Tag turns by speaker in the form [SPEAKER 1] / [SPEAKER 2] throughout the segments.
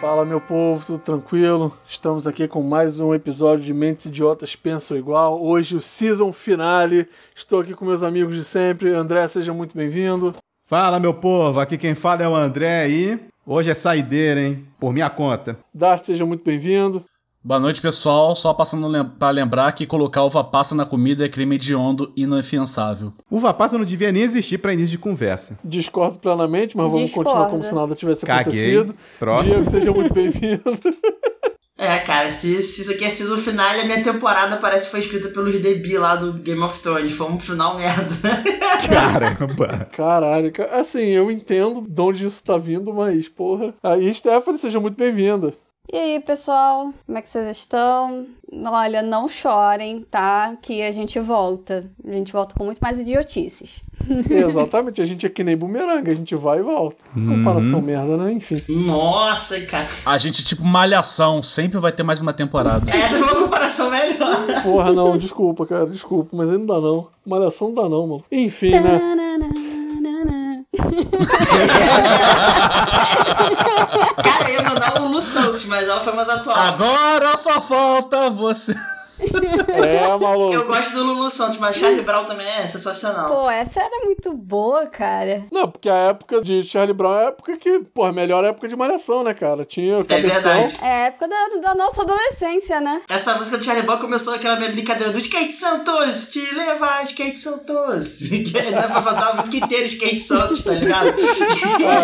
[SPEAKER 1] Fala, meu povo, tudo tranquilo? Estamos aqui com mais um episódio de Mentes Idiotas Pensam Igual. Hoje, o season finale. Estou aqui com meus amigos de sempre. André, seja muito bem-vindo.
[SPEAKER 2] Fala, meu povo. Aqui quem fala é o André e hoje é saideira, hein? Por minha conta.
[SPEAKER 1] Dart, seja muito bem-vindo.
[SPEAKER 3] Boa noite, pessoal. Só passando lem pra lembrar que colocar uva passa na comida é crime hediondo e inafiançável.
[SPEAKER 2] Uva passa não devia nem existir pra início de conversa.
[SPEAKER 1] Discordo plenamente, mas vamos
[SPEAKER 4] Discorda.
[SPEAKER 1] continuar como se nada tivesse
[SPEAKER 2] Caguei.
[SPEAKER 1] acontecido.
[SPEAKER 2] Próximo.
[SPEAKER 1] Diego, seja muito bem-vindo.
[SPEAKER 5] É, cara, se, se isso aqui é season finale, a minha temporada parece que foi escrita pelos DB lá do Game of Thrones. Foi um final merda.
[SPEAKER 2] Caramba.
[SPEAKER 1] Caralho, ca- assim, eu entendo de onde isso tá vindo, mas, porra. Aí, Stephanie, seja muito bem-vinda.
[SPEAKER 4] E aí, pessoal, como é que vocês estão? Olha, não chorem, tá? Que a gente volta. A gente volta com muito mais idiotices.
[SPEAKER 1] Exatamente, a gente é que nem bumerangue, a gente vai e volta.
[SPEAKER 2] Uhum.
[SPEAKER 1] Comparação merda, né? Enfim.
[SPEAKER 5] Nossa, cara.
[SPEAKER 3] A gente, tipo, malhação, sempre vai ter mais uma temporada.
[SPEAKER 5] Essa é uma comparação melhor.
[SPEAKER 1] Porra, não, desculpa, cara, desculpa, mas ainda dá não. Malhação não dá não, mano. Enfim, né?
[SPEAKER 4] Tananana.
[SPEAKER 5] Cara, eu ia mandar o Lu Santos, mas ela foi mais atual.
[SPEAKER 3] Ah, Agora só falta você.
[SPEAKER 1] É,
[SPEAKER 5] Eu
[SPEAKER 1] maluco.
[SPEAKER 5] gosto do Lulu Santos, mas Charlie Brown também é sensacional.
[SPEAKER 4] Pô, essa era muito boa, cara.
[SPEAKER 1] Não, porque a época de Charlie Brown é a época que, porra, a melhor época de malhação, né, cara? Tinha o
[SPEAKER 5] É
[SPEAKER 1] cabeção.
[SPEAKER 5] verdade.
[SPEAKER 4] É a época da, da nossa adolescência, né?
[SPEAKER 5] Essa música do Charlie Brown começou aquela minha brincadeira do Skate Santos, te levar, Skate Santos. Que é- Dá pra botar a música inteira Skate Santos, tá ligado?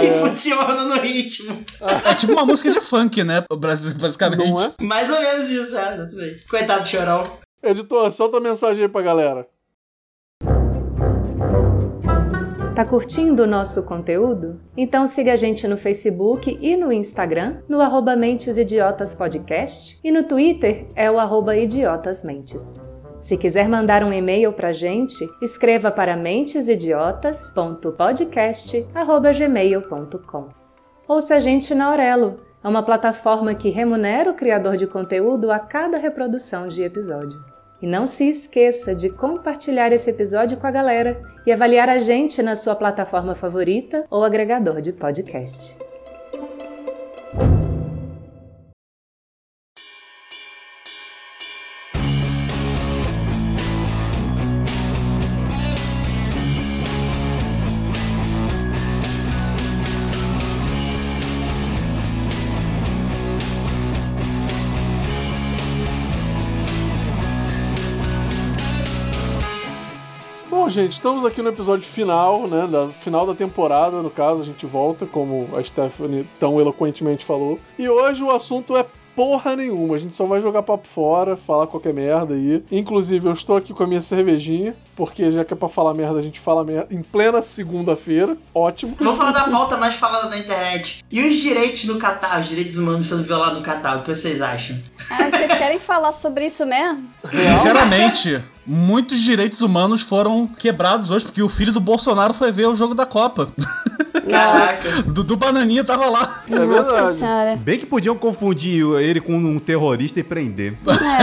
[SPEAKER 5] E funciona no ritmo.
[SPEAKER 3] É tipo uma música de funk, né? O Brasil, Basicamente.
[SPEAKER 1] não é?
[SPEAKER 5] Mais ou menos isso, é, exatamente. Coitado do Chorão.
[SPEAKER 1] Editor, solta a mensagem aí pra galera.
[SPEAKER 6] Tá curtindo o nosso conteúdo? Então siga a gente no Facebook e no Instagram, no arroba Mentes Idiotas Podcast, e no Twitter é o arroba Idiotas Mentes. Se quiser mandar um e-mail pra gente, escreva para mentesidiotas.podcast.gmail.com Ouça a gente na Aurelo, é uma plataforma que remunera o criador de conteúdo a cada reprodução de episódio. E não se esqueça de compartilhar esse episódio com a galera e avaliar a gente na sua plataforma favorita ou agregador de podcast.
[SPEAKER 1] Bom, gente, estamos aqui no episódio final, né? Da final da temporada, no caso, a gente volta, como a Stephanie tão eloquentemente falou. E hoje o assunto é porra nenhuma, a gente só vai jogar papo fora, falar qualquer merda aí. Inclusive, eu estou aqui com a minha cervejinha, porque já que é pra falar merda, a gente fala merda em plena segunda-feira. Ótimo.
[SPEAKER 5] Vamos falar da pauta mais falada da internet. E os direitos no Catar, os direitos humanos sendo violados no Catar, o que vocês acham?
[SPEAKER 4] Ah, vocês querem falar sobre isso mesmo?
[SPEAKER 3] Sinceramente, muitos direitos humanos foram quebrados hoje, porque o filho do Bolsonaro foi ver o jogo da Copa.
[SPEAKER 5] Caraca.
[SPEAKER 3] Do, do Bananinha tava lá.
[SPEAKER 1] É
[SPEAKER 4] Nossa
[SPEAKER 1] verdade.
[SPEAKER 4] senhora.
[SPEAKER 2] Bem que podiam confundir ele com um terrorista e prender.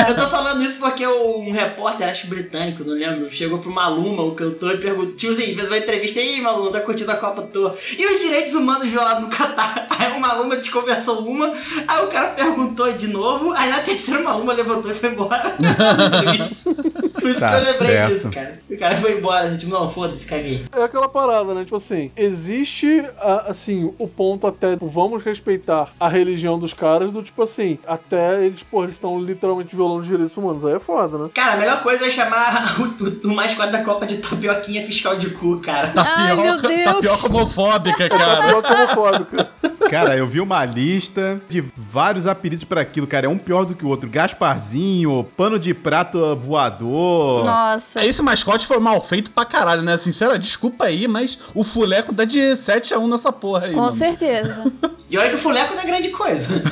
[SPEAKER 5] Eu tô falando isso porque um repórter, acho britânico, não lembro, chegou pro Maluma, o cantor, e perguntou, tiozinho, fez uma entrevista, e aí, Maluma, tá curtindo a Copa à toa. E os direitos humanos violados no Catar? Aí o Maluma desconversou uma, aí o cara perguntou de novo, aí na terceira o Maluma levantou e foi embora. da entrevista. Por isso
[SPEAKER 2] Tá
[SPEAKER 5] que eu lembrei
[SPEAKER 2] certo.
[SPEAKER 5] disso, cara. O cara foi embora, assim, tipo, não, foda-se, caguei.
[SPEAKER 1] É aquela parada, né? Tipo assim, existe, a- assim, o ponto até, tipo, vamos respeitar a religião dos caras, do tipo assim, até eles, pô, eles estão literalmente violando os direitos humanos. Aí é foda, né?
[SPEAKER 5] Cara, a melhor coisa é chamar o, o, o mascote da Copa de tapioquinha fiscal de cu, cara.
[SPEAKER 4] Ai, meu Deus.
[SPEAKER 3] Tapioca homofóbica, cara.
[SPEAKER 1] Pior que homofóbica.
[SPEAKER 2] Cara, eu vi uma lista de vários apelidos pra aquilo, cara. É um pior do que o outro. Gasparzinho, pano de prato voador.
[SPEAKER 4] Nossa.
[SPEAKER 3] É, Esse mascote foi mal feito pra caralho, né? Sincera, desculpa aí, mas o fuleco dá de 7 a 1 nessa porra aí.
[SPEAKER 4] Com
[SPEAKER 3] mano.
[SPEAKER 4] certeza.
[SPEAKER 5] E olha que o fuleco não é grande coisa.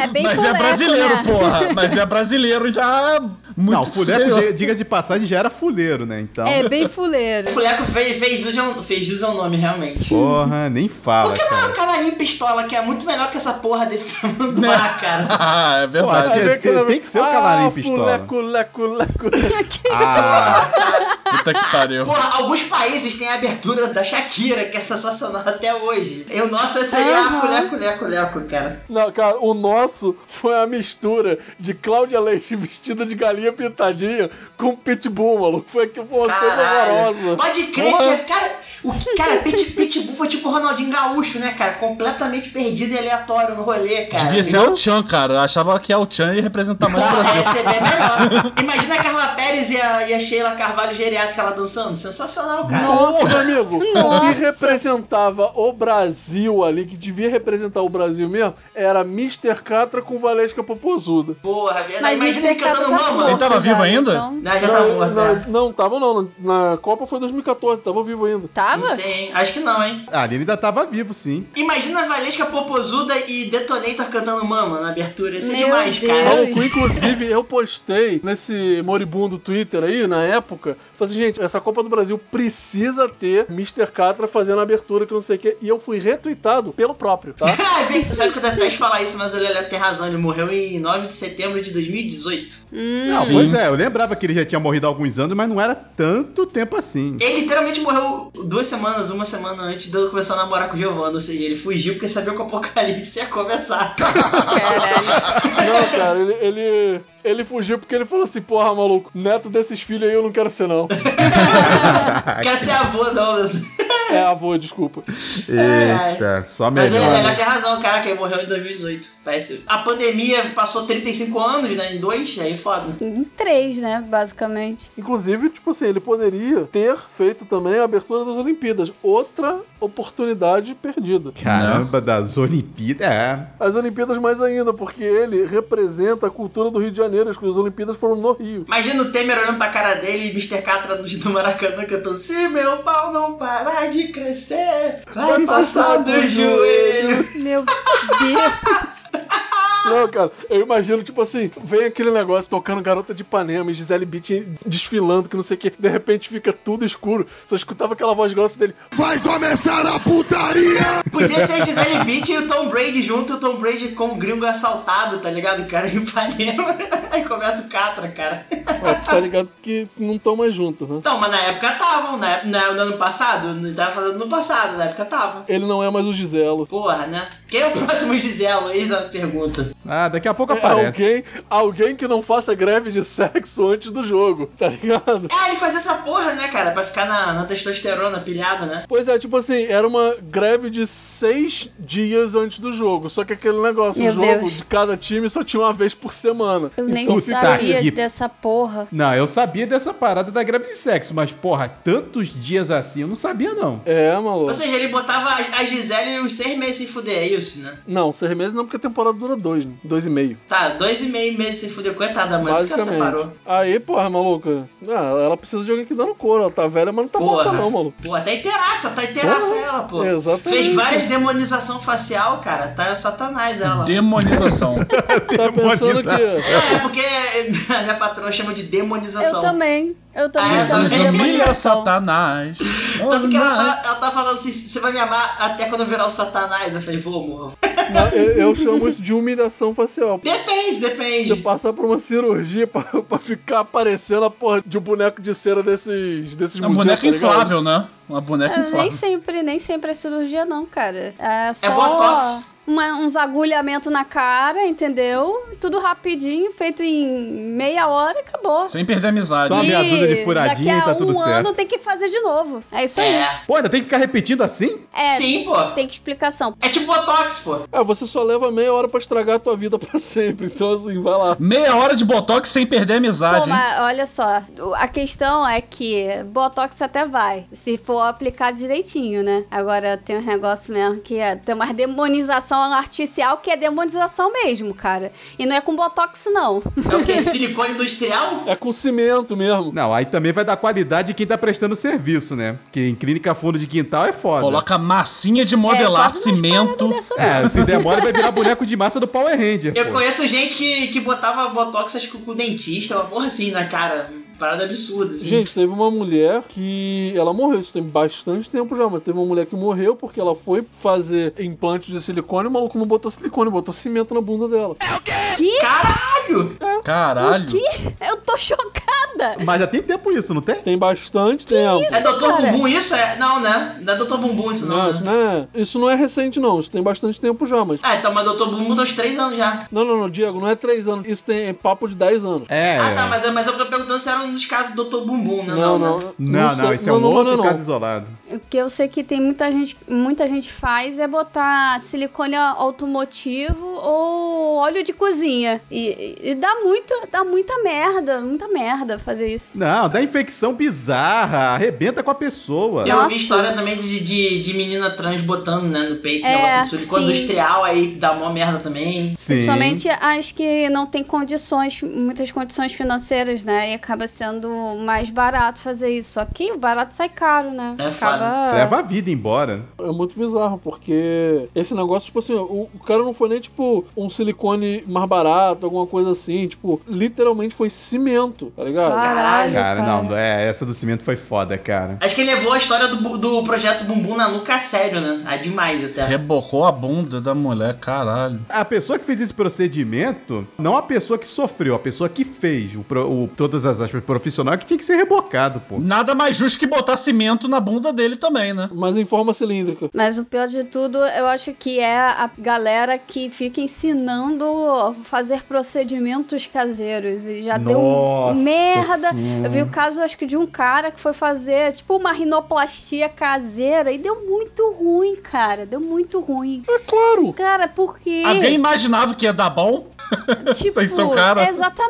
[SPEAKER 4] É bem
[SPEAKER 3] Mas é
[SPEAKER 4] fuleco,
[SPEAKER 3] brasileiro,
[SPEAKER 4] né?
[SPEAKER 3] porra. Mas é brasileiro, já muito
[SPEAKER 2] não, fuleco,
[SPEAKER 3] superior.
[SPEAKER 2] de- diga de passagem, já era fuleiro, né? Então.
[SPEAKER 4] É bem fuleiro.
[SPEAKER 5] O Fuleco fez, fez, jus ao- fez jus ao nome, realmente.
[SPEAKER 2] Porra, nem fala,
[SPEAKER 5] Por que não é
[SPEAKER 2] cara.
[SPEAKER 5] um canarinho pistola que é muito melhor que essa porra desse tamanduá,
[SPEAKER 1] Né?
[SPEAKER 5] cara?
[SPEAKER 3] Ah, é
[SPEAKER 2] Pô,
[SPEAKER 3] verdade.
[SPEAKER 2] tinha- tem- tem que ser o canarinho
[SPEAKER 1] ah,
[SPEAKER 2] pistola.
[SPEAKER 1] Fuleco, leco, leco.
[SPEAKER 2] Ah,
[SPEAKER 3] Puta que pariu.
[SPEAKER 5] Porra, alguns países têm a abertura da Shakira, que é sensacional até hoje. E o nosso seria
[SPEAKER 4] Aham.
[SPEAKER 5] a Fuleco Leco Leco, cara.
[SPEAKER 1] Não, cara, o nosso foi a mistura de Cláudia Leite vestida de galinha pintadinha com Pitbull, maluco. Foi que foi uma coisa
[SPEAKER 5] Caralho.
[SPEAKER 1] horrorosa.
[SPEAKER 5] Pode crer,
[SPEAKER 1] Porra.
[SPEAKER 5] tinha, cara. O que, cara, Pit, Pitbull foi tipo o Ronaldinho Gaúcho, né, cara? Completamente perdido e aleatório no rolê, cara.
[SPEAKER 3] Devia ser o Chan, cara. Eu achava que o Chan ia representar mais o
[SPEAKER 5] Porra,
[SPEAKER 3] Brasil.
[SPEAKER 5] essa é bem melhor. Imagina a Carla Pérez e a, e a Sheila Carvalho geriátrica lá dançando. Sensacional, cara.
[SPEAKER 1] Nossa, amigo, o que
[SPEAKER 4] Nossa.
[SPEAKER 1] representava o Brasil ali, que devia representar o Brasil mesmo, era Mr. Catra com Valesca Popozuda.
[SPEAKER 5] Porra, verdade.
[SPEAKER 4] Mas
[SPEAKER 5] Imagina ele
[SPEAKER 4] Mr. Catra
[SPEAKER 5] cantando
[SPEAKER 4] tá
[SPEAKER 5] mama.
[SPEAKER 3] Ele
[SPEAKER 4] morto
[SPEAKER 3] tava vivo
[SPEAKER 4] já,
[SPEAKER 3] ainda?
[SPEAKER 4] então.
[SPEAKER 5] Não, já tá morto.
[SPEAKER 1] não,
[SPEAKER 5] é.
[SPEAKER 1] não, tava não. Na Copa foi 2014, tava vivo ainda.
[SPEAKER 4] Tava?
[SPEAKER 5] Não sei, hein? Acho que não, hein?
[SPEAKER 2] Ah, ali ainda tava vivo, sim.
[SPEAKER 5] Imagina a Valesca Popozuda e Detonator cantando Mama na abertura. Isso é
[SPEAKER 4] Meu
[SPEAKER 5] demais,
[SPEAKER 4] Deus.
[SPEAKER 5] cara.
[SPEAKER 1] Maluco, Então, inclusive, eu postei nesse moribundo Twitter aí, na época, falei assim, gente, essa Copa do Brasil precisa ter Mr. Catra fazendo a abertura que não sei o quê. E eu fui retweetado pelo próprio, tá?
[SPEAKER 5] Ah, bem, sabe que eu tentei falar isso, mas o Lelé tem razão. Ele morreu em 9 de setembro de 2018.
[SPEAKER 2] Não,
[SPEAKER 3] Sim.
[SPEAKER 2] pois é, eu lembrava que ele já tinha morrido há alguns anos, mas não era tanto tempo assim.
[SPEAKER 5] Ele literalmente morreu duas semanas, uma semana antes de eu começar a namorar com o Giovanna. Ou seja, ele fugiu porque sabia que o apocalipse ia começar.
[SPEAKER 4] Caralho.
[SPEAKER 1] Não, cara, ele, ele, ele fugiu porque ele falou assim, porra, maluco, neto desses filhos aí eu não quero ser, não.
[SPEAKER 5] Quer ser avô, não. né?
[SPEAKER 1] É avô, desculpa.
[SPEAKER 2] Eita, só
[SPEAKER 5] Mas ele,
[SPEAKER 2] melhor.
[SPEAKER 5] ele tem razão, cara, que ele morreu em 2018. Parece. A pandemia passou 35 anos, né? Em dois, aí foda.
[SPEAKER 4] Em três, né, basicamente.
[SPEAKER 1] Inclusive, tipo assim, ele poderia ter feito também a abertura das Olimpíadas. Outra oportunidade perdida.
[SPEAKER 2] Caramba, das Olimpíadas. É.
[SPEAKER 1] As Olimpíadas mais ainda, porque ele representa a cultura do Rio de Janeiro, as as Olimpíadas foram no Rio.
[SPEAKER 5] Imagina o Temer olhando pra cara dele e Mr. Catra no do Maracanã cantando Se meu pau não parar de crescer, vai passar do joelho.
[SPEAKER 4] Meu Deus.
[SPEAKER 1] Não, cara, eu imagino, tipo assim, vem aquele negócio tocando Garota de Ipanema e Gisele Beach desfilando, que não sei o que, de repente fica tudo escuro. Só escutava aquela voz grossa dele.
[SPEAKER 5] Podia ser a Gisele Beach e o Tom Brady junto, o Tom Brady com o gringo assaltado, tá ligado? O cara em Ipanema. Aí começa o Catra, cara.
[SPEAKER 1] Ó, tá ligado que não tão mais juntos, né?
[SPEAKER 5] Então, mas na época estavam, na época, na- no ano passado, não tava fazendo no passado, na época tava.
[SPEAKER 1] Ele não é mais o Giselo.
[SPEAKER 5] Porra, né? Quem é o próximo Giselo? Eis a pergunta.
[SPEAKER 2] Ah, daqui a pouco
[SPEAKER 1] É
[SPEAKER 2] aparece.
[SPEAKER 1] alguém, alguém que não faça greve de sexo antes do jogo, tá ligado?
[SPEAKER 5] Ah, ele faz essa porra, né, cara? Pra ficar na, na testosterona pilhada, né?
[SPEAKER 1] Pois é, tipo assim, era uma greve de seis dias antes do jogo. Só que aquele negócio,
[SPEAKER 4] Meu
[SPEAKER 1] o jogo
[SPEAKER 4] Deus.
[SPEAKER 1] de cada time só tinha uma vez por semana.
[SPEAKER 4] Eu nem
[SPEAKER 2] Puta
[SPEAKER 4] sabia
[SPEAKER 2] que-
[SPEAKER 4] dessa porra.
[SPEAKER 2] Não, eu sabia dessa parada da greve de sexo, mas porra, tantos dias assim, eu não sabia não.
[SPEAKER 1] É,
[SPEAKER 5] Ou
[SPEAKER 1] maluco.
[SPEAKER 5] seja, ele botava a a Gisele uns seis meses sem fuder, é isso, né?
[SPEAKER 1] Não, seis meses não, porque a temporada dura dois, né? dois e meio.
[SPEAKER 5] Tá, dois e meio meses sem fuder, coitada, mãe, por isso que ela
[SPEAKER 1] Basicamente.
[SPEAKER 5] separou.
[SPEAKER 1] Aí, porra, maluca. Ah, ela precisa de alguém que dá no couro. Ela tá velha, mas não tá morta,
[SPEAKER 5] Porra.
[SPEAKER 1] não, maluco.
[SPEAKER 5] Pô, tá inteiraça, tá inteiraça
[SPEAKER 1] Porra,
[SPEAKER 5] ela, pô.
[SPEAKER 1] exatamente.
[SPEAKER 5] Fez várias demonização facial, cara. Tá satanás ela.
[SPEAKER 3] Demonização.
[SPEAKER 1] Tá pensando que.
[SPEAKER 5] É, porque a minha patroa chama de demonização.
[SPEAKER 4] Eu também. Eu também
[SPEAKER 5] um Ah,
[SPEAKER 4] chamo
[SPEAKER 5] mas
[SPEAKER 4] de
[SPEAKER 5] eu
[SPEAKER 3] Humilha
[SPEAKER 4] demonização.
[SPEAKER 3] Satanás.
[SPEAKER 5] Tanto que ela tá, ela tá falando assim, você vai me amar até quando eu virar o satanás. Eu falei, vou, amor.
[SPEAKER 1] Não, eu, eu chamo isso de humilhação facial.
[SPEAKER 5] Depende,
[SPEAKER 1] Você
[SPEAKER 5] depende.
[SPEAKER 1] passar por uma cirurgia pra, pra ficar aparecendo a porra de um boneco de cera desses, desses
[SPEAKER 3] É um
[SPEAKER 1] museus,
[SPEAKER 3] boneco
[SPEAKER 1] tá ligado?
[SPEAKER 3] inflável, né? Uma boneca
[SPEAKER 4] Ah, Nem
[SPEAKER 3] inflável.
[SPEAKER 4] sempre, nem sempre é cirurgia, não, cara. É só
[SPEAKER 5] botox.
[SPEAKER 4] uma- uns agulhamentos na cara, entendeu? Tudo rapidinho, feito em meia hora e acabou.
[SPEAKER 3] Sem perder a amizade.
[SPEAKER 2] Só uma
[SPEAKER 4] E
[SPEAKER 2] meia dúzia de furadinho
[SPEAKER 4] daqui a
[SPEAKER 2] tá tudo
[SPEAKER 4] um
[SPEAKER 2] certo.
[SPEAKER 4] ano tem que fazer de novo. É isso aí.
[SPEAKER 5] É.
[SPEAKER 2] Pô, ainda tem que ficar repetindo assim?
[SPEAKER 4] É,
[SPEAKER 5] Sim, pô.
[SPEAKER 4] tem que explicação.
[SPEAKER 5] É tipo Botox, pô.
[SPEAKER 1] É, você só leva meia hora pra estragar a tua vida pra sempre. Então, assim, vai lá.
[SPEAKER 3] Meia hora de botox sem perder a
[SPEAKER 4] Pô,
[SPEAKER 3] amizade, hein?
[SPEAKER 4] mas olha só, o- a questão é que Botox até vai. Se for vou aplicar direitinho, né? Agora tem uns negócios mesmo que é, tem uma demonização artificial que é demonização mesmo, cara. E não é com botox, não.
[SPEAKER 5] É o quê? Silicone industrial?
[SPEAKER 1] É com cimento mesmo.
[SPEAKER 2] Não, aí também vai dar qualidade de quem tá prestando serviço, né? Porque em clínica fundo de quintal é foda.
[SPEAKER 3] Coloca massinha de modelar,
[SPEAKER 4] é, quase umas
[SPEAKER 3] cimento.
[SPEAKER 4] paradas dessa
[SPEAKER 2] É, se demora vai virar boneco de massa do Power Ranger.
[SPEAKER 5] Eu
[SPEAKER 2] pô.
[SPEAKER 5] conheço gente que, que botava botox acho que com o dentista, uma porra assim na cara. Parada absurda, assim.
[SPEAKER 1] Gente, teve uma mulher que. Ela morreu, isso tem bastante tempo já, mas teve uma mulher que morreu porque ela foi fazer implante de silicone e o maluco não botou silicone, botou cimento na bunda dela.
[SPEAKER 3] É.
[SPEAKER 5] Caralho!
[SPEAKER 3] Caralho.
[SPEAKER 4] mesmo. Eu tô chocada.
[SPEAKER 2] Mas já tem tempo isso, não tem?
[SPEAKER 1] Tem bastante tempo.
[SPEAKER 5] É Doutor
[SPEAKER 4] cara.
[SPEAKER 5] Bumbum isso? É, não, né? Não é Doutor Bumbum isso,
[SPEAKER 1] Não,
[SPEAKER 5] não.
[SPEAKER 1] isso
[SPEAKER 5] né?
[SPEAKER 1] não, é, isso não é recente, não. Isso tem bastante tempo já, mas.
[SPEAKER 5] Ah, então, mas Doutor Bumbum tem uns 3 anos já.
[SPEAKER 1] Não, não, não, Diego, não é 3 anos. Isso tem é papo de 10 anos.
[SPEAKER 2] É.
[SPEAKER 5] Ah, tá, mas, eu- mas eu tô perguntando se era um dos casos do Doutor Bumbum, né?
[SPEAKER 1] Não, não.
[SPEAKER 5] né?
[SPEAKER 2] Não, não,
[SPEAKER 1] sei-
[SPEAKER 2] esse é um
[SPEAKER 1] não, não,
[SPEAKER 2] outro
[SPEAKER 1] não, não.
[SPEAKER 2] caso isolado.
[SPEAKER 4] O que eu sei que tem muita gente, muita gente faz é botar silicone automotivo ou óleo de cozinha. E, e- e dá muito, dá muita merda, muita merda fazer isso.
[SPEAKER 2] Não, dá infecção bizarra, arrebenta com a pessoa.
[SPEAKER 5] Eu
[SPEAKER 4] Nossa.
[SPEAKER 5] vi história também de, de, de menina trans botando, né, no peito,
[SPEAKER 4] É,
[SPEAKER 5] negócio de silicone
[SPEAKER 4] sim.
[SPEAKER 5] industrial, aí dá mó merda também.
[SPEAKER 2] Sim.
[SPEAKER 4] Principalmente as que não têm condições, muitas condições financeiras, né? E acaba sendo mais barato fazer isso. Só que o barato sai caro, né?
[SPEAKER 5] É
[SPEAKER 4] acaba.
[SPEAKER 2] Leva a vida embora.
[SPEAKER 1] É muito bizarro, porque esse negócio, tipo assim, o, o cara não foi nem, tipo, um silicone mais barato, alguma coisa assim. Tipo, literalmente foi cimento, tá ligado?
[SPEAKER 4] Caralho,
[SPEAKER 2] Cara,
[SPEAKER 4] cara.
[SPEAKER 2] não, é, essa do cimento foi foda, cara.
[SPEAKER 5] Acho que ele levou a história do, bu- do projeto Bumbum na nuca a sério, né? Ah, demais até.
[SPEAKER 3] Rebocou a bunda da mulher, caralho.
[SPEAKER 2] A pessoa que fez esse procedimento, não a pessoa que sofreu, a pessoa que fez o, pro- o- todas as aspas profissional é que tinha que ser rebocado, pô.
[SPEAKER 3] Nada mais justo que botar cimento na bunda dele também, né?
[SPEAKER 1] Mas em forma cilíndrica.
[SPEAKER 4] Mas o pior de tudo, eu acho que é a galera que fica ensinando a fazer procedimentos caseiros. E já
[SPEAKER 2] Nossa
[SPEAKER 4] deu merda.
[SPEAKER 2] Senhora.
[SPEAKER 4] Eu vi o caso, acho que, de um cara que foi fazer, tipo, uma rinoplastia caseira. E deu muito ruim, cara. Deu muito ruim.
[SPEAKER 1] É claro!
[SPEAKER 4] Cara, por quê?
[SPEAKER 3] Alguém imaginava que ia dar bom?
[SPEAKER 4] Tipo,
[SPEAKER 3] Vocês são cara.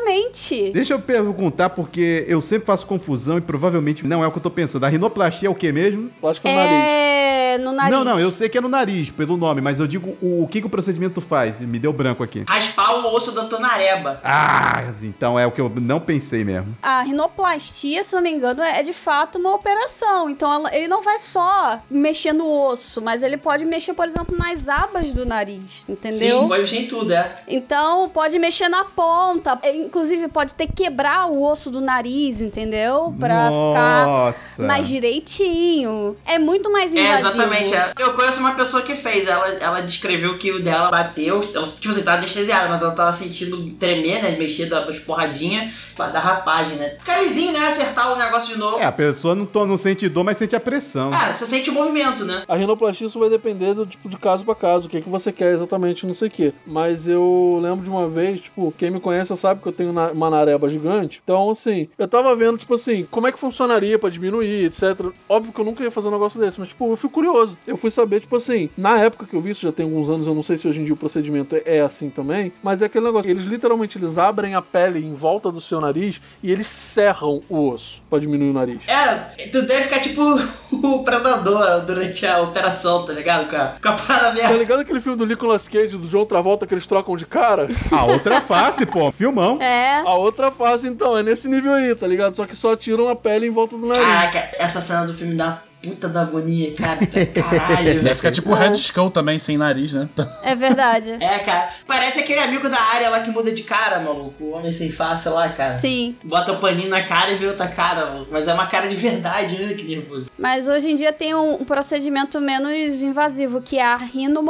[SPEAKER 4] exatamente.
[SPEAKER 2] Deixa eu perguntar, porque eu sempre faço confusão e provavelmente não é o que eu tô pensando. A rinoplastia é o que mesmo?
[SPEAKER 1] Plástico no nariz.
[SPEAKER 4] É, no nariz.
[SPEAKER 2] Não, não, eu sei que é no nariz, pelo nome, mas eu digo o, o que, que o procedimento faz. Me deu branco aqui.
[SPEAKER 5] Raspar o osso da tonareba.
[SPEAKER 2] Ah, então é o que eu não pensei mesmo.
[SPEAKER 4] A rinoplastia, se não me engano, é de fato uma operação. Então ela- ele não vai só mexer no osso, mas ele pode mexer, por exemplo, nas abas do nariz, entendeu?
[SPEAKER 5] Sim, pode mexer em tudo, é.
[SPEAKER 4] Então pode mexer na ponta, É, inclusive pode ter que quebrar o osso do nariz, entendeu? Pra
[SPEAKER 2] Nossa.
[SPEAKER 4] ficar mais direitinho. É muito mais
[SPEAKER 5] É,
[SPEAKER 4] invasivo.
[SPEAKER 5] exatamente. É. Eu conheço uma pessoa que fez, ela, ela descreveu que o dela bateu, ela, tipo assim, tava anestesiada, mas ela tava sentindo tremer, né, mexer das porradinhas pra dar rapagem, né. Ficar lisinho, né, acertar o negócio de novo.
[SPEAKER 2] É, a pessoa não, to- não sente dor, mas sente a pressão.
[SPEAKER 5] Ah, você sente o movimento, né?
[SPEAKER 1] A rinoplastia isso vai depender do tipo de caso pra caso, o que, que você quer exatamente, não sei o quê. Mas eu lembro de uma vez, tipo, quem me conhece sabe que eu tenho na- uma nareba gigante. Então, assim, eu tava vendo, tipo assim, como é que funcionaria pra diminuir, etc. Óbvio que eu nunca ia fazer um negócio desse, mas, tipo, eu fui curioso. Eu fui saber, tipo assim, na época que eu vi isso, já tem alguns anos, eu não sei se hoje em dia o procedimento é, é assim também, mas é aquele negócio, eles literalmente, eles abrem a pele em volta do seu nariz e eles serram o osso pra diminuir o nariz.
[SPEAKER 5] É, tu deve ficar tipo o predador durante a operação, tá ligado? Com a, com a parada
[SPEAKER 1] Tá
[SPEAKER 5] aberta.
[SPEAKER 1] ligado aquele filme do Nicolas Cage, do John Travolta, que eles trocam de cara?
[SPEAKER 2] A outra face, pô, filmão.
[SPEAKER 4] É.
[SPEAKER 1] A outra fase, então, é nesse nível aí, tá ligado? Só que só tiram a pele em volta do
[SPEAKER 3] Ah,
[SPEAKER 1] nariz.
[SPEAKER 5] Caraca, essa cena do filme dá uma puta da agonia, cara. Tá- Caralho.
[SPEAKER 3] Deve ficar tipo o Red Skull também, sem nariz, né?
[SPEAKER 4] É verdade.
[SPEAKER 5] É, cara. Parece aquele amigo da área lá que muda de cara, maluco. O homem sem face lá, cara.
[SPEAKER 4] Sim.
[SPEAKER 5] Bota o paninho na cara e vira outra cara, maluco. Mas é uma cara de verdade, né? Que nervoso.
[SPEAKER 4] Mas hoje em dia tem um, um procedimento menos invasivo, que é a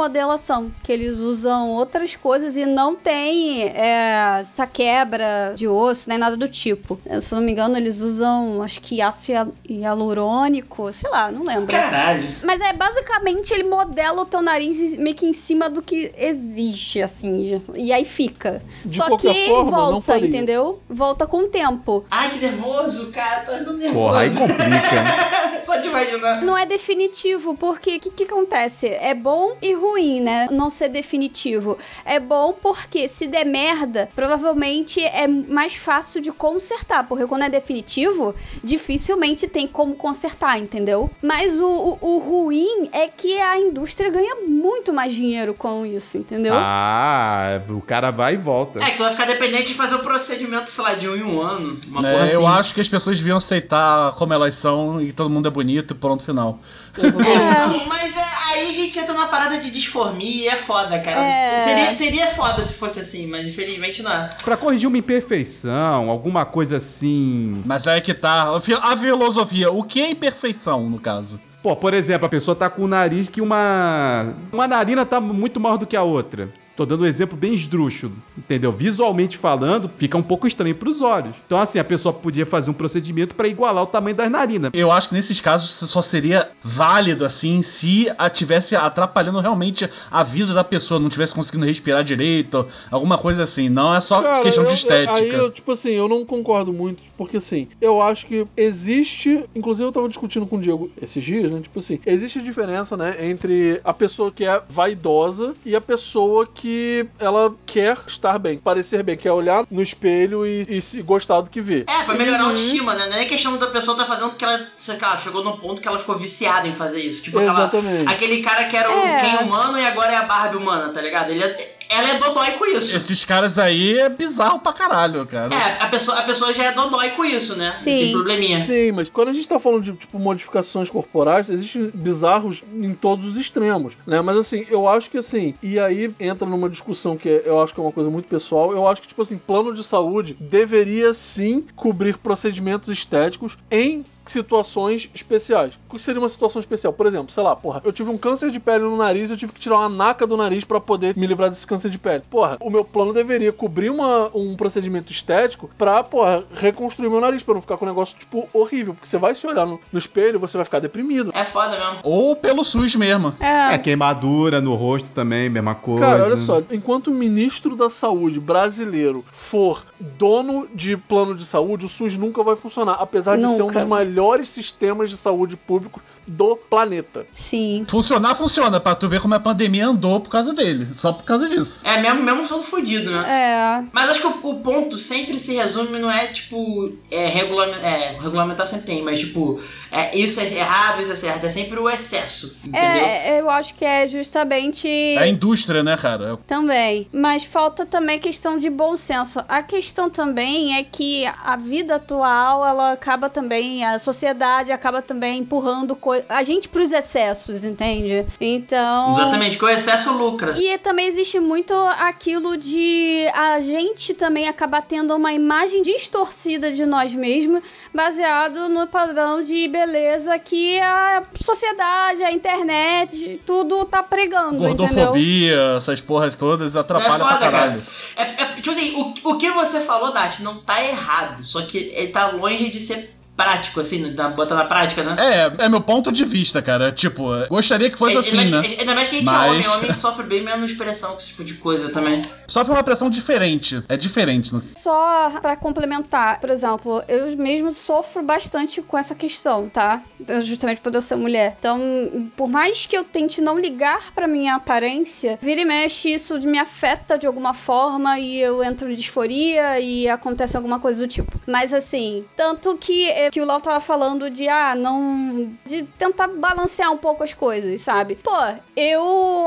[SPEAKER 4] rinomodelação, que eles usam outras coisas e não tem é, essa quebra de osso, nem nada do tipo. Eu, Se não me engano, eles usam, acho que ácido hia- hialurônico, sei lá, não lembro.
[SPEAKER 5] Caralho.
[SPEAKER 4] Mas é basicamente ele modela o teu nariz meio que em cima do que existe, assim, já- e aí fica.
[SPEAKER 1] De
[SPEAKER 4] Só
[SPEAKER 1] qualquer
[SPEAKER 4] que
[SPEAKER 1] forma, não
[SPEAKER 4] volta,
[SPEAKER 1] faria.
[SPEAKER 4] entendeu? Volta com o tempo.
[SPEAKER 5] Ai, que nervoso, cara. Tô ficando nervoso.
[SPEAKER 2] Porra, aí complica. né?
[SPEAKER 5] Só de imaginar.
[SPEAKER 4] Não é definitivo, porque o que, que acontece? É bom e ruim, né? Não ser definitivo. É bom porque se der merda, provavelmente é mais fácil de consertar, porque quando é definitivo, dificilmente tem como consertar, entendeu? Mas o, o, o ruim é que a indústria ganha muito mais dinheiro com isso, entendeu?
[SPEAKER 2] Ah, o cara vai e volta.
[SPEAKER 5] É, que tu vai ficar dependente de fazer o procedimento, sei lá, de um em um ano. Uma
[SPEAKER 3] É,
[SPEAKER 5] porra assim.
[SPEAKER 3] Eu acho que as pessoas deviam aceitar como elas são e todo mundo é bonito e pronto, final.
[SPEAKER 5] É, não, mas é, aí a gente entra na parada de disformia e é foda, cara.
[SPEAKER 4] É.
[SPEAKER 5] Seria, seria foda se fosse assim, mas infelizmente não é.
[SPEAKER 2] Pra corrigir uma imperfeição, alguma coisa assim.
[SPEAKER 3] Mas é que tá. a fi- A filosofia, o que é imperfeição, no caso?
[SPEAKER 2] Pô, por exemplo, a pessoa tá com o nariz que uma. Uma narina tá muito maior do que a outra. Tô dando um exemplo bem esdrúxulo, entendeu? Visualmente falando, fica um pouco estranho pros olhos. Então, assim, a pessoa podia fazer um procedimento pra igualar o tamanho das narinas.
[SPEAKER 3] Eu acho que nesses casos só seria válido, assim, se a tivesse atrapalhando realmente a vida da pessoa, não tivesse conseguindo respirar direito, alguma coisa assim. Não é só
[SPEAKER 1] Cara,
[SPEAKER 3] questão de
[SPEAKER 1] eu-
[SPEAKER 3] estética.
[SPEAKER 1] Aí, eu, tipo assim, eu não concordo muito, porque assim, eu acho que existe. Inclusive, eu tava discutindo com o Diego esses dias, né? Tipo assim, existe a diferença, né? Entre a pessoa que é vaidosa e a pessoa que ela quer estar bem, parecer bem, quer olhar no espelho e, e se gostar do que vê.
[SPEAKER 5] É, pra melhorar a autoestima, né? Não é questão da pessoa tá fazendo porque ela, sei lá, chegou num ponto que ela ficou viciada em fazer isso. Tipo, aquela,
[SPEAKER 1] Exatamente.
[SPEAKER 5] aquele cara que era o
[SPEAKER 4] É.
[SPEAKER 5] Ken humano e agora é a Barbie humana, tá ligado? Ele é- ela é dodói com isso.
[SPEAKER 3] Esses caras aí é bizarro pra caralho, cara.
[SPEAKER 5] É, a pessoa, a pessoa já é dodói com isso, né?
[SPEAKER 4] Sim.
[SPEAKER 5] Tem probleminha.
[SPEAKER 1] Sim, mas quando a gente tá falando de, tipo, modificações corporais, existem bizarros em todos os extremos, né? Mas, assim, eu acho que, assim, e aí entra numa discussão que eu acho que é uma coisa muito pessoal, eu acho que, tipo assim, plano de saúde deveria, sim, cobrir procedimentos estéticos em situações especiais. O que seria uma situação especial? Por exemplo, sei lá, porra, eu tive um câncer de pele no nariz, eu tive que tirar uma naca do nariz pra poder me livrar desse câncer de pele. Porra, o meu plano deveria cobrir uma- um procedimento estético pra, porra, reconstruir meu nariz, pra eu não ficar com um negócio, tipo, horrível. Porque você vai se olhar no, no espelho, você vai ficar deprimido.
[SPEAKER 5] É foda mesmo.
[SPEAKER 3] Ou pelo SUS mesmo.
[SPEAKER 2] É, queimadura no rosto também, mesma coisa.
[SPEAKER 1] Ah. Cara, olha só, enquanto o ministro da saúde brasileiro for dono de plano de saúde, o SUS nunca vai funcionar, apesar de ser um
[SPEAKER 4] Nunca.
[SPEAKER 1] dos melhores sistemas de saúde público do planeta.
[SPEAKER 4] Sim.
[SPEAKER 3] Funcionar, funciona, pra tu ver como a pandemia andou por causa dele. Só por causa disso.
[SPEAKER 5] É mesmo, mesmo sendo fudido, né?
[SPEAKER 4] É.
[SPEAKER 5] Mas acho que o, o ponto sempre se resume, não é tipo, é, regulame- é, regulamentar sempre tem, mas tipo, é, isso é errado, isso é certo, é sempre o excesso, entendeu?
[SPEAKER 4] É, eu acho que é justamente.
[SPEAKER 3] É a indústria, né, cara?
[SPEAKER 4] Também. Mas falta também a questão de bom senso. A questão também é que a vida atual, ela acaba também, a sociedade acaba também empurrando coi- a gente pros excessos, entende? Então.
[SPEAKER 5] Exatamente, que o excesso lucra.
[SPEAKER 4] E também existe muito aquilo de a gente também acabar tendo uma imagem distorcida de nós mesmos, baseado no padrão de beleza que a sociedade, a internet, tudo tá pregando, entendeu?
[SPEAKER 3] Gordofobia, essas porras todas
[SPEAKER 5] É
[SPEAKER 3] atrapalham pra
[SPEAKER 5] foda,
[SPEAKER 3] caralho.
[SPEAKER 5] cara. É, é, tipo assim, o, o que você falou, Nath, não tá errado, só que ele tá longe de ser prático, assim, né? Tá- botar na prática, né?
[SPEAKER 3] É, é meu ponto de vista, cara. Tipo, gostaria que fosse
[SPEAKER 5] É,
[SPEAKER 3] assim,
[SPEAKER 5] ainda,
[SPEAKER 3] né?
[SPEAKER 5] mais, que- ainda mais que a gente
[SPEAKER 3] Mas-
[SPEAKER 5] é homem, homem sofre bem menos pressão com esse tipo de coisa também.
[SPEAKER 3] Sofre uma pressão diferente. É diferente. né?
[SPEAKER 4] Só pra complementar, por exemplo, eu mesmo sofro bastante com essa questão, tá? Eu, justamente por eu ser mulher. Então, por mais que eu tente não ligar pra minha aparência, vira e mexe, isso me afeta de alguma forma e eu entro em disforia e acontece alguma coisa do tipo. Mas assim, tanto que, é, que o Lau tava falando de, ah, não. de tentar balancear um pouco as coisas, sabe? Pô, eu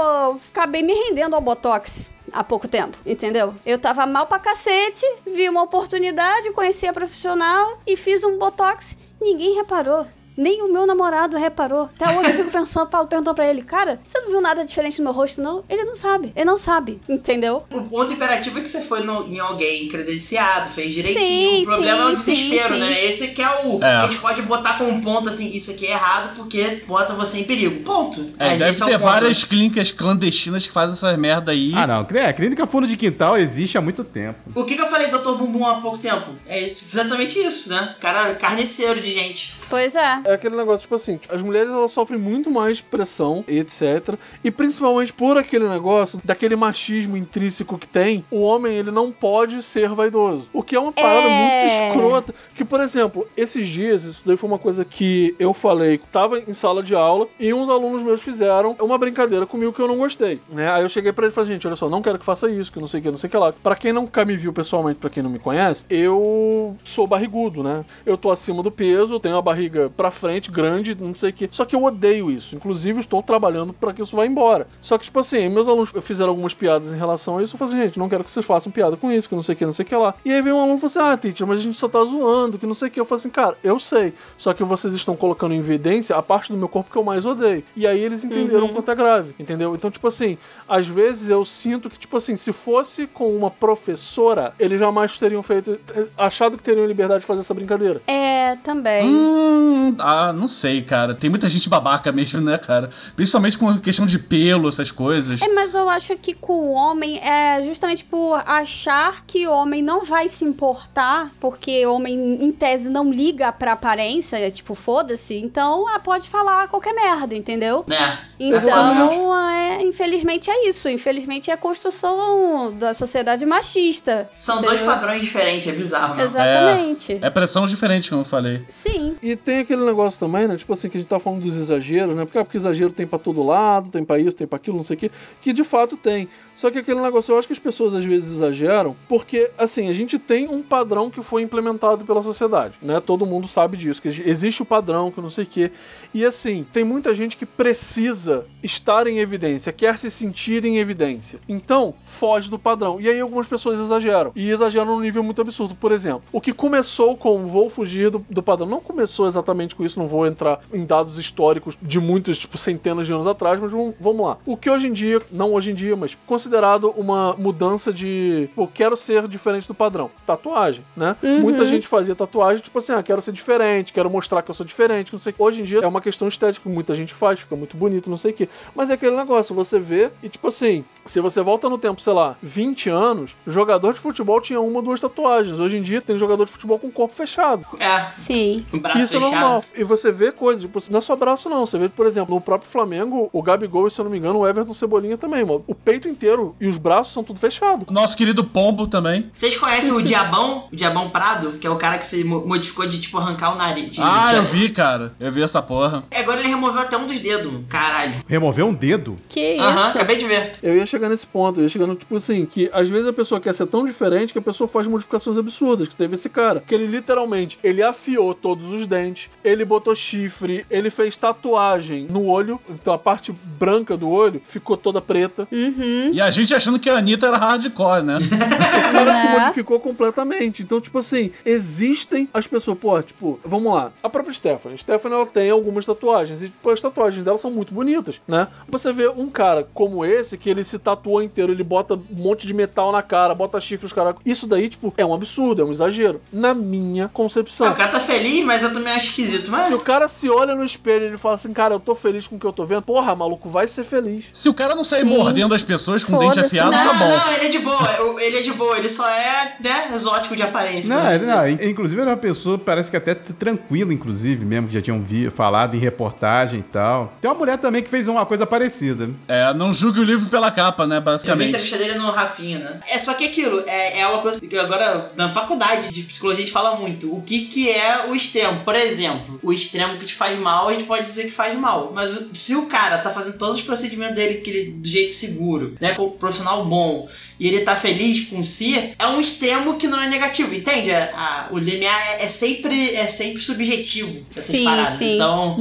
[SPEAKER 4] acabei me rendendo ao botox há pouco tempo, entendeu? Eu tava mal pra cacete, vi uma oportunidade, conheci a profissional e fiz um botox. Ninguém reparou. Nem o meu namorado reparou. Até hoje eu fico pensando, falo, perguntou pra ele, cara, você não viu nada diferente no meu rosto, não? Ele não sabe. Ele não sabe, entendeu?
[SPEAKER 5] O ponto imperativo é que você foi no- em alguém credenciado, fez direitinho.
[SPEAKER 4] Sim,
[SPEAKER 5] o problema é
[SPEAKER 4] sim,
[SPEAKER 5] o
[SPEAKER 4] sim,
[SPEAKER 5] desespero,
[SPEAKER 4] sim.
[SPEAKER 5] né? Esse que é o.
[SPEAKER 3] É.
[SPEAKER 5] Que a gente pode botar como um ponto assim, isso aqui é errado porque bota você em perigo. Ponto.
[SPEAKER 3] É,
[SPEAKER 5] esse
[SPEAKER 3] deve
[SPEAKER 5] o
[SPEAKER 3] ter
[SPEAKER 5] ponto.
[SPEAKER 3] várias clínicas clandestinas que fazem essas merda aí.
[SPEAKER 2] Ah, não. É, clínica fundo de quintal existe há muito tempo.
[SPEAKER 5] O que, que eu falei, Dr. Bumbum, há pouco tempo? É isso- exatamente isso, né? Cara, carneceiro é um de gente.
[SPEAKER 4] Pois é.
[SPEAKER 1] É aquele negócio, tipo assim, as mulheres elas sofrem muito mais pressão, etc. E principalmente por aquele negócio, daquele machismo intrínseco que tem, o homem ele não pode ser vaidoso. O que é uma parada
[SPEAKER 4] É.
[SPEAKER 1] muito escrota. Que, por exemplo, esses dias, isso daí foi uma coisa que eu falei, tava em sala de aula e uns alunos meus fizeram uma brincadeira comigo que eu não gostei. Né? Aí eu cheguei pra ele e falei, gente, olha só, não quero que faça isso, que não sei o que, não sei o que lá. Pra quem nunca me viu pessoalmente, pra quem não me conhece, eu sou barrigudo, né? Eu tô acima do peso, eu tenho a barriga pra frente, grande, não sei o que. Só que eu odeio isso. Inclusive, eu estou trabalhando pra que isso vá embora. Só que, tipo assim, meus alunos fizeram algumas piadas em relação a isso. Eu falei assim, gente, não quero que vocês façam piada com isso, que não sei o que, não sei o que lá. E aí veio um aluno e falou assim, ah, teacher, mas a gente só tá zoando, que não sei o que. Eu falei assim, cara, eu sei. Só que vocês estão colocando em evidência a parte do meu corpo que eu mais odeio. E aí eles entenderam o quanto é grave, entendeu? Então, tipo assim, às vezes eu sinto que, tipo assim, se fosse com uma professora, eles jamais teriam feito, eh, achado que teriam liberdade de fazer essa brincadeira.
[SPEAKER 4] É, também.
[SPEAKER 3] Hum, ah, não sei, cara. Tem muita gente babaca mesmo, né, cara? Principalmente com questão de pelo, essas coisas.
[SPEAKER 4] É, mas eu acho que com o homem é justamente por achar que o homem não vai se importar, porque homem, em tese, não liga pra aparência, é tipo, foda-se, então ah, pode falar qualquer merda, entendeu?
[SPEAKER 5] É. Exatamente.
[SPEAKER 4] Então, é, infelizmente é isso. Infelizmente é a construção da sociedade machista.
[SPEAKER 5] São dois
[SPEAKER 4] entendeu?
[SPEAKER 5] padrões diferentes, é bizarro, mano.
[SPEAKER 4] Exatamente.
[SPEAKER 3] É pressão diferente, como eu falei.
[SPEAKER 4] Sim.
[SPEAKER 1] E tem aquele negócio também, né? Tipo assim, que a gente tá falando dos exageros, né? Porque, ah, porque exagero tem pra todo lado, tem pra isso, tem pra aquilo, não sei o quê. Que de fato tem. Só que aquele negócio, eu acho que as pessoas às vezes exageram, porque, assim, a gente tem um padrão que foi implementado pela sociedade, né? Todo mundo sabe disso, que existe o padrão, que não sei o quê. E assim, tem muita gente que precisa estar em evidência, quer se sentir em evidência. Então, foge do padrão. E aí algumas pessoas exageram. E exageram num nível muito absurdo. Por exemplo, o que começou com vou fugir do, do padrão, não começou exatamente com isso, não vou entrar em dados históricos de muitos, tipo, centenas de anos atrás, mas vamos, vamos lá. O que hoje em dia, não hoje em dia, mas considerado uma mudança de, pô, quero ser diferente do padrão. Tatuagem, né? Muita gente fazia tatuagem, tipo assim, ah, quero ser diferente, quero mostrar que eu sou diferente, não sei o que. Hoje em dia é uma questão estética, muita gente faz, fica muito bonito, não sei o que. Mas é aquele negócio, você vê e tipo assim, se você volta no tempo, sei lá, 20 anos, jogador de futebol tinha uma ou duas tatuagens. Hoje em dia tem jogador de futebol com o corpo fechado.
[SPEAKER 5] É,
[SPEAKER 4] Sim.
[SPEAKER 5] um braço
[SPEAKER 1] Isso é
[SPEAKER 5] fechado.
[SPEAKER 1] normal. E você vê coisas, tipo, não é só braço, não. Você vê, por exemplo, no próprio Flamengo, o Gabigol, e, se eu não me engano, o Everton Cebolinha também, mano. O peito inteiro e os braços são tudo fechado.
[SPEAKER 3] Nosso querido Pombo também.
[SPEAKER 5] Vocês conhecem o Diabão? O Diabão Prado? Que é o cara que se mo- modificou de, tipo, arrancar o nariz. de-
[SPEAKER 3] Ah,
[SPEAKER 5] de-
[SPEAKER 3] eu vi, cara. Eu vi essa porra.
[SPEAKER 5] Agora ele removeu até um dos dedos, mano. caralho.
[SPEAKER 2] Remover um dedo?
[SPEAKER 4] Que isso.
[SPEAKER 5] Aham, acabei de ver.
[SPEAKER 1] Eu ia chegar nesse ponto, eu ia chegar no tipo assim, que às vezes a pessoa quer ser tão diferente que a pessoa faz modificações absurdas, que teve esse cara. Que ele literalmente, ele afiou todos os dentes, ele botou chifre, ele fez tatuagem no olho, então a parte branca do olho ficou toda preta.
[SPEAKER 5] Hum?
[SPEAKER 3] E a gente achando que a Anitta era hardcore, né?
[SPEAKER 1] O cara se
[SPEAKER 4] Né?
[SPEAKER 1] modificou completamente. Então, tipo assim, existem as pessoas, pô, tipo, vamos lá. A própria Stephanie. Stephanie, ela tem algumas tatuagens. E, tipo, as tatuagens dela são muito bonitas, né? Você vê um cara como esse, que ele se tatuou inteiro, ele bota um monte de metal na cara, bota chifre, os caras. Isso daí, tipo, é um absurdo, é um exagero. Na minha
[SPEAKER 5] Ah,
[SPEAKER 1] concepção.
[SPEAKER 5] o cara tá feliz, mas eu também acho esquisito. Mas
[SPEAKER 1] Se o cara se olha no espelho e ele fala assim, cara, eu tô feliz com o que eu tô vendo, porra, maluco, vai ser feliz.
[SPEAKER 3] Se o cara não sair
[SPEAKER 4] Sim.
[SPEAKER 3] mordendo as pessoas com o dente
[SPEAKER 4] Foda-se,
[SPEAKER 3] afiado,
[SPEAKER 4] né?
[SPEAKER 3] tá
[SPEAKER 5] não,
[SPEAKER 3] bom.
[SPEAKER 5] não, ele é de boa. eu- Ele é de boa, ele só é, né, exótico de aparência. por
[SPEAKER 2] Não,
[SPEAKER 5] assim
[SPEAKER 2] ele- não,
[SPEAKER 5] dizer.
[SPEAKER 2] in- inclusive era uma pessoa, parece que até t- tranquila, inclusive, mesmo, que já tinham vi, falado em reportagem e tal. Tem uma mulher também que fez uma coisa parecida.
[SPEAKER 3] É, não julgue o livro pela capa, né?
[SPEAKER 5] Eu vi a
[SPEAKER 3] Basicamente.
[SPEAKER 5] entrevista dele no Rafinha, né? É só que aquilo, é, é uma coisa que agora na faculdade de psicologia a gente fala muito. O que, que é o extremo? Por exemplo, o extremo que te faz mal, a gente pode dizer que faz mal. Mas o- se o cara tá fazendo todos os procedimentos dele que ele- do jeito seguro, né? Com um profissional bom, e ele tá feliz com si, é um extremo que não é negativo, entende? A- a- o limiar é, é sempre, é sempre subjetivo. Essas
[SPEAKER 4] Sim,
[SPEAKER 5] paradas.
[SPEAKER 4] sim.
[SPEAKER 5] Então,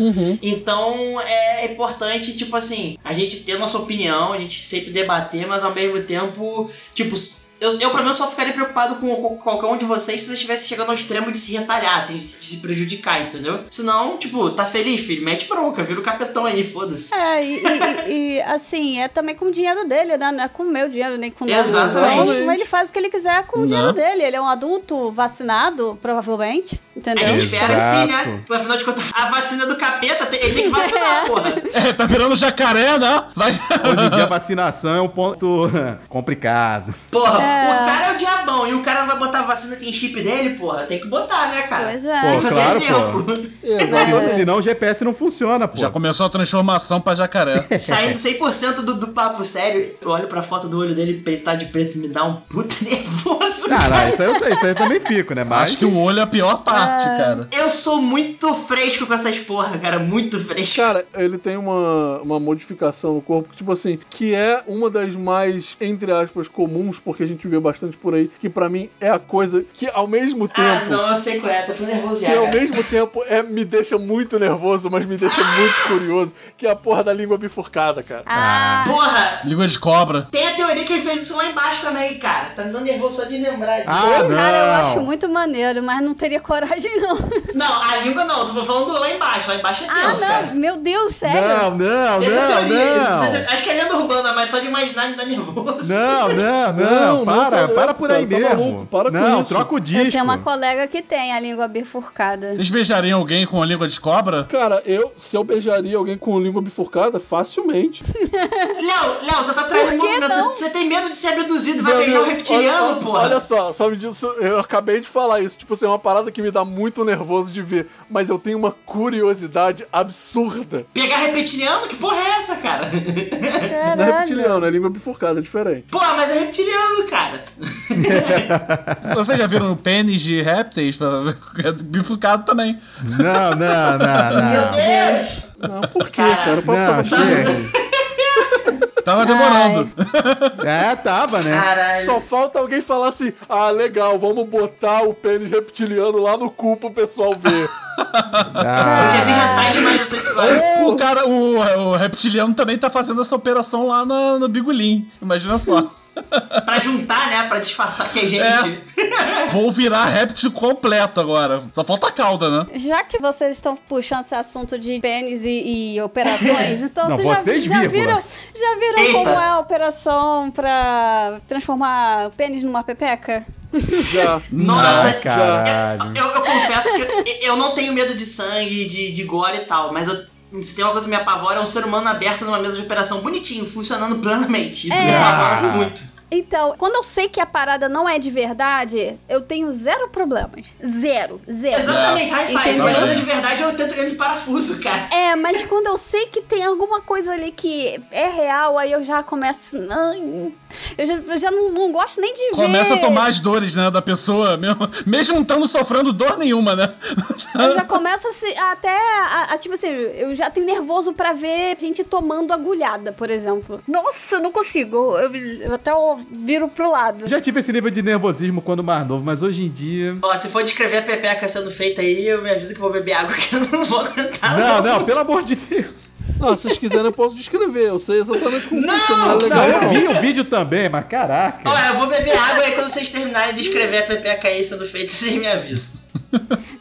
[SPEAKER 5] então é importante, tipo assim, a gente ter nossa opinião, a gente sempre debater, mas ao mesmo tempo, tipo, eu, eu pelo menos só ficaria preocupado com, com qualquer um de vocês se vocês estivessem chegando ao extremo de se retalhar, assim, de se prejudicar, entendeu? Senão, tipo, tá feliz, filho, mete bronca, vira o capetão aí, foda-se.
[SPEAKER 4] É, e, e- e- e, assim, é também com o dinheiro dele, né? Não é com o meu dinheiro, nem com o nosso.
[SPEAKER 5] Exatamente.
[SPEAKER 4] Então, ele faz o que ele quiser com o
[SPEAKER 3] Né?
[SPEAKER 4] dinheiro dele. Ele é um adulto vacinado, provavelmente. Entendeu?
[SPEAKER 5] A gente espera que sim, né?
[SPEAKER 2] Exato.
[SPEAKER 5] Afinal de contas, a vacina do capeta, tem- ele tem que vacinar,
[SPEAKER 4] É.
[SPEAKER 5] porra.
[SPEAKER 3] É, tá virando jacaré, né? Vai.
[SPEAKER 2] Hoje em dia a vacinação é um ponto complicado.
[SPEAKER 5] Porra, o cara é o é diabão e o cara vai botar vacina tem chip dele, porra, tem que botar, né, cara?
[SPEAKER 4] Pois
[SPEAKER 5] Tem
[SPEAKER 4] é.
[SPEAKER 5] que fazer
[SPEAKER 2] claro,
[SPEAKER 5] exemplo.
[SPEAKER 2] Senão, senão o GPS não funciona, pô.
[SPEAKER 3] Já começou a transformação pra jacaré.
[SPEAKER 5] Saindo 100% do, do papo sério, eu olho pra foto do olho dele, ele tá de preto, me dá um puta nervoso.
[SPEAKER 2] Caralho, isso aí, eu- isso aí eu também fico, né? Mas
[SPEAKER 3] Acho que o olho é a pior parte, cara.
[SPEAKER 5] Eu sou muito fresco com essas porra, cara, muito fresco.
[SPEAKER 1] Cara, ele tem uma, uma modificação no corpo, que, tipo assim, que é uma das mais, entre aspas, comuns, porque a gente vê bastante por aí, que pra mim é a coisa que ao mesmo tempo.
[SPEAKER 5] ah, não, eu sei qual é, tô ficando nervoso
[SPEAKER 1] Que
[SPEAKER 5] já,
[SPEAKER 1] ao
[SPEAKER 5] cara.
[SPEAKER 1] mesmo tempo é, me deixa muito nervoso, mas me deixa muito curioso, que é a porra da língua bifurcada, cara.
[SPEAKER 4] Ah,
[SPEAKER 5] Porra,
[SPEAKER 3] Língua de cobra.
[SPEAKER 5] tem a teoria que ele fez isso lá embaixo também, cara. Tá me dando nervoso só de lembrar disso.
[SPEAKER 2] Ah, não.
[SPEAKER 4] cara, eu acho muito maneiro, mas não teria coragem, não.
[SPEAKER 5] Não, a língua não, tô falando lá embaixo, lá embaixo é
[SPEAKER 4] Ah,
[SPEAKER 5] tenso, cara.
[SPEAKER 4] não, meu Deus, sério.
[SPEAKER 2] Não, não,
[SPEAKER 5] Tem essa
[SPEAKER 2] não,
[SPEAKER 5] teoria. Não sei
[SPEAKER 2] não.
[SPEAKER 5] se- Acho que é lenda urbana, mas só de imaginar me dá nervoso.
[SPEAKER 2] Não, não, não,
[SPEAKER 1] Não, não,
[SPEAKER 2] para,
[SPEAKER 1] tá louco,
[SPEAKER 2] para por aí
[SPEAKER 1] cara, tá
[SPEAKER 2] mesmo.
[SPEAKER 1] maluco, para com
[SPEAKER 2] não,
[SPEAKER 1] isso.
[SPEAKER 2] troca o
[SPEAKER 4] Eu
[SPEAKER 2] disco.
[SPEAKER 4] tenho uma colega que tem a língua bifurcada.
[SPEAKER 3] Vocês beijariam alguém com a língua de cobra?
[SPEAKER 1] Cara, eu, se eu beijaria alguém com língua bifurcada, facilmente.
[SPEAKER 5] Léo, Léo, você tá traindo o
[SPEAKER 4] Por que
[SPEAKER 5] movimento.
[SPEAKER 4] não?
[SPEAKER 5] Você você tem medo de ser abduzido e vai
[SPEAKER 1] Meu
[SPEAKER 5] beijar um
[SPEAKER 1] Deus,
[SPEAKER 5] reptiliano,
[SPEAKER 1] olha,
[SPEAKER 5] porra.
[SPEAKER 1] Olha só, só me diz, eu acabei de falar isso. Tipo, assim, é uma parada que me dá muito nervoso de ver, mas eu tenho uma curiosidade absurda.
[SPEAKER 5] Pegar reptiliano? Que porra é essa, cara?
[SPEAKER 1] Não é reptiliano, é língua bifurcada, é diferente.
[SPEAKER 5] porra, mas é reptiliano, cara.
[SPEAKER 3] Vocês já viram o pênis de répteis? É Bifurcado também.
[SPEAKER 2] Não, não, não, não.
[SPEAKER 1] Ah.
[SPEAKER 5] Meu Deus!
[SPEAKER 1] Não, por quê,
[SPEAKER 5] Caralho.
[SPEAKER 1] cara? O papo
[SPEAKER 2] Não,
[SPEAKER 1] tava cheio.
[SPEAKER 2] chega.
[SPEAKER 3] Tava demorando.
[SPEAKER 2] É, tava, né?
[SPEAKER 5] Caralho.
[SPEAKER 1] Só falta alguém falar assim: ah, legal, vamos botar o pênis reptiliano lá no cu pro pessoal ver.
[SPEAKER 5] Eu já
[SPEAKER 2] Ah,
[SPEAKER 5] vi hentai demais eu sei que você vai.
[SPEAKER 3] O cara, o, o reptiliano também tá fazendo essa operação lá na- no Bigolim. Imagina só.
[SPEAKER 5] Pra juntar, né? Pra disfarçar que é gente.
[SPEAKER 3] Vou virar réptil completo agora. Só falta a cauda, né?
[SPEAKER 4] Já que vocês estão puxando esse assunto de pênis e, e operações, então
[SPEAKER 2] Não,
[SPEAKER 4] vocês, já-
[SPEAKER 2] vocês,
[SPEAKER 4] já,
[SPEAKER 2] vírgula.
[SPEAKER 4] viram, já viram
[SPEAKER 5] Eita.
[SPEAKER 4] como é a operação pra transformar o pênis numa pepeca?
[SPEAKER 1] Já.
[SPEAKER 5] Nossa,
[SPEAKER 2] ah, caralho.
[SPEAKER 5] Eu, eu confesso que eu, eu não tenho medo de sangue, de, de gore e tal, mas eu- se tem uma coisa que me apavora é um ser humano aberto numa mesa de operação bonitinho, funcionando plenamente. Isso me
[SPEAKER 4] É.
[SPEAKER 1] Ah.
[SPEAKER 5] apavora muito.
[SPEAKER 4] Então, quando eu sei que a parada não é de verdade, eu tenho zero problemas. Zero, zero.
[SPEAKER 5] Exatamente, high five.
[SPEAKER 4] É, Entendeu?
[SPEAKER 5] Mas quando é de verdade, eu tento entrar de parafuso, cara.
[SPEAKER 4] É, mas quando eu sei que tem alguma coisa ali que é real, aí eu já começo. Ai, eu já, eu já não, não gosto nem de ver.
[SPEAKER 3] Começa a tomar as dores, né, da pessoa, mesmo, mesmo não estando sofrendo dor nenhuma, né?
[SPEAKER 4] Eu já começo a se, a até. A, a- tipo assim, eu já tenho nervoso pra ver gente tomando agulhada, por exemplo. Nossa, eu não consigo. Eu, eu até ó, viro pro lado.
[SPEAKER 2] Já tive esse nível de nervosismo quando mais novo, mas hoje em dia.
[SPEAKER 5] Ó, se for descrever a pepeca sendo feita aí, eu me aviso que eu vou beber água, que eu não vou aguentar.
[SPEAKER 2] Não, não, pelo amor de Deus.
[SPEAKER 1] Ah, se vocês quiserem, eu posso descrever. Eu sei exatamente como
[SPEAKER 5] Não!
[SPEAKER 1] funciona. É legal.
[SPEAKER 2] Não, eu vi o vídeo também, mas caraca.
[SPEAKER 5] Ó, eu vou beber água e quando vocês terminarem de escrever a pepeca aí sendo feita, vocês me avisam.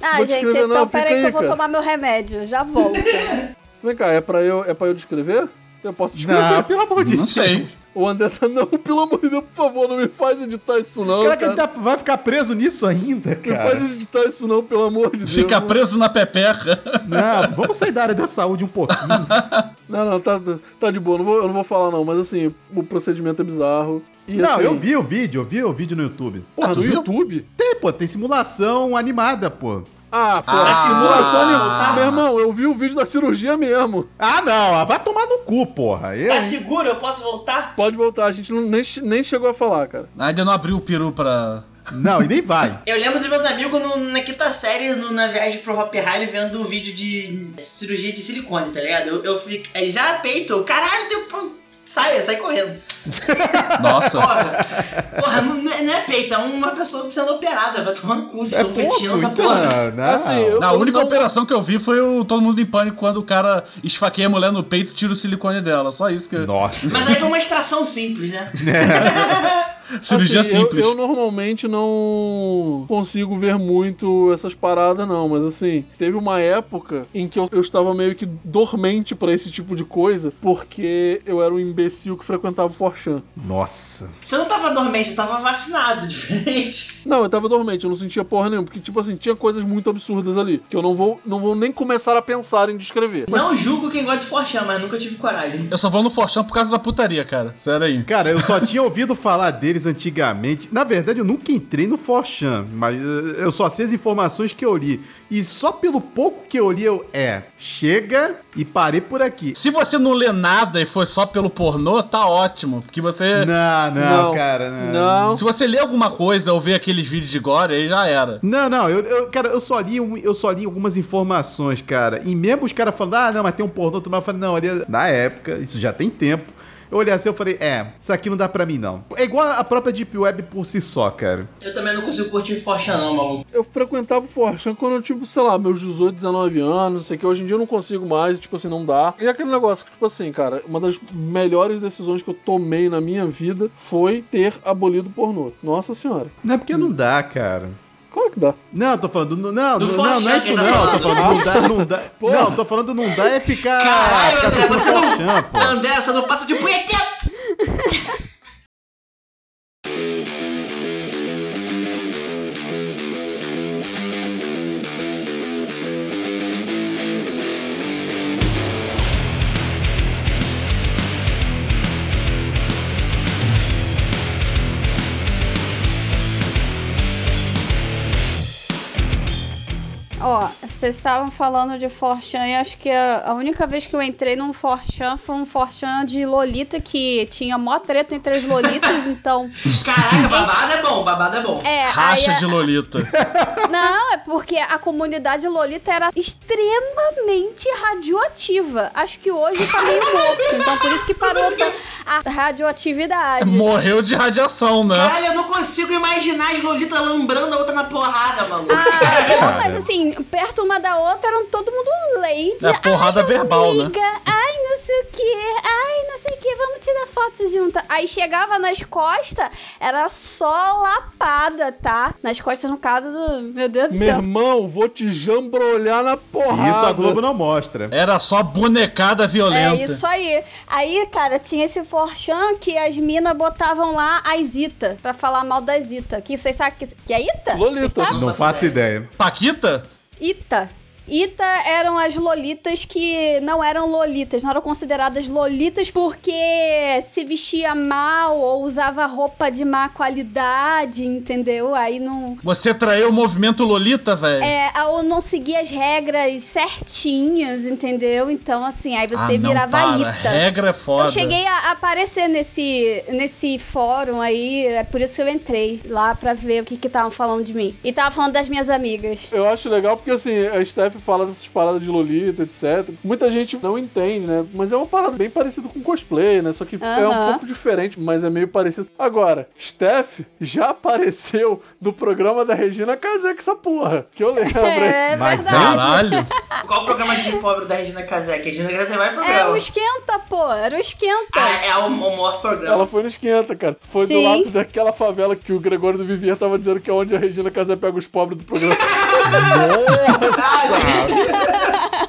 [SPEAKER 4] Ah,
[SPEAKER 1] vou te
[SPEAKER 4] gente,
[SPEAKER 1] escrever,
[SPEAKER 4] então
[SPEAKER 1] não,
[SPEAKER 4] peraí
[SPEAKER 1] fica
[SPEAKER 4] que eu
[SPEAKER 1] aí,
[SPEAKER 4] vou
[SPEAKER 1] cara.
[SPEAKER 4] tomar meu remédio. Já volto.
[SPEAKER 1] Vem cá, é pra, eu, é pra eu descrever? Eu posso descrever.
[SPEAKER 2] Não, pelo amor de
[SPEAKER 3] Não
[SPEAKER 2] Deus.
[SPEAKER 3] sei.
[SPEAKER 1] O André tá, não, pelo amor de Deus, por favor, não me faz editar isso não,
[SPEAKER 2] Caraca, ele
[SPEAKER 1] cara.
[SPEAKER 2] tá- vai ficar preso nisso
[SPEAKER 1] Não
[SPEAKER 2] ainda,
[SPEAKER 1] me
[SPEAKER 2] cara?
[SPEAKER 1] faz editar isso não, pelo amor de Deus.
[SPEAKER 3] Fica preso na pepeca.
[SPEAKER 2] Não, vamos sair da área da saúde um pouquinho.
[SPEAKER 1] Não, não, tá, tá de boa, não vou- eu não vou falar não, mas assim, o procedimento é bizarro. E,
[SPEAKER 2] Não,
[SPEAKER 1] assim,
[SPEAKER 2] eu vi o vídeo, eu vi o vídeo no YouTube.
[SPEAKER 1] Porra,
[SPEAKER 3] Ah, tu
[SPEAKER 1] no
[SPEAKER 3] viu?
[SPEAKER 1] YouTube?
[SPEAKER 2] Tem, pô, tem simulação animada, pô.
[SPEAKER 1] Ah, pô,
[SPEAKER 5] Ah,
[SPEAKER 1] a simulação
[SPEAKER 5] posso
[SPEAKER 1] ali-
[SPEAKER 5] voltar?
[SPEAKER 1] Meu irmão, eu vi o vídeo da cirurgia mesmo.
[SPEAKER 2] Ah, não, ah, vai tomar no cu, porra. Eu,
[SPEAKER 5] Tá seguro? Eu posso voltar?
[SPEAKER 1] Pode voltar, a gente não- nem, che- nem chegou a falar, cara.
[SPEAKER 3] Ainda não abriu o peru pra.
[SPEAKER 2] não, e nem vai.
[SPEAKER 5] Eu lembro dos meus amigos no- na quinta série, no- na viagem pro Hop Harry, vendo o vídeo de cirurgia de silicone, tá ligado? Eu, eu fico. Eles, ah, peito, caralho, tem. um- Saia, sai correndo.
[SPEAKER 3] Nossa.
[SPEAKER 5] Porra, porra não, não é peito, é uma pessoa sendo operada, vai tomar um curso,
[SPEAKER 4] É,
[SPEAKER 5] estão fetichando essa
[SPEAKER 2] então,
[SPEAKER 5] porra.
[SPEAKER 2] não.
[SPEAKER 1] Assim, eu,
[SPEAKER 3] A
[SPEAKER 1] eu
[SPEAKER 3] única
[SPEAKER 1] não-
[SPEAKER 3] operação que eu vi foi o Todo Mundo em Pânico quando o cara esfaqueia a mulher no peito e tira o silicone dela. Só isso que. é
[SPEAKER 2] Nossa.
[SPEAKER 5] Mas aí foi uma extração simples, né?
[SPEAKER 3] Cirurgia
[SPEAKER 1] Assim, eu-
[SPEAKER 3] simples.
[SPEAKER 1] Eu, normalmente não consigo ver muito essas paradas, não. Mas assim, teve uma época em que eu, eu estava meio que dormente pra esse tipo de coisa, porque eu era um imbecil que frequentava o Forchan.
[SPEAKER 5] é-
[SPEAKER 2] Nossa.
[SPEAKER 5] Você não tava dormente, você tava vacinado, diferente.
[SPEAKER 1] Não, eu tava dormente, eu não sentia porra nenhuma, porque, tipo assim, tinha coisas muito absurdas ali, que eu não vou, não vou nem começar a pensar em descrever.
[SPEAKER 5] Não julgo quem gosta de forchão, mas nunca tive coragem.
[SPEAKER 3] Eu só vou no Forchão por causa da putaria, cara. Sério aí.
[SPEAKER 2] Cara, eu só tinha ouvido falar deles fez antigamente. Na verdade, eu nunca entrei no Forchan, mas eh, eu só sei as informações que eu li. E só pelo pouco que eu li, eu. É, chega e parei por aqui.
[SPEAKER 3] Se você não lê nada e foi só pelo pornô, tá ótimo. Porque você.
[SPEAKER 2] Não, não, cara.
[SPEAKER 1] Não.
[SPEAKER 3] Se você lê alguma coisa ou vê aqueles vídeos de gore, aí já era.
[SPEAKER 2] Não, não, eu, eu- cara, eu só li um- eu só li algumas informações, cara. E mesmo os caras falando, ah, não, mas tem um pornô, tu vai falando, não, ali é- na época, isso já tem tempo. Eu olhei assim, eu falei, é, isso aqui não dá pra mim não. É igual a própria Deep Web por si só, cara.
[SPEAKER 5] Eu também não consigo curtir Forcha, não, maluco.
[SPEAKER 1] Eu frequentava o Forchan quando eu, tipo, sei lá, meus 18, 19 anos, não sei o que. Hoje em dia eu não consigo mais, tipo assim, não dá. E aquele negócio que, tipo assim, cara, uma das melhores decisões que eu tomei na minha vida foi ter abolido o pornô. Nossa senhora.
[SPEAKER 2] Não é porque não dá, cara.
[SPEAKER 1] Claro que dá.
[SPEAKER 2] Não, eu tô falando, não, não,
[SPEAKER 5] Do
[SPEAKER 2] não, não, não é
[SPEAKER 5] Forchan que
[SPEAKER 2] isso
[SPEAKER 5] tá
[SPEAKER 2] não. Eu tô
[SPEAKER 5] falando.
[SPEAKER 2] falando, não dá, não dá.
[SPEAKER 1] Porra.
[SPEAKER 2] Não, eu tô falando, não dá é ficar.
[SPEAKER 5] Caralho,
[SPEAKER 2] ficar
[SPEAKER 5] André,
[SPEAKER 2] acessando
[SPEAKER 5] você não.
[SPEAKER 2] Forchan, pô.
[SPEAKER 5] André, você não passa de punheta!
[SPEAKER 4] Ó, vocês estavam falando de Forchan e acho que a, a única vez que eu entrei num Forchan foi um Forchan de Lolita que tinha mó treta entre as Lolitas, então.
[SPEAKER 5] Caralho, babado é bom, babado é bom.
[SPEAKER 4] É, aí
[SPEAKER 3] Racha
[SPEAKER 4] a-
[SPEAKER 3] de Lolita.
[SPEAKER 4] Não, é porque a comunidade Lolita era extremamente radioativa. Acho que hoje tá meio morto, então por isso que parou a
[SPEAKER 3] É
[SPEAKER 4] radioatividade.
[SPEAKER 3] Morreu de radiação, né?
[SPEAKER 5] Caralho, eu não consigo imaginar as Lolitas lambrando a outra na porrada, maluco.
[SPEAKER 3] É,
[SPEAKER 4] Ah, não, mas assim, perto uma da outra, eram todo mundo lady.
[SPEAKER 3] É porrada
[SPEAKER 4] ai,
[SPEAKER 3] verbal, né?
[SPEAKER 4] amiga, Ai, não sei o que, ai, não sei o que, vamos tirar foto junta. Aí chegava nas costas, era só lapada, tá? Nas costas, no caso do. Meu Deus do
[SPEAKER 1] Meu
[SPEAKER 4] céu.
[SPEAKER 1] irmão, vou te jambrolhar na porrada.
[SPEAKER 2] é- Isso a Globo não mostra.
[SPEAKER 3] Era só bonecada
[SPEAKER 4] É
[SPEAKER 3] violenta.
[SPEAKER 4] isso aí. Aí, cara, tinha esse forchan que as minas botavam lá a Zita, pra falar mal da Zita. Que vocês sabem que, que é Ita?
[SPEAKER 1] Lolita.
[SPEAKER 4] Vocês sabem?
[SPEAKER 2] Não faço ideia.
[SPEAKER 3] Paquita?
[SPEAKER 4] Ita. Ita eram as lolitas que não eram lolitas, não eram consideradas lolitas porque se vestia mal ou usava roupa de má qualidade, entendeu? Aí não.
[SPEAKER 3] Você traiu o movimento Lolita, velho?
[SPEAKER 4] É, ou não seguia as regras certinhas, entendeu? Então, assim, aí você
[SPEAKER 3] Ah, não,
[SPEAKER 4] virava
[SPEAKER 3] para.
[SPEAKER 4] Ita.
[SPEAKER 3] Regra é foda.
[SPEAKER 4] Eu cheguei a a aparecer nesse, nesse fórum aí, é por isso que eu entrei lá pra ver o que que estavam falando de mim. E tava falando das minhas amigas.
[SPEAKER 1] Eu acho legal porque, assim, a Steph fala dessas paradas de Lolita, etc. Muita gente não entende, né? Mas é uma parada bem parecida com cosplay, né? Só que é um
[SPEAKER 4] Aham.
[SPEAKER 1] pouco diferente, mas é meio parecido. Agora, Steph já apareceu no programa da Regina Casé com essa porra, que eu lembro. hein?
[SPEAKER 4] É
[SPEAKER 2] Mas
[SPEAKER 4] verdade.
[SPEAKER 3] Caralho.
[SPEAKER 5] Qual o programa de pobre da Regina Casé? Que a Regina Casé tem
[SPEAKER 4] Era Ah. É,
[SPEAKER 5] mais
[SPEAKER 4] o
[SPEAKER 5] programa.
[SPEAKER 4] esquenta, pô. Era o esquenta.
[SPEAKER 5] Ah, é o, o maior programa.
[SPEAKER 1] Ela foi no esquenta, cara. Foi do
[SPEAKER 4] Sim.
[SPEAKER 1] lado daquela favela que o Gregório do Vivier tava dizendo que é onde a Regina Casé pega os pobres do programa.
[SPEAKER 5] Caralho.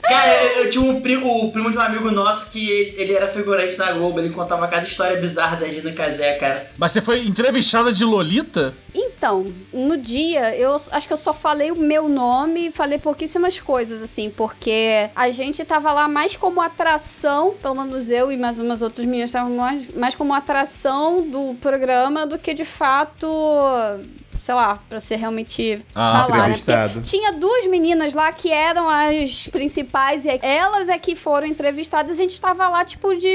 [SPEAKER 5] Cara, eu, eu tinha um primo, o primo de um amigo nosso que ele era figurante na Globo, ele contava cada história bizarra da Regina Casé, cara.
[SPEAKER 3] Mas você foi entrevistada de Lolita?
[SPEAKER 4] Então, no dia, eu s- acho que eu só falei o meu nome e falei pouquíssimas coisas, assim, porque a gente tava lá mais como atração, pelo menos eu e mais umas outras meninas estavam lá, mais como atração do programa do que de fato. Sei lá, pra ser realmente
[SPEAKER 3] Ah,
[SPEAKER 4] falar, né?
[SPEAKER 2] entrevistado.
[SPEAKER 4] Porque tinha duas meninas lá que eram as principais, e elas é que foram entrevistadas, a gente tava lá, tipo, de.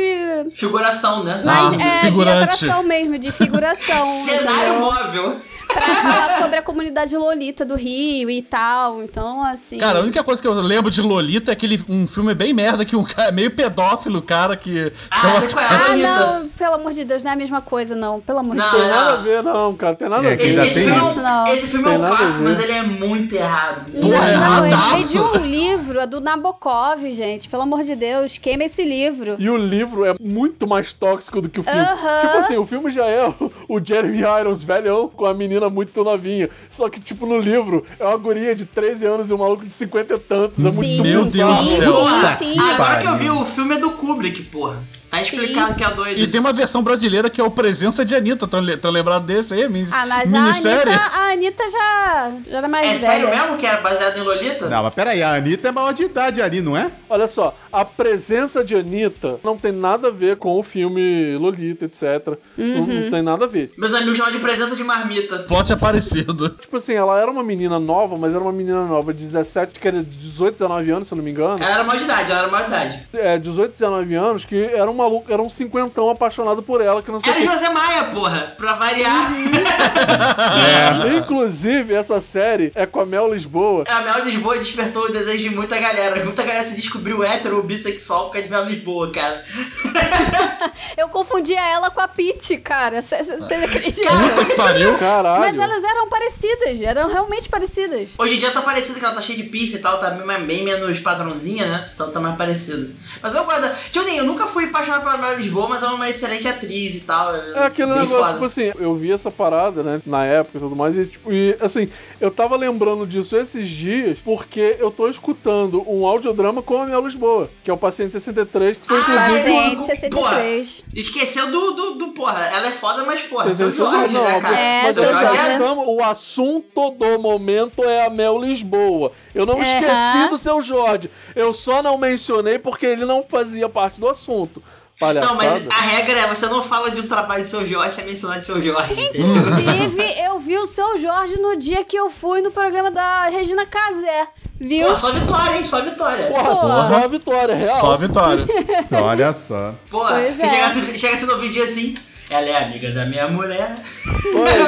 [SPEAKER 5] Figuração, né?
[SPEAKER 4] Mas um
[SPEAKER 3] Ah,
[SPEAKER 4] é, de
[SPEAKER 3] figurante.
[SPEAKER 4] atração mesmo, de figuração. assim.
[SPEAKER 5] Cenário
[SPEAKER 4] entendeu?
[SPEAKER 5] móvel.
[SPEAKER 4] pra falar sobre a comunidade lolita do Rio e tal. Então, assim.
[SPEAKER 3] Cara, a única coisa que eu lembro de Lolita é aquele um filme bem merda que um cara meio pedófilo, cara que
[SPEAKER 5] Ah, você conhece a
[SPEAKER 4] Ah,
[SPEAKER 5] Anitta?
[SPEAKER 4] não, pelo amor de Deus, não é a mesma coisa, não. Pelo amor
[SPEAKER 5] Não,
[SPEAKER 4] de Deus.
[SPEAKER 1] Tem nada a ver, não, cara. Tem nada a
[SPEAKER 2] É,
[SPEAKER 1] ver.
[SPEAKER 2] que
[SPEAKER 5] Esse,
[SPEAKER 2] Ainda
[SPEAKER 5] esse
[SPEAKER 2] tem
[SPEAKER 5] filme é um-
[SPEAKER 4] isso, não.
[SPEAKER 5] esse filme é
[SPEAKER 1] Tem
[SPEAKER 5] um
[SPEAKER 1] nada a
[SPEAKER 5] clássico,
[SPEAKER 1] ver.
[SPEAKER 5] mas ele é muito errado.
[SPEAKER 3] Pô, é
[SPEAKER 4] Não, não, ele
[SPEAKER 3] erradaço.
[SPEAKER 4] veio de um livro, é do Nabokov, gente. Pelo amor de Deus, queima esse livro.
[SPEAKER 1] E o livro é muito mais tóxico do que o filme.
[SPEAKER 4] Aham.
[SPEAKER 1] Tipo assim, o filme já é o- o Jeremy Irons velhão com a menina muito novinha. Só que, tipo, no livro é uma guria de 13 anos e um maluco de 50 e tantos. É muito
[SPEAKER 4] Sim,
[SPEAKER 3] Meu Deus
[SPEAKER 4] sim,
[SPEAKER 3] do céu.
[SPEAKER 4] sim,
[SPEAKER 5] Porra,
[SPEAKER 4] sim.
[SPEAKER 5] agora que eu vi
[SPEAKER 2] pariu.
[SPEAKER 5] o filme é do Kubrick, porra. Tá explicado que é doido.
[SPEAKER 3] E tem um uma versão brasileira que é o Presença de Anitta. Tão, le- tão lembrado desse aí? Mini,
[SPEAKER 4] Ah, mas a Anitta, a Anitta já, já era mais
[SPEAKER 5] É
[SPEAKER 4] velha.
[SPEAKER 5] sério mesmo que era baseado em Lolita?
[SPEAKER 2] Não, mas peraí, a Anitta é maior de idade ali, não é?
[SPEAKER 1] Olha só, a presença de Anitta não tem nada a ver com o filme Lolita, etc. Não, não tem nada a ver.
[SPEAKER 5] Meus amigos chamam de presença de marmita.
[SPEAKER 3] Plot aparecido.
[SPEAKER 1] Tipo assim, ela era uma menina nova, mas era uma menina nova de 17, quer dizer, 18, 19 anos, se eu não me engano.
[SPEAKER 5] Ela era maior de idade, ela era maior de idade.
[SPEAKER 1] É, 18, 19 anos, que era um maluco, era um cinquentão apaixonado por ela, que não sei o
[SPEAKER 5] Era
[SPEAKER 1] que.
[SPEAKER 5] José Maia, porra, pra variar.
[SPEAKER 1] Inclusive, essa série é com a Mel Lisboa.
[SPEAKER 5] A Mel Lisboa despertou o desejo de muita galera. Muita galera se descobriu hétero ou bissexual por causa de Mel Lisboa, cara.
[SPEAKER 4] Eu confundia ela com a Pete, cara. Você acredita?
[SPEAKER 3] Puta que pariu.
[SPEAKER 1] Caralho.
[SPEAKER 4] Mas elas eram parecidas, eram realmente parecidas.
[SPEAKER 5] Hoje em dia tá parecido que ela tá cheia de piercing e tal, tá bem, bem menos padrãozinha, né? Então tá mais parecido. Mas eu guardo. Tipo assim, eu nunca fui apaixonado pela Mel Lisboa, mas ela é uma excelente atriz e tal.
[SPEAKER 1] É aquele
[SPEAKER 5] bem
[SPEAKER 1] negócio,
[SPEAKER 5] foda.
[SPEAKER 1] tipo assim, eu vi essa parada, né, na época e tudo mais, e, tipo, e, assim, eu tava lembrando disso esses dias, porque eu tô escutando um audiodrama com a Mel Lisboa, que é o Paciente 63,
[SPEAKER 4] Ah,
[SPEAKER 1] que foi inclusive...
[SPEAKER 5] é.
[SPEAKER 4] Gente, 63.
[SPEAKER 5] Esqueceu do, do, do porra. Ela é foda, mas porra. Seu
[SPEAKER 1] Não,
[SPEAKER 5] Jorge, né, cara?
[SPEAKER 4] É,
[SPEAKER 1] mas
[SPEAKER 4] seu
[SPEAKER 1] eu já
[SPEAKER 4] Jorge.
[SPEAKER 1] estamos- o assunto do momento é a Mel Lisboa. Eu não esqueci do seu Jorge. Eu só não mencionei porque ele não fazia parte do assunto. Palhaçada.
[SPEAKER 5] Não, mas a regra é você não fala de um trabalho de seu Jorge sem mencionar de seu Jorge. entendeu?
[SPEAKER 4] Hum. Inclusive, eu vi o seu Jorge no dia que eu fui no programa da Regina Casé. Viu?
[SPEAKER 5] Pô, só vitória, hein? Só vitória.
[SPEAKER 1] Porra, só a vitória, é real.
[SPEAKER 3] Só a vitória.
[SPEAKER 2] Olha só.
[SPEAKER 5] Porra,
[SPEAKER 4] Pois
[SPEAKER 5] tu
[SPEAKER 4] é.
[SPEAKER 5] chega, assim, chega assim no vídeo assim. Ela é amiga da minha mulher.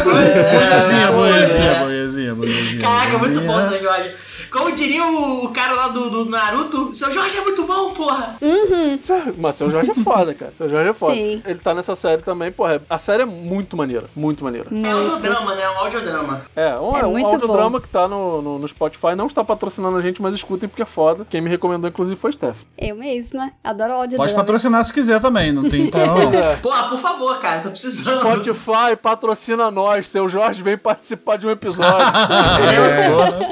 [SPEAKER 3] Boiazinha, boiazinha,
[SPEAKER 5] é.
[SPEAKER 3] boiazinha, boiazinha.
[SPEAKER 5] Caraca, muito bom, seu Jorge. Como diria o o cara lá do, do Naruto, seu Jorge é muito bom, porra.
[SPEAKER 1] Mas seu Jorge é foda, cara. Seu Jorge é foda.
[SPEAKER 4] Sim.
[SPEAKER 1] Ele tá nessa série também, porra. A série é muito maneira, muito maneira.
[SPEAKER 5] É um drama, né? É um audiodrama.
[SPEAKER 1] É, um,
[SPEAKER 4] É
[SPEAKER 1] é um
[SPEAKER 4] muito
[SPEAKER 1] audiodrama que tá no, no, no Spotify. Não está patrocinando a gente, mas escutem porque é foda. Quem me recomendou, inclusive, foi Steph.
[SPEAKER 4] Eu mesma. Adoro áudio
[SPEAKER 3] Pode
[SPEAKER 4] dramas.
[SPEAKER 3] patrocinar se quiser também, não tem então. problema. não.
[SPEAKER 5] Porra, por favor, cara, tô precisando.
[SPEAKER 1] Spotify patrocina nós. Seu Jorge vem participar de um episódio.
[SPEAKER 2] Ah,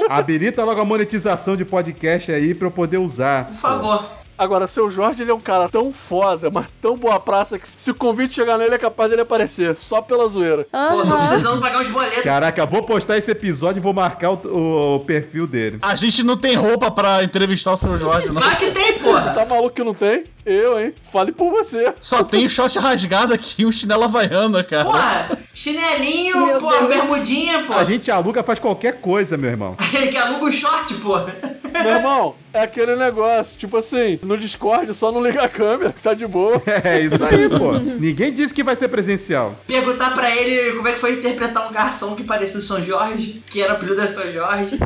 [SPEAKER 2] É, Habilita logo a monetização de podcast aí pra eu poder usar.
[SPEAKER 5] Por favor.
[SPEAKER 1] Agora, seu Jorge, ele é um cara tão foda, mas tão boa praça, que se o convite chegar nele, é capaz dele aparecer. Só pela zoeira.
[SPEAKER 4] Ah.
[SPEAKER 5] Pô, tô precisando pagar uns boletos.
[SPEAKER 2] Caraca, vou postar esse episódio e vou marcar o, o perfil dele.
[SPEAKER 3] A gente não tem roupa pra entrevistar o seu Jorge, não.
[SPEAKER 5] Claro que tem, porra.
[SPEAKER 1] Tá maluco que não tem? Eu, hein? Fale por você.
[SPEAKER 3] Só tem short rasgado aqui e um chinelo havaiano, cara.
[SPEAKER 5] Porra, chinelinho,
[SPEAKER 4] Meu
[SPEAKER 5] porra,
[SPEAKER 4] Deus.
[SPEAKER 5] bermudinha,
[SPEAKER 2] A
[SPEAKER 5] porra.
[SPEAKER 2] gente aluga, faz qualquer coisa, meu irmão.
[SPEAKER 5] Ele que aluga o short, porra.
[SPEAKER 1] Meu irmão, é aquele negócio. Tipo assim, no Discord, só não liga a câmera, que tá de boa.
[SPEAKER 2] É isso aí, pô. Ninguém disse que vai ser presencial.
[SPEAKER 5] Perguntar pra ele como é que foi interpretar um garçom que parecia o São Jorge, que era o apelido da São Jorge.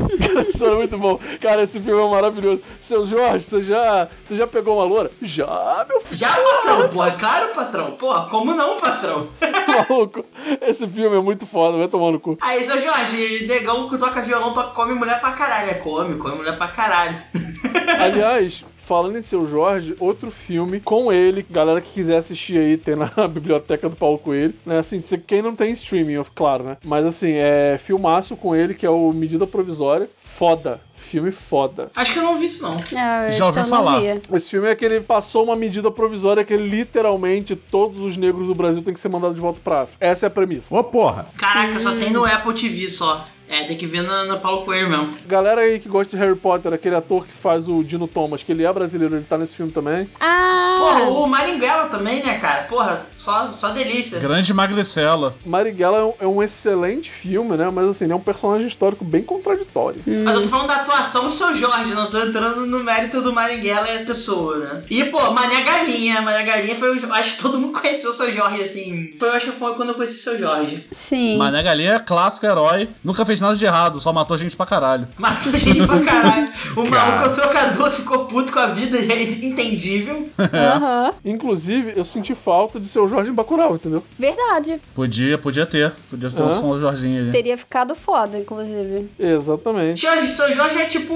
[SPEAKER 1] Isso é muito bom. Cara, esse filme é maravilhoso. Seu Jorge, você já, você já pegou uma loura? Já, meu filho,
[SPEAKER 5] Já, patrão, porra, claro, patrão. Porra, como não, patrão?
[SPEAKER 1] maluco. Esse filme é muito foda, vai tomar no cu.
[SPEAKER 5] Aí, seu Jorge, negão que toca violão toca, come mulher pra caralho. É, come, come mulher pra caralho.
[SPEAKER 1] Aliás, falando em Seu Jorge, outro filme com ele, galera que quiser assistir aí, tem na biblioteca do Paulo Coelho, né? Assim, se- quem não tem streaming, of- claro, né? Mas assim, é filmaço com ele, que é o Medida Provisória. Foda. Filme foda.
[SPEAKER 5] Acho que eu não vi isso, não.
[SPEAKER 4] Ah,
[SPEAKER 3] Já ouvi
[SPEAKER 4] esse eu não
[SPEAKER 3] falar.
[SPEAKER 4] via.
[SPEAKER 1] Esse filme é que ele passou uma medida provisória que literalmente todos os negros do Brasil têm que ser mandados de volta pra África. Essa é a premissa.
[SPEAKER 2] Ô, porra.
[SPEAKER 5] Caraca, só tem no Apple TV só. É, tem que ver na, na Paulo Coelho mesmo.
[SPEAKER 1] Galera aí que gosta de Harry Potter, aquele ator que faz o Dino Thomas, que ele é brasileiro, ele tá nesse filme também.
[SPEAKER 5] Porra,
[SPEAKER 4] Ah!
[SPEAKER 5] o Maringuela também, né, cara? Porra, só, só delícia.
[SPEAKER 3] Grande magricela.
[SPEAKER 1] Marighella é um, é um excelente filme, né? Mas assim, ele é um personagem histórico bem contraditório.
[SPEAKER 5] Mas eu tô falando da atuação do seu Jorge, não tô entrando no mérito do Maringuela e a pessoa, né? E, pô, Maria Galinha. Maria Galinha foi. o- Acho que todo mundo conheceu o seu Jorge, assim. Foi, eu acho que foi quando eu conheci o seu Jorge.
[SPEAKER 4] Sim.
[SPEAKER 3] Mané Galinha é clássico herói. Nunca fez nada de errado, só matou gente pra caralho.
[SPEAKER 5] Matou gente pra caralho. O maluco é o trocador que ficou puto com a vida, é entendível.
[SPEAKER 4] Aham.
[SPEAKER 1] Inclusive, eu senti falta de seu Jorge em Bacurau, entendeu?
[SPEAKER 4] Verdade.
[SPEAKER 3] Podia, podia ter. Podia ter um
[SPEAKER 1] Hã?
[SPEAKER 3] som do Jorginho aí.
[SPEAKER 4] Teria ficado foda, inclusive.
[SPEAKER 1] Exatamente,
[SPEAKER 5] Jorge, seu Jorge é tipo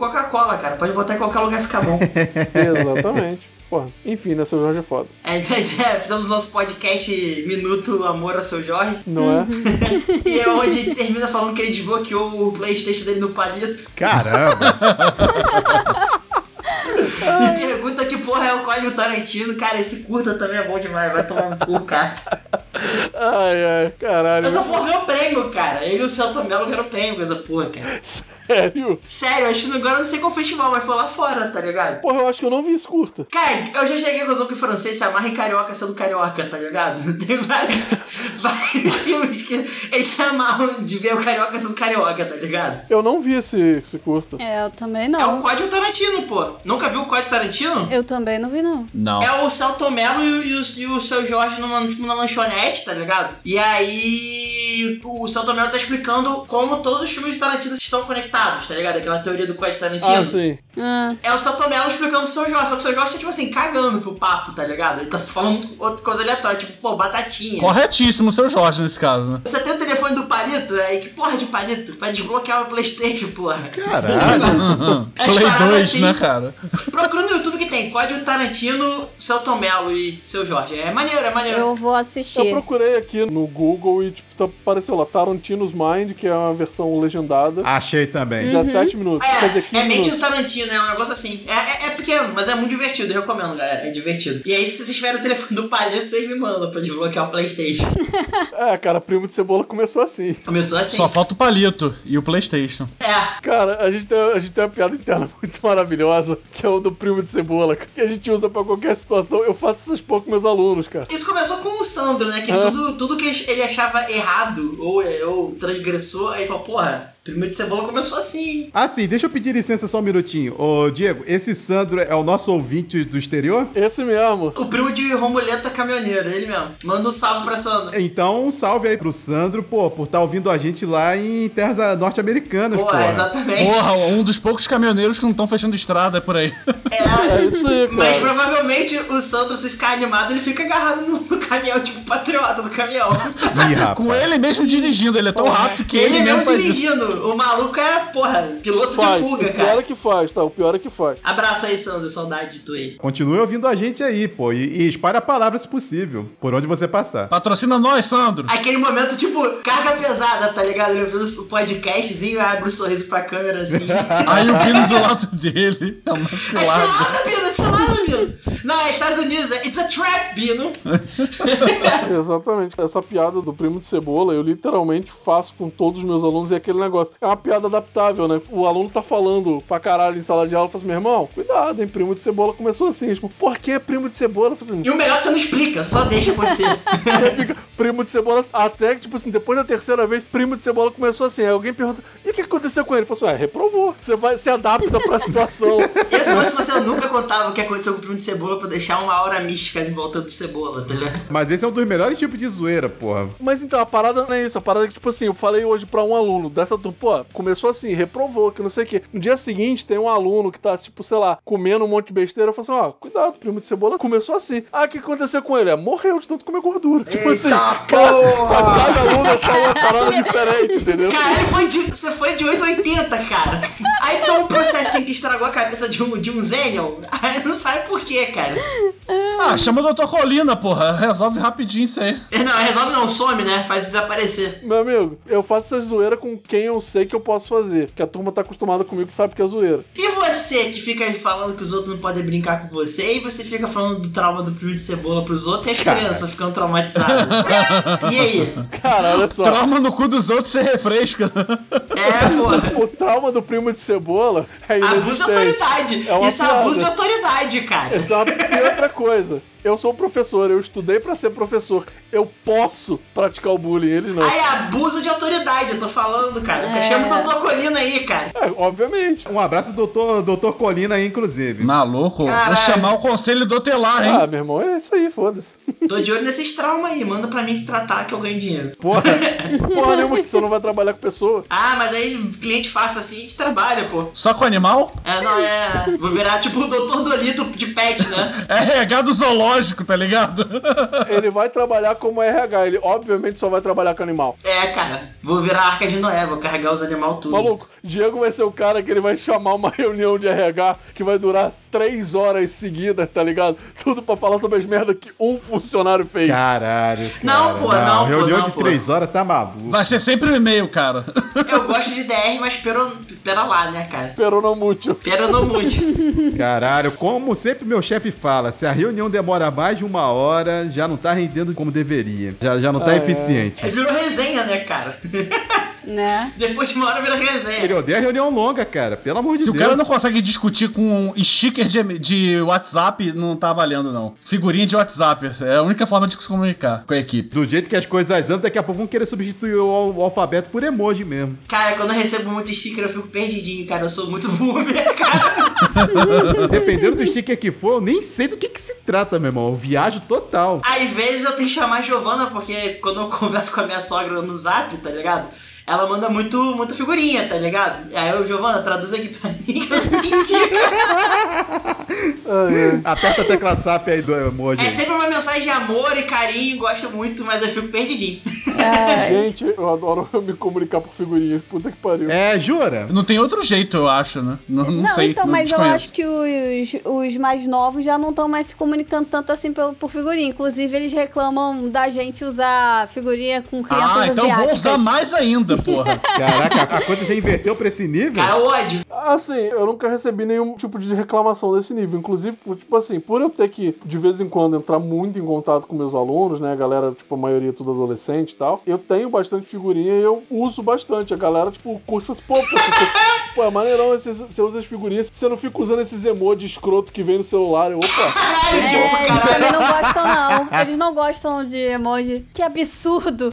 [SPEAKER 5] Coca-Cola, cara. Pode botar em qualquer lugar e fica bom.
[SPEAKER 1] exatamente. Porra, enfim, né? Seu Jorge é foda,
[SPEAKER 5] É, é, fizemos nosso podcast Minuto Amor ao Seu Jorge.
[SPEAKER 1] não é?
[SPEAKER 5] E é onde ele termina falando que ele desbloqueou o Playstation dele no palito.
[SPEAKER 2] Caramba.
[SPEAKER 5] E pergunta que porra é o Código Tarantino, cara, esse curta também é bom demais, vai tomar no cu, cara.
[SPEAKER 1] Ai, ai, caralho.
[SPEAKER 5] Essa porra ganhou prêmio, cara. Ele e o Celto Melo ganharam prêmio com essa porra, cara.
[SPEAKER 1] Sério?
[SPEAKER 5] Sério, acho que agora eu não sei qual festival, mas foi lá fora, tá ligado?
[SPEAKER 1] Porra, eu acho que eu não vi esse curta.
[SPEAKER 5] Cara, eu já cheguei à conclusão que o francês se amarra em carioca sendo carioca, tá ligado? Tem vários, vários filmes que eles se amarram de ver o carioca sendo carioca, tá ligado?
[SPEAKER 1] Eu não vi esse, esse curta.
[SPEAKER 4] É, eu também
[SPEAKER 5] É o
[SPEAKER 3] um
[SPEAKER 4] não.
[SPEAKER 5] Código Tarantino, pô. Nunca viu o Código Tarantino?
[SPEAKER 4] Eu também não vi, não.
[SPEAKER 3] Não.
[SPEAKER 5] É o Celto Melo e, o- e o, e o seu Jorge numa, tipo, na lanchonete, tá ligado? E aí o Celto Melo tá explicando como todos os filmes de Tarantino estão conectados, tá ligado? Aquela teoria do código Tarantino.
[SPEAKER 1] Ah, sim.
[SPEAKER 4] Ah,
[SPEAKER 5] É o Celto Melo explicando pro seu Jorge, só que o seu Jorge tá tipo assim, cagando pro papo, tá ligado? Ele tá falando outra coisa aleatória, tipo, pô, batatinha.
[SPEAKER 3] Corretíssimo o seu Jorge nesse caso, né?
[SPEAKER 5] Você tem o telefone do palito? Aí que porra de palito? Vai desbloquear o Playstation, porra.
[SPEAKER 3] Uhum.
[SPEAKER 5] As
[SPEAKER 3] Play
[SPEAKER 5] paradas
[SPEAKER 3] 2,
[SPEAKER 5] assim.
[SPEAKER 3] né, cara?
[SPEAKER 5] Procura no YouTube que tem Código Tarantino, Celto Melo e seu Jorge. É maneiro, é maneiro.
[SPEAKER 4] eu vou
[SPEAKER 1] Eu
[SPEAKER 4] assistir.
[SPEAKER 1] procurei aqui no Google e, tipo, tá- apareceu lá Tarantino's Mind, que é uma versão legendada.
[SPEAKER 2] Achei também.
[SPEAKER 5] Hum.
[SPEAKER 1] 17 minutos. Quer dizer,
[SPEAKER 5] Uhum. É,
[SPEAKER 1] 15
[SPEAKER 5] é mente
[SPEAKER 1] minutos.
[SPEAKER 5] do Tarantino, é um negócio assim. É, é, é pequeno, mas é muito divertido, eu recomendo, galera. É divertido. E aí, se vocês tiverem o telefone do palhaço, vocês me mandam pra desbloquear o Playstation. tipo-
[SPEAKER 1] É, cara, Primo de Cebola começou assim.
[SPEAKER 5] Começou assim.
[SPEAKER 3] Só falta o palito e o Playstation.
[SPEAKER 5] É.
[SPEAKER 1] Cara, a gente, tem, a gente tem uma piada interna muito maravilhosa, que é o do Primo de Cebola, que a gente usa pra qualquer situação. Eu faço essas poucas com meus alunos, cara.
[SPEAKER 5] Isso começou com o Sandro, né? Que
[SPEAKER 3] É.
[SPEAKER 1] Ah.
[SPEAKER 5] tudo, tudo que ele achava errado ou, ou transgressor, aí ele falou, porra, primeiro de cebola começou assim.
[SPEAKER 2] Ah, sim, deixa eu pedir licença só um minutinho. Ô, Diego, esse Sandro é o nosso ouvinte do exterior?
[SPEAKER 1] Esse mesmo.
[SPEAKER 5] O primo de Romuleta Caminhoneiro, ele mesmo. Manda um salve pra Sandro.
[SPEAKER 2] Então, um salve aí pro Sandro, pô, por estar ouvindo a gente lá em terras ah, norte-americanas, pô.
[SPEAKER 5] Porra, é, exatamente.
[SPEAKER 3] Porra, um dos poucos caminhoneiros que não estão fechando estrada por aí.
[SPEAKER 1] É isso aí,
[SPEAKER 5] Mas
[SPEAKER 1] cara.
[SPEAKER 5] provavelmente o Sandro, se ficar animado, ele fica agarrado no, no caminhão, tipo patriota do caminhão.
[SPEAKER 2] Ih, rapaz.
[SPEAKER 3] Com ele mesmo dirigindo, ele é tão rápido que ele,
[SPEAKER 5] Ele mesmo
[SPEAKER 3] faz isso.
[SPEAKER 5] dirigindo. O maluco é, porra, piloto
[SPEAKER 1] Faz.
[SPEAKER 5] de fuga,
[SPEAKER 1] o pior é
[SPEAKER 5] cara.
[SPEAKER 1] que faz, tá? O pior é que faz.
[SPEAKER 5] Abraço aí, Sandro. Saudade de tu aí.
[SPEAKER 2] Continue ouvindo a gente aí, pô, e, e espalhe a palavra se possível, por onde você passar.
[SPEAKER 3] Patrocina nós, Sandro.
[SPEAKER 5] Aquele momento, tipo, carga pesada, tá ligado? Ele ouvindo o podcastzinho e abre um sorriso pra câmera assim.
[SPEAKER 3] Aí o Pino do lado dele. É uma
[SPEAKER 5] É
[SPEAKER 3] cilada.
[SPEAKER 5] cilada, Bino, é cilada, Bino. Não, é Estados Unidos, é It's a Trap, Bino.
[SPEAKER 1] Exatamente. Essa piada do primo de cebola, eu literalmente faço com todos os meus alunos e é aquele negócio. É uma piada adaptável, né? O aluno tá falando pra caralho em sala de aula, eu falo assim, meu irmão, cuidado, hein? Primo de cebola começou assim. Tipo, por que primo de cebola? Eu falo assim,
[SPEAKER 5] E o melhor é que você não explica, só deixa acontecer.
[SPEAKER 1] Você fica primo de cebola, até que, tipo assim, depois da terceira vez, primo de cebola começou assim. Aí alguém pergunta, e o que aconteceu com ele? Ele falou assim, ah, reprovou. Você vai, se adapta pra situação.
[SPEAKER 5] Eu se fosse você, eu nunca contava o que aconteceu com o primo de cebola pra deixar uma aura mística em volta do cebola, tá ligado?
[SPEAKER 2] Mas esse é um dos melhores tipos de zoeira, porra.
[SPEAKER 1] Mas então, a parada não é isso. A parada é que, tipo assim, eu falei hoje pra um aluno dessa turma, pô, começou assim, reprovou, que não sei o quê. No dia seguinte, tem um aluno que tá, tipo, sei lá, comendo um monte de besteira. Eu falo assim, ó, cuidado, primo de cebola. Começou assim. Ah, o que aconteceu com ele? É, morreu de tanto comer gordura. Tipo assim, cara, pra cada aluno é só uma parada diferente, entendeu?
[SPEAKER 5] Cara, ele foi de, você foi de 8 a 80, cara. Aí toma um processinho que estragou a cabeça de um, de um Zenion, aí não sabe por quê, cara.
[SPEAKER 3] Ah, chama o Dr. Colina, porra. Resolve rapidinho isso aí.
[SPEAKER 5] É, Não, resolve não, some, né? Faz desaparecer.
[SPEAKER 1] Meu amigo, eu faço essa zoeira com quem eu sei que eu posso fazer. Que a turma tá acostumada comigo que sabe que é zoeira.
[SPEAKER 5] E você que fica falando que os outros não podem brincar com você, e você fica falando do trauma do primo de cebola pros outros e as crianças ficando traumatizadas. e aí?
[SPEAKER 1] Cara, olha
[SPEAKER 4] Tá.
[SPEAKER 1] só.
[SPEAKER 3] Trauma no cu dos outros, você refresca.
[SPEAKER 5] É, porra.
[SPEAKER 1] O trauma do primo de cebola é
[SPEAKER 5] Abuso de
[SPEAKER 1] inexistente.
[SPEAKER 5] autoridade.
[SPEAKER 1] É uma
[SPEAKER 5] Isso é abuso de
[SPEAKER 1] piada.
[SPEAKER 5] autoridade, cara.
[SPEAKER 1] Exato. E outra coisa, eu sou um professor, eu estudei pra ser professor. Eu posso praticar o bullying, ele não.
[SPEAKER 5] Aí é abuso de autoridade, eu tô falando, cara. Chama o doutor Colina aí, cara.
[SPEAKER 1] É, obviamente.
[SPEAKER 2] Um abraço pro doutor, doutor Colina aí, inclusive.
[SPEAKER 3] Maluco,
[SPEAKER 5] Caralho.
[SPEAKER 3] vou chamar o conselho do telar, hein?
[SPEAKER 1] Ah, meu irmão, é isso aí, foda-se.
[SPEAKER 5] Tô de olho nesses traumas aí, manda pra mim tratar que eu ganho dinheiro.
[SPEAKER 1] Porra. Porra nenhuma, que você não vai trabalhar com pessoa.
[SPEAKER 5] Ah, mas aí o cliente faça assim, a gente trabalha, pô.
[SPEAKER 3] Só com animal?
[SPEAKER 5] É, não, é. Vou virar tipo o doutor Dolito de pet, né?
[SPEAKER 3] É regado zoológico, tá ligado?
[SPEAKER 1] Ele vai trabalhar como RH, ele obviamente só vai trabalhar com animal.
[SPEAKER 5] É, cara. Vou virar a arca de Noé, vou carregar os animais tudo.
[SPEAKER 1] Maluco, Diego vai ser o cara que ele vai chamar uma reunião de RH que vai durar três horas seguidas, tá ligado? Tudo pra falar sobre as merdas que um funcionário fez.
[SPEAKER 2] Caralho.
[SPEAKER 5] Não, pô, não, pô,
[SPEAKER 2] Reunião
[SPEAKER 5] não,
[SPEAKER 2] de
[SPEAKER 5] pô.
[SPEAKER 2] três horas tá maluco.
[SPEAKER 3] Vai ser sempre um e-mail, cara.
[SPEAKER 5] Eu gosto de DR, mas pera, pera lá, né, cara?
[SPEAKER 1] Peronomútil.
[SPEAKER 5] Pera no mute.
[SPEAKER 2] Caralho, como sempre meu chefe fala, se a reunião demora mais de uma hora, já não tá rendendo como deveria. Já, já não
[SPEAKER 3] Ah, é.
[SPEAKER 2] tá eficiente.
[SPEAKER 5] Virou resenha, né, cara?
[SPEAKER 4] né?
[SPEAKER 5] Depois de uma hora virou resenha.
[SPEAKER 2] Ele odeia reunião longa, cara. Pelo amor de
[SPEAKER 3] Se o
[SPEAKER 2] Deus.
[SPEAKER 3] cara não consegue discutir com um sticker de, de WhatsApp, não tá valendo, não. Figurinha de WhatsApp. É a única forma de se comunicar com a equipe.
[SPEAKER 2] Do jeito que as coisas andam, daqui a pouco vão querer substituir o, al- o alfabeto por emoji mesmo.
[SPEAKER 5] Cara, quando eu recebo muito sticker, eu fico perdidinho, cara. Eu sou muito boomer, cara.
[SPEAKER 2] Dependendo do sticker que for, eu nem sei do que, que se trata, meu irmão. Eu viajo total.
[SPEAKER 5] Às vezes eu tenho que chamar a Giovana, porque quando eu converso com a minha sogra no zap, tá ligado? Ela manda muito, muito figurinha, tá ligado? Aí eu, Giovana, traduz aqui pra mim que eu não entendi, cara.
[SPEAKER 2] Aperta a tecla SAP aí do emoji.
[SPEAKER 5] É sempre uma mensagem de amor e carinho, gosto muito, mas eu fico perdidinho.
[SPEAKER 1] Gente, eu adoro me comunicar por figurinhas. Puta que pariu.
[SPEAKER 2] É, jura?
[SPEAKER 3] Não tem outro jeito, eu acho, né? Não, não,
[SPEAKER 4] Não,
[SPEAKER 3] sei.
[SPEAKER 4] então,
[SPEAKER 3] não
[SPEAKER 4] mas eu
[SPEAKER 3] desconheço.
[SPEAKER 4] acho que os, os mais novos já não estão mais se comunicando tanto assim pelo, por figurinha. Inclusive, eles reclamam da gente usar figurinha com crianças
[SPEAKER 3] Ah, então vou
[SPEAKER 4] asiáticas.
[SPEAKER 3] usar mais ainda, porra.
[SPEAKER 2] Caraca, a coisa já inverteu pra esse nível?
[SPEAKER 5] Cara, eu é ódio.
[SPEAKER 1] Assim, eu nunca recebi nenhum tipo de reclamação desse nível. Inclusive, por- tipo assim, por eu ter que, de vez em quando, entrar muito em contato com meus alunos, né? A galera, tipo, a maioria é tudo adolescente e tal. Eu tenho bastante figurinha e eu uso bastante. A galera, tipo, curte e fala assim, pô, pô, você, pô, é maneirão, você, você usa as figurinhas. Você não fica usando esses emojis escroto que vem no celular. Eu, opa,
[SPEAKER 5] Caralho, tipo,
[SPEAKER 4] É,
[SPEAKER 5] caralho.
[SPEAKER 4] eles não gostam, não. Eles não gostam de emoji. Que absurdo.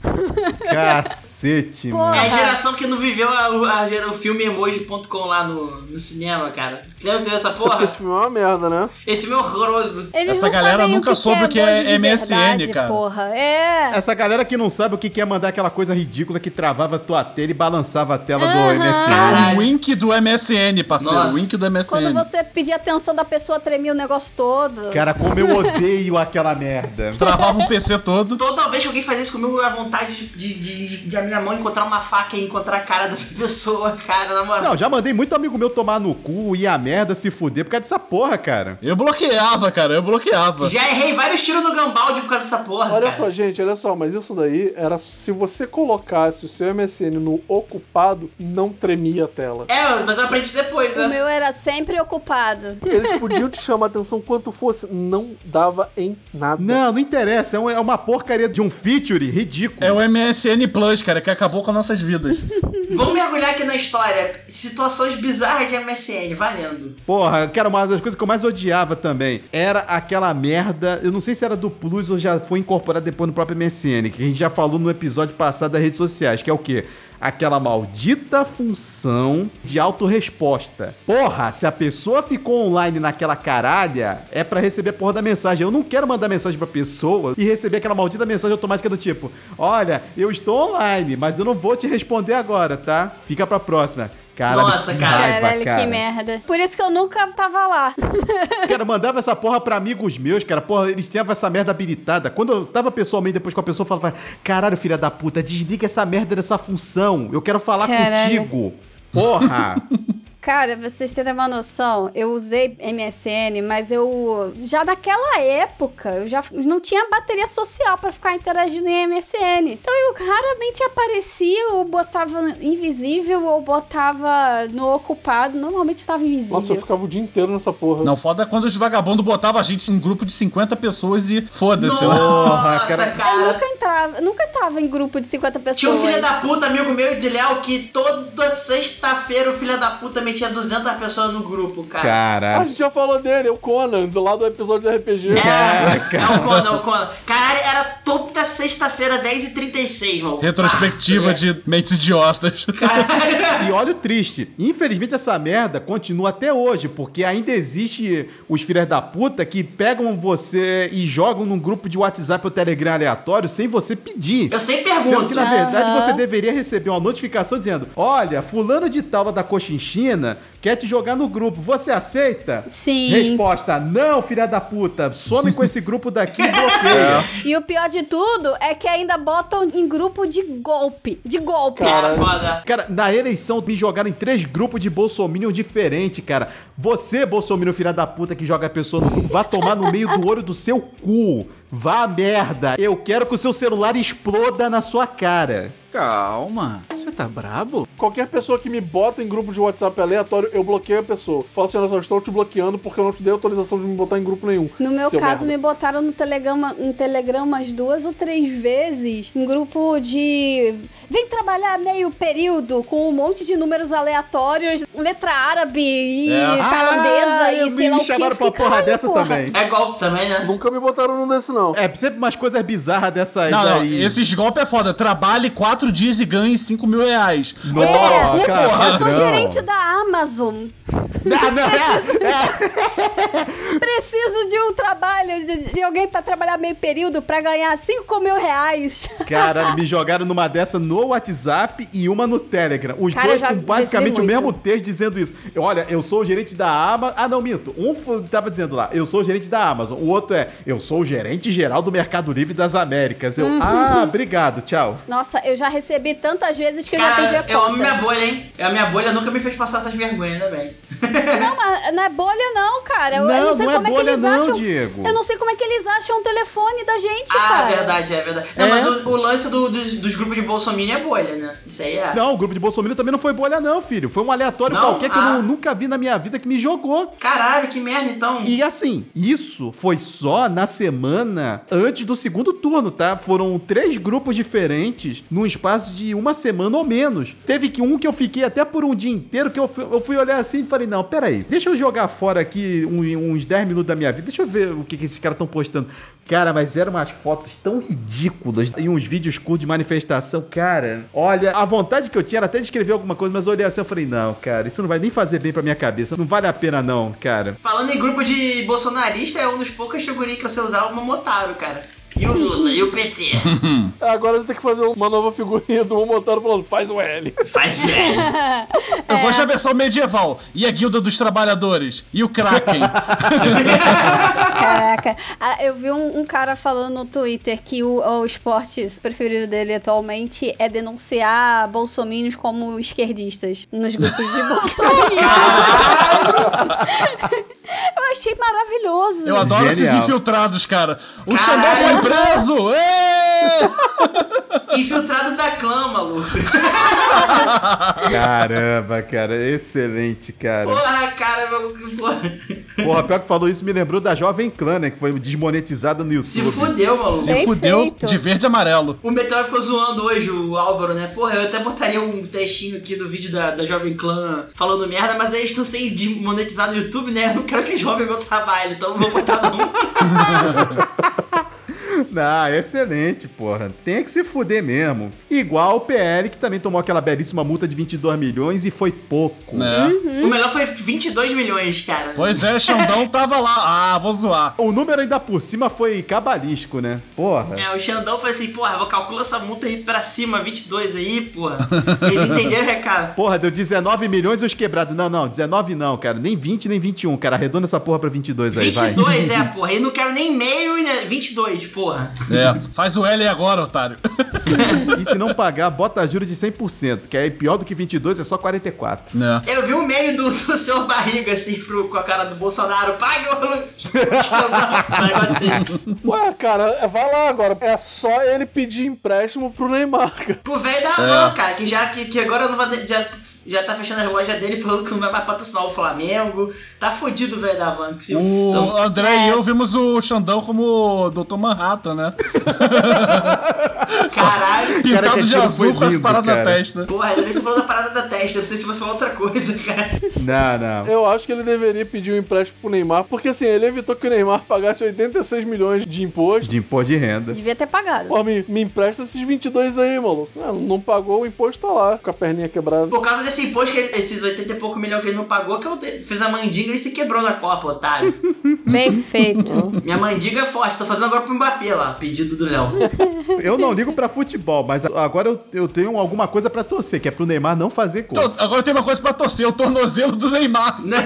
[SPEAKER 2] Cacete,
[SPEAKER 4] Pô.
[SPEAKER 2] mano.
[SPEAKER 5] É a geração que não viveu a- a gera- o filme emoji.com lá no, no cinema, cara. Lembra que teve essa
[SPEAKER 1] esse
[SPEAKER 5] porra?
[SPEAKER 1] filme é uma merda, né?
[SPEAKER 5] Esse filme é horroroso.
[SPEAKER 4] Eles
[SPEAKER 3] Essa
[SPEAKER 4] não
[SPEAKER 3] galera
[SPEAKER 4] sabem
[SPEAKER 3] nunca
[SPEAKER 4] o que
[SPEAKER 3] soube o que é
[SPEAKER 4] emoji de
[SPEAKER 3] MSN,
[SPEAKER 4] verdade,
[SPEAKER 3] cara.
[SPEAKER 4] Porra. É.
[SPEAKER 2] Essa galera que não sabe o que que é mandar aquela coisa ridícula que travava a tua tela e balançava a tela do um. MSN.
[SPEAKER 5] Caralho.
[SPEAKER 3] O wink do MSN, parceiro.
[SPEAKER 5] Nossa.
[SPEAKER 3] O wink do MSN.
[SPEAKER 4] Quando você pedia atenção da pessoa, tremia o negócio todo.
[SPEAKER 2] Cara, como eu odeio aquela merda.
[SPEAKER 3] Travava o PC todo.
[SPEAKER 5] Toda vez que alguém faz isso comigo, a vontade de, de, de- de a minha mão encontrar uma faca e encontrar a cara dessa pessoa, cara, na moral.
[SPEAKER 2] Não, já mandei muito amigo meu tomar no cu e a merda se fuder por causa dessa porra, cara.
[SPEAKER 3] Eu bloqueava, cara. Eu bloqueava.
[SPEAKER 5] Já errei vários tiros no gambalde por causa dessa porra,
[SPEAKER 1] Olha
[SPEAKER 5] cara.
[SPEAKER 1] só, gente, olha só, mas isso daí era se você colocasse o seu MSN no ocupado, não tremia a tela.
[SPEAKER 5] É, mas eu aprendi isso depois,
[SPEAKER 4] O
[SPEAKER 5] né?
[SPEAKER 4] meu era sempre ocupado.
[SPEAKER 1] Eles podiam te chamar a atenção quanto fosse, não dava em nada.
[SPEAKER 2] Não, não interessa. É um- é uma porcaria de um feature ridículo.
[SPEAKER 3] É o MSN Plus, cara, que acabou com nossas vidas.
[SPEAKER 5] Vamos mergulhar aqui na história. Situações bizarras de MSN, valendo.
[SPEAKER 2] Porra, cara, uma das coisas que eu mais odiava também era aquela merda. Eu não sei se era do Plus ou já foi incorporado depois no próprio MSN, que a gente já falou no episódio passado das redes sociais, que é o quê? Aquela maldita função de autorresposta. Porra, se a pessoa ficou online naquela caralha, é pra receber a porra da mensagem. Eu não quero mandar mensagem pra pessoa e receber aquela maldita mensagem automática do tipo: Olha, eu estou online, mas eu não vou te responder agora, tá? Fica pra próxima. Caralho,
[SPEAKER 5] Nossa, cara.
[SPEAKER 2] raiva,
[SPEAKER 4] Caralho,
[SPEAKER 2] cara.
[SPEAKER 4] que merda. Por isso que eu nunca tava lá.
[SPEAKER 2] Cara, mandava essa porra pra amigos meus, cara. Porra, eles tinham essa merda habilitada. Quando eu tava pessoalmente depois com a pessoa, eu falava, caralho, filha da puta, desliga essa merda dessa função. Eu quero falar
[SPEAKER 4] Caralho.
[SPEAKER 2] contigo. Porra!
[SPEAKER 4] Cara, pra vocês terem uma noção, eu usei MSN, mas eu já daquela época eu já não tinha bateria social pra ficar interagindo em MSN. Então eu raramente aparecia ou botava invisível ou botava no ocupado. Normalmente estava invisível.
[SPEAKER 1] Nossa, eu ficava o dia inteiro nessa porra.
[SPEAKER 3] Não, foda é quando os vagabundos botavam a gente em um grupo de 50 pessoas e foda-se. né?
[SPEAKER 2] Porra,
[SPEAKER 5] Nossa,
[SPEAKER 2] cara.
[SPEAKER 4] Eu
[SPEAKER 5] cara.
[SPEAKER 4] nunca entrava, nunca tava em grupo de 50
[SPEAKER 5] Tinha
[SPEAKER 4] pessoas.
[SPEAKER 5] um filho da puta, amigo meu de Léo, que toda sexta-feira o filho da puta metia 200 pessoas no grupo, cara.
[SPEAKER 1] A
[SPEAKER 2] Cara.
[SPEAKER 1] gente já falou dele, é o Conan, do lado do episódio do RPG.
[SPEAKER 5] É, é o Conan, é o Conan. Caralho, era toda sexta-feira, 10h36, mano.
[SPEAKER 3] Retrospectiva de mentes idiotas.
[SPEAKER 5] Caralho.
[SPEAKER 2] E olha o triste. Infelizmente, essa merda continua até hoje, porque ainda existe os filhas da puta que pegam você e jogam num grupo de WhatsApp ou Telegram aleatório sem você pedir.
[SPEAKER 5] Eu sempre
[SPEAKER 2] Sendo que,
[SPEAKER 5] pergunto.
[SPEAKER 2] na verdade,
[SPEAKER 4] Aham.
[SPEAKER 2] você deveria receber uma notificação dizendo: Olha, fulano de tal lá da Cochinchina quer te jogar no grupo, você aceita?
[SPEAKER 4] Sim.
[SPEAKER 2] Resposta: Não, filha da puta, some com esse grupo daqui e
[SPEAKER 3] É.
[SPEAKER 2] bloqueia.
[SPEAKER 4] E o pior de tudo é que ainda botam em grupo de golpe. De golpe.
[SPEAKER 5] Cara, foda.
[SPEAKER 2] Cara, na eleição missão me jogaram em três grupos de bolsominion diferente, cara. Você, bolsominion filha da puta que joga a pessoa no grupo, vá tomar no meio do olho do seu cu. Vá à merda. Eu quero que o seu celular exploda na sua cara.
[SPEAKER 7] Calma. Você tá brabo?
[SPEAKER 1] Qualquer pessoa que me bota em grupo de WhatsApp aleatório, eu bloqueio a pessoa. Falo assim, olha só, estou te bloqueando porque eu não te dei autorização de me botar em grupo nenhum.
[SPEAKER 4] No meu
[SPEAKER 1] Seu
[SPEAKER 4] caso,
[SPEAKER 1] merda.
[SPEAKER 4] me botaram no Telegram, no Telegram umas duas ou três vezes. Um grupo de. Vem trabalhar meio período com um monte de números aleatórios, letra árabe e tailandesa
[SPEAKER 2] É. Ah,
[SPEAKER 4] e sei lá
[SPEAKER 2] me
[SPEAKER 4] o que.
[SPEAKER 2] chamaram pra uma porra dessa também.
[SPEAKER 5] É golpe também, né?
[SPEAKER 1] Nunca me botaram num desse, não.
[SPEAKER 2] É, sempre umas coisas bizarras dessa
[SPEAKER 3] Não, não,
[SPEAKER 2] daí.
[SPEAKER 3] esses golpes é foda. Trabalhe quatro dias e ganhe 5 mil reais.
[SPEAKER 2] Não,
[SPEAKER 4] É,
[SPEAKER 2] cara,
[SPEAKER 4] Eu sou
[SPEAKER 2] não.
[SPEAKER 4] gerente da Amazon.
[SPEAKER 2] Não, não, é, é.
[SPEAKER 4] Preciso de um trabalho, de, de alguém pra trabalhar meio período pra ganhar 5 mil reais.
[SPEAKER 2] Cara, me jogaram numa dessa no WhatsApp e uma no Telegram. Os
[SPEAKER 4] Cara,
[SPEAKER 2] dois
[SPEAKER 4] eu já
[SPEAKER 2] com basicamente o
[SPEAKER 4] recebi muito.
[SPEAKER 2] mesmo texto dizendo isso. Eu, Olha, eu sou o gerente da Amazon. Ah, não, minto. Um f- tava dizendo lá, eu sou o gerente da Amazon. O outro é, eu sou o gerente geral do Mercado Livre das Américas. Eu,
[SPEAKER 4] Uhum.
[SPEAKER 2] ah, obrigado, tchau.
[SPEAKER 4] Nossa, eu já recebi tantas vezes que eu já perdi a
[SPEAKER 5] Cara,
[SPEAKER 4] conta.
[SPEAKER 5] eu amo minha bolha, hein? A minha bolha nunca me fez passar essas vergonhas, né, ainda bem.
[SPEAKER 4] Não, mas não é bolha, não, cara. Eu, eu
[SPEAKER 2] Não,
[SPEAKER 4] não sei
[SPEAKER 2] não é
[SPEAKER 4] como é, que
[SPEAKER 2] bolha
[SPEAKER 4] eles
[SPEAKER 2] não,
[SPEAKER 4] acham.
[SPEAKER 2] Diego.
[SPEAKER 4] Eu não sei como é que eles acham o telefone da gente,
[SPEAKER 5] Ah,
[SPEAKER 4] cara.
[SPEAKER 5] verdade, é verdade. Não,
[SPEAKER 2] É?
[SPEAKER 5] mas o, o lance do- dos, dos grupos de Bolsonaro é bolha, né? Isso aí é.
[SPEAKER 2] Não, o grupo de Bolsonaro também não foi bolha não, filho. Foi um aleatório
[SPEAKER 5] Não?
[SPEAKER 2] qualquer que eu
[SPEAKER 5] Ah.
[SPEAKER 2] não- nunca vi na minha vida que me jogou.
[SPEAKER 5] Caralho, que merda então.
[SPEAKER 2] E assim, isso foi só na semana antes do segundo turno, tá? Foram três grupos diferentes num espaço de uma semana ou menos. Teve que um que eu fiquei até por um dia inteiro, que eu fui, eu fui olhar assim e falei, não, peraí, deixa eu jogar fora aqui um- uns 10 minutos da minha vida, deixa eu ver o que, que esses caras estão postando. Cara, mas eram umas fotos tão ridículas e uns vídeos curtos de manifestação. Cara, olha, a vontade que eu tinha era até de escrever alguma coisa, mas eu olhei assim e falei, não, cara, isso não vai nem fazer bem pra minha cabeça. Não vale a pena, não, cara.
[SPEAKER 5] Falando em grupo de bolsonarista, é um dos poucos Shoguri que eu sei usar o Momotaro, cara. E o Lula, e o PT.
[SPEAKER 1] Agora eu tenho que fazer uma nova figurinha do Momotaro falando, faz o L.
[SPEAKER 5] Faz velho.
[SPEAKER 3] Eu gosto da
[SPEAKER 4] É,
[SPEAKER 3] versão medieval. E a Guilda dos Trabalhadores. E o Kraken.
[SPEAKER 4] Caraca. Ah, eu vi um, um cara falando no Twitter que o, o esporte preferido dele atualmente é denunciar bolsominions como esquerdistas nos grupos de bolsominions. eu achei maravilhoso.
[SPEAKER 3] Eu adoro esses
[SPEAKER 2] Genial.
[SPEAKER 3] infiltrados, cara. O Xandão
[SPEAKER 5] Caralho.
[SPEAKER 3] foi preso! Ê!
[SPEAKER 5] Infiltrado da clã, maluco.
[SPEAKER 2] Caramba, cara, excelente, cara.
[SPEAKER 5] Porra, cara, maluco. Porra.
[SPEAKER 2] Porra, pior que falou isso me lembrou da Jovem Clã, né? Que foi desmonetizada no YouTube.
[SPEAKER 5] Se fudeu, maluco.
[SPEAKER 4] Perfeito.
[SPEAKER 3] Fudeu de verde e amarelo.
[SPEAKER 5] O Meteoro ficou zoando hoje, o Álvaro, né? Porra, eu até botaria um trechinho aqui do vídeo da, da Jovem Clã falando merda, mas aí eles estão sem monetizar no YouTube, né? Eu não quero que eles roubem meu trabalho, então não vou botar não.
[SPEAKER 2] Ah, excelente, porra. Tem que se fuder mesmo. Igual o PL, que também tomou aquela belíssima multa de 22 milhões e foi pouco.
[SPEAKER 3] Né?
[SPEAKER 5] O melhor foi 22 milhões, cara.
[SPEAKER 3] Pois é, Xandão tava lá. Ah, vou zoar.
[SPEAKER 2] O número ainda por cima foi cabalístico, né? Porra.
[SPEAKER 5] É, o Xandão foi assim, porra, vou calcular essa multa aí pra cima, 22 aí, porra. Eles entenderam o recado.
[SPEAKER 2] Porra, deu 19 milhões e os quebrados. Não, não, 19 não, cara. Nem 20, nem 21, cara. Arredonda essa porra pra 22 aí, vai.
[SPEAKER 5] 22, é, porra. E não quero nem meio e né, 22, porra.
[SPEAKER 3] É, faz o L agora, otário.
[SPEAKER 2] E se não pagar, bota juro de 100%, que aí pior do que 22 é só 44.
[SPEAKER 3] Né?
[SPEAKER 5] Eu vi um meme do, do seu barriga, assim, pro, com a cara do Bolsonaro. Paga o Xandão. Um negócio assim.
[SPEAKER 1] Ué, cara, é- vai lá agora. É só ele pedir empréstimo pro Neymar, cara.
[SPEAKER 5] Pro velho da van, cara, que já que, que agora não vai, já, já tá fechando as lojas dele falando que não vai mais patrocinar o Flamengo. Tá fudido o velho da van. Que se
[SPEAKER 3] O
[SPEAKER 5] então,
[SPEAKER 3] André e eu vimos o Xandão como o Dr. Manhattan, né?
[SPEAKER 5] caralho.
[SPEAKER 2] Cara, que
[SPEAKER 3] Pintado de
[SPEAKER 2] aquilo
[SPEAKER 3] azul
[SPEAKER 2] foi
[SPEAKER 3] com as
[SPEAKER 2] lindo,
[SPEAKER 3] paradas na
[SPEAKER 2] cara.
[SPEAKER 3] testa.
[SPEAKER 5] Porra, ainda bem que você falou da parada da testa. Eu pensei se você falou outra coisa, cara.
[SPEAKER 2] Não, não.
[SPEAKER 1] Eu acho que ele deveria pedir um empréstimo pro Neymar, porque assim, ele evitou que o Neymar pagasse 86 milhões de imposto.
[SPEAKER 2] De imposto de renda.
[SPEAKER 4] Devia ter pagado.
[SPEAKER 1] Pô, me, me empresta esses 22 aí, maluco. Ah, não pagou o imposto, tá lá, com a perninha quebrada.
[SPEAKER 5] Por causa desse imposto, que ele- esses 80 e pouco milhões que ele não pagou, que eu te- fiz a mandinga e se quebrou na Copa, otário.
[SPEAKER 4] Bem feito.
[SPEAKER 5] Minha mandinga é forte, tô fazendo agora pro Mbappé lá, pedido do Léo.
[SPEAKER 2] Eu não ligo pra futebol, mas agora eu, eu tenho alguma coisa pra torcer, que é pro Neymar não fazer
[SPEAKER 3] Tô-
[SPEAKER 2] gol.
[SPEAKER 3] Agora tem uma coisa pra torcer, o tornozelo do Neymar.
[SPEAKER 5] Né?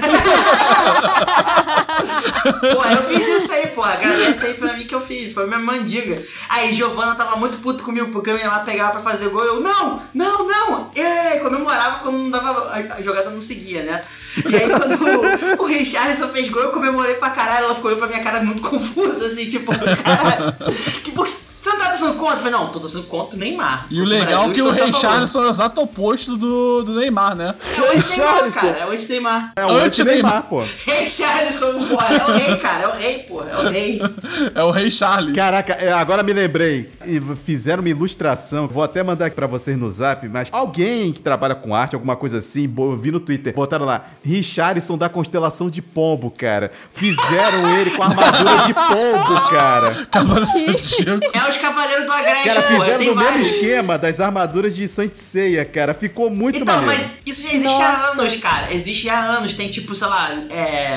[SPEAKER 5] Porra, eu fiz isso aí, porra. Agradece aí pra mim que eu fiz. Foi minha mandiga. Aí Giovana tava muito puto comigo porque o Neymar pegava pra fazer gol. Eu, não, não, não. E comemorava quando não dava. A, a jogada não seguia, né? E aí quando o, o Richarlison fez gol, eu comemorei pra caralho. Ela ficou olhando pra minha cara muito confusa, assim, tipo, caralho. Que por- você não tá torcendo contra? Eu falei, não, tô torcendo contra o Neymar.
[SPEAKER 3] E o
[SPEAKER 5] Contra
[SPEAKER 3] legal é que
[SPEAKER 5] Brasil,
[SPEAKER 3] o
[SPEAKER 5] estou só falando.
[SPEAKER 3] Richarlison é o exato oposto do, do Neymar, né?
[SPEAKER 5] É o Anti-Neymar,
[SPEAKER 1] Richarlison.
[SPEAKER 5] cara. É o Anti-Neymar.
[SPEAKER 2] É
[SPEAKER 3] Antes
[SPEAKER 2] anti-Neymar, pô.
[SPEAKER 5] Richarlison, porra. É o rei, cara. É o rei, porra. É o rei.
[SPEAKER 3] É o Rei Charles.
[SPEAKER 2] Caraca, é, agora me lembrei. E fizeram uma ilustração. Vou até mandar pra vocês no zap, mas alguém que trabalha com arte, alguma coisa assim, bo- eu vi no Twitter, botaram lá, Richarlison da constelação de pombo, cara. Fizeram ele com a armadura de pombo, cara.
[SPEAKER 3] Cavaleiro Zodíaco.
[SPEAKER 5] É os Cavaleiros do Agreste,
[SPEAKER 2] Cara,
[SPEAKER 5] porra.
[SPEAKER 2] fizeram
[SPEAKER 5] é, Tem
[SPEAKER 2] no mesmo
[SPEAKER 5] vários.
[SPEAKER 2] esquema das armaduras de Saint Seiya, cara. Ficou muito
[SPEAKER 5] Então,
[SPEAKER 2] maneiro.
[SPEAKER 5] mas isso já existe há anos, cara. Existe há anos. Tem tipo, sei lá, é.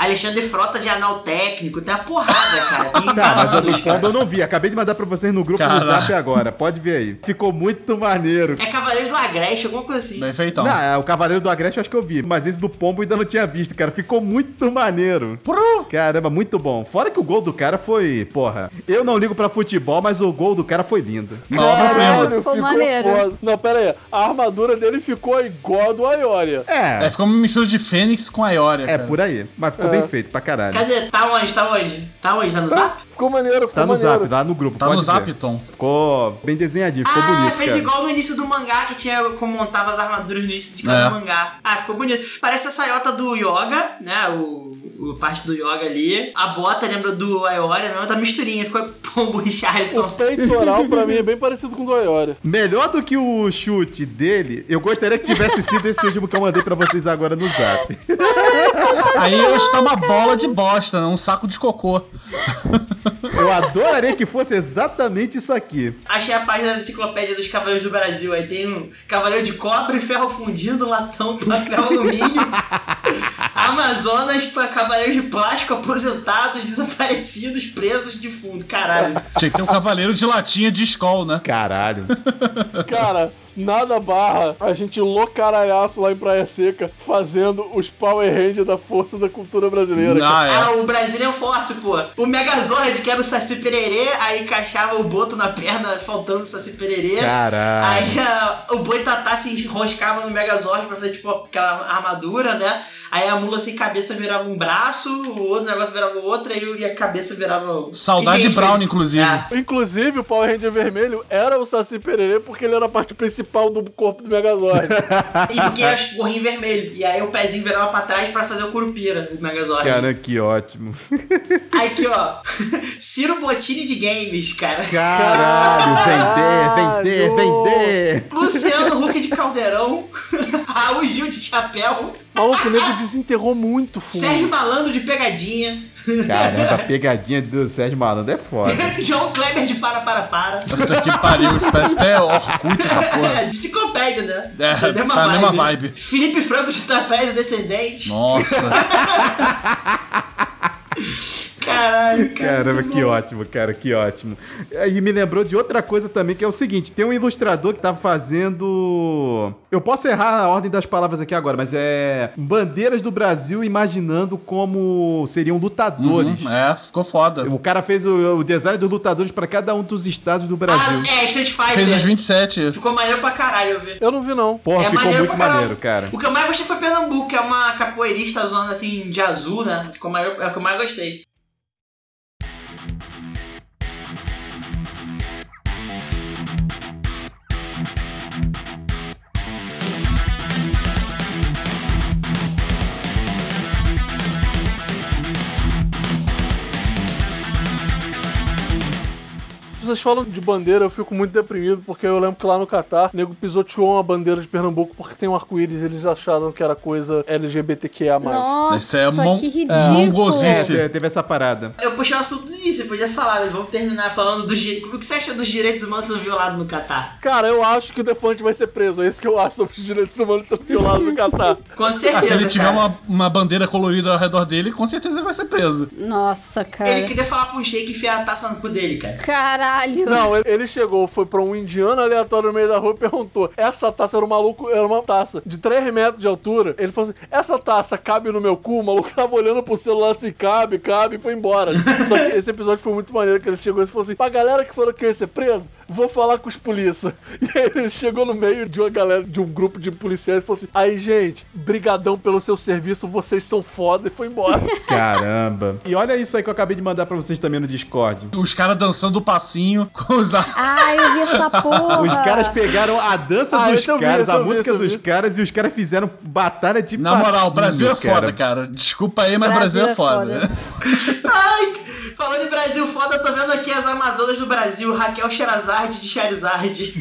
[SPEAKER 5] Alexandre Frota de anal técnico, tem uma porrada, cara. Tem
[SPEAKER 2] Tá, mas a
[SPEAKER 5] anos,
[SPEAKER 2] do pombo
[SPEAKER 5] cara.
[SPEAKER 2] eu não vi. Acabei de mandar pra vocês no grupo do
[SPEAKER 3] Caraca.
[SPEAKER 2] Zap agora. Pode ver aí. Ficou muito maneiro.
[SPEAKER 5] É Cavaleiros do Agreste, alguma coisa assim.
[SPEAKER 3] Bem feitão.
[SPEAKER 2] Não, é, o Cavaleiro do Agreste eu acho que eu vi, mas esse do Pombo eu ainda não tinha visto, cara. Ficou muito maneiro.
[SPEAKER 3] Pru.
[SPEAKER 2] Caramba, muito bom. Fora que o gol do cara foi, porra. Eu não ligo pra futebol, mas o gol do cara foi lindo.
[SPEAKER 3] Uma obra prima.
[SPEAKER 4] ficou maneiro.
[SPEAKER 1] foda. Não, pera aí. A armadura dele ficou igual a do Aioria.
[SPEAKER 2] É,
[SPEAKER 3] É,
[SPEAKER 2] é,
[SPEAKER 3] ficou uma mistura de Fênix com a Ioria, cara.
[SPEAKER 2] por aí. Mas ficou
[SPEAKER 1] É.
[SPEAKER 2] bem feito pra caralho.
[SPEAKER 5] Cadê? Tá onde? Tá onde? Tá onde? Tá no zap?
[SPEAKER 1] Ficou maneiro, ficou
[SPEAKER 2] Tá no
[SPEAKER 1] maneiro.
[SPEAKER 2] zap, lá no grupo.
[SPEAKER 3] Tá
[SPEAKER 2] pode
[SPEAKER 3] no
[SPEAKER 2] ver.
[SPEAKER 3] zap, Tom.
[SPEAKER 2] Ficou bem desenhadinho, ficou
[SPEAKER 5] ah,
[SPEAKER 2] bonito.
[SPEAKER 5] fez
[SPEAKER 2] cara.
[SPEAKER 5] igual no início do mangá, que tinha como montava as armaduras no início de cada
[SPEAKER 3] É.
[SPEAKER 5] mangá. Ah, ficou bonito. Parece a saiota do Yoga, né? O, o parte do Yoga ali. A bota lembra do Aioria, mesmo, tá misturinha. Ficou pombo
[SPEAKER 1] O
[SPEAKER 5] Richarlison.
[SPEAKER 1] peitoral, pra mim, é bem parecido com o do Aioria.
[SPEAKER 2] Melhor do que o chute dele, eu gostaria que tivesse sido esse último que eu mandei pra vocês agora no zap.
[SPEAKER 3] Aí eu estou uma bola de bosta, né? Um saco de cocô.
[SPEAKER 2] Eu adoraria que fosse exatamente isso aqui.
[SPEAKER 5] Achei a página da enciclopédia dos Cavaleiros do Brasil. Aí tem um Cavaleiro de Cobre, Ferro Fundido, um Latão, Papel Alumínio, Amazonas, pra Cavaleiros de Plástico, Aposentados, Desaparecidos, Presos, Defunto. Caralho.
[SPEAKER 3] Tinha que ter um cavaleiro de latinha de escol, né?
[SPEAKER 2] Caralho.
[SPEAKER 1] Cara, nada barra a gente loucaralhaço lá em Praia Seca fazendo os Power Rangers da força da cultura brasileira. cara.
[SPEAKER 3] Ah, é.
[SPEAKER 5] Ah, o Brazilian Force, pô. O Megazord que era o Saci Pererê, aí encaixava o boto na perna, faltando o Saci Pererê.
[SPEAKER 2] Caralho.
[SPEAKER 5] Aí ah, o Boitatá se enroscava no Megazord pra fazer, tipo, aquela armadura, né? Aí a mula sem cabeça virava um braço, o outro negócio virava o outro, aí o- e a cabeça virava... o-
[SPEAKER 3] Saudade
[SPEAKER 5] Enfim,
[SPEAKER 3] Brown,
[SPEAKER 5] enfim.
[SPEAKER 3] inclusive.
[SPEAKER 5] É.
[SPEAKER 1] Inclusive, o Power Ranger vermelho era o Saci Pererê porque ele era a parte principal do corpo do Megazord.
[SPEAKER 5] E porque acho que é o gorrinho vermelho. E aí o pezinho virava pra trás pra fazer o Curupira, o Megazord.
[SPEAKER 2] Cara, que ótimo.
[SPEAKER 5] Aí Aqui, ó. Ciro Bottini de Games, cara.
[SPEAKER 2] Caralho, vender, vender,
[SPEAKER 1] Caralho.
[SPEAKER 2] vender.
[SPEAKER 5] Luciano Huck de Caldeirão, Raul Gil de Chapéu,
[SPEAKER 1] Maluco, o nego desenterrou muito fundo.
[SPEAKER 3] Hum.
[SPEAKER 5] Sérgio Malandro de Pegadinha,
[SPEAKER 2] Caramba, a pegadinha do Sérgio Malandro é foda.
[SPEAKER 5] João Kleber de Para Para Para.
[SPEAKER 3] Puta que pariu, isso parece até Orkut essa porra.
[SPEAKER 5] É, enciclopédia, né?
[SPEAKER 3] É,
[SPEAKER 5] Da
[SPEAKER 3] tá na mesma vibe.
[SPEAKER 5] Felipe Franco de Trapézio Descendente.
[SPEAKER 3] Nossa.
[SPEAKER 5] Caralho, cara.
[SPEAKER 2] Caramba,
[SPEAKER 5] muito
[SPEAKER 2] que
[SPEAKER 5] bom.
[SPEAKER 2] ótimo, cara, que ótimo. É, E me lembrou de outra coisa também, que é o seguinte: tem um ilustrador que tava fazendo. Eu posso errar a ordem das palavras aqui agora, mas é. Bandeiras do Brasil imaginando como seriam lutadores.
[SPEAKER 3] Uhum, é, ficou foda.
[SPEAKER 2] O cara fez o, o design dos lutadores pra cada um dos estados do Brasil.
[SPEAKER 5] Ah, é,
[SPEAKER 3] Fez
[SPEAKER 5] Street
[SPEAKER 3] os
[SPEAKER 5] Fighter.
[SPEAKER 3] 27.
[SPEAKER 5] Ficou maneiro pra caralho, eu vi.
[SPEAKER 1] Eu não vi, não.
[SPEAKER 2] Porra,
[SPEAKER 5] é
[SPEAKER 2] ficou
[SPEAKER 5] maneiro
[SPEAKER 2] muito
[SPEAKER 5] pra caralho.
[SPEAKER 2] maneiro, cara.
[SPEAKER 5] O que eu mais gostei foi Pernambuco, que é uma capoeirista zona assim de azul, né? Ficou maneiro, é o que eu mais gostei.
[SPEAKER 1] Vocês falam de bandeira, eu fico muito deprimido porque eu lembro que lá no Catar, o nego pisoteou uma bandeira de Pernambuco porque tem um arco-íris e eles acharam que era coisa LGBTQIA.
[SPEAKER 4] Nossa,
[SPEAKER 3] Isso é mon-
[SPEAKER 4] que
[SPEAKER 3] é,
[SPEAKER 4] ridículo.
[SPEAKER 2] É,
[SPEAKER 3] mongolzice.
[SPEAKER 2] te- teve essa parada.
[SPEAKER 5] Eu puxei o assunto nisso, você podia falar, mas vamos terminar falando dos direitos. O que você acha dos direitos humanos sendo violados no Catar?
[SPEAKER 1] Cara, eu acho que o Defante vai ser preso. É isso que eu acho sobre os direitos humanos sendo violados no Catar.
[SPEAKER 5] Com
[SPEAKER 3] Ah, se
[SPEAKER 5] certeza.
[SPEAKER 3] ele tiver
[SPEAKER 5] cara.
[SPEAKER 3] uma, uma bandeira colorida ao redor dele, com certeza ele vai ser preso.
[SPEAKER 4] Nossa, cara.
[SPEAKER 5] um Ele queria falar pro Sheik enfiar a taça no cu dele, cara.
[SPEAKER 4] Caralho.
[SPEAKER 1] Não, ele- ele chegou, foi pra um indiano aleatório no meio da rua e perguntou: essa taça era um maluco, era uma taça de 3 metros de altura. Ele falou assim: essa taça cabe no meu cu? O maluco tava olhando pro celular assim, cabe, cabe, e foi embora. Só que esse episódio foi muito maneiro, que ele chegou e falou assim: pra galera que falou que eu ia ser preso, vou falar com os polícia. E aí ele chegou no meio de uma galera, de um grupo de policiais e falou assim: aí, gente, brigadão pelo seu serviço, vocês são foda, e foi embora.
[SPEAKER 2] Caramba. E olha isso aí que eu acabei de mandar pra vocês também no Discord.
[SPEAKER 3] Os caras dançando o passinho com os ar-
[SPEAKER 4] Ah, eu vi essa porra.
[SPEAKER 2] Os caras pegaram a dança
[SPEAKER 1] Ah,
[SPEAKER 2] dos
[SPEAKER 1] esse eu vi,
[SPEAKER 2] caras,
[SPEAKER 1] esse
[SPEAKER 2] a
[SPEAKER 1] eu vi,
[SPEAKER 2] música
[SPEAKER 1] esse eu
[SPEAKER 2] dos
[SPEAKER 1] vi.
[SPEAKER 2] caras e os caras fizeram batalha de
[SPEAKER 3] Na moral, o
[SPEAKER 2] passinho,
[SPEAKER 3] Brasil é foda, cara. Desculpa aí, mas o Brasil, é foda.
[SPEAKER 5] Ai, falando em Brasil foda, eu tô vendo aqui as Amazonas do Brasil, Raquel Sherazade de Charizard.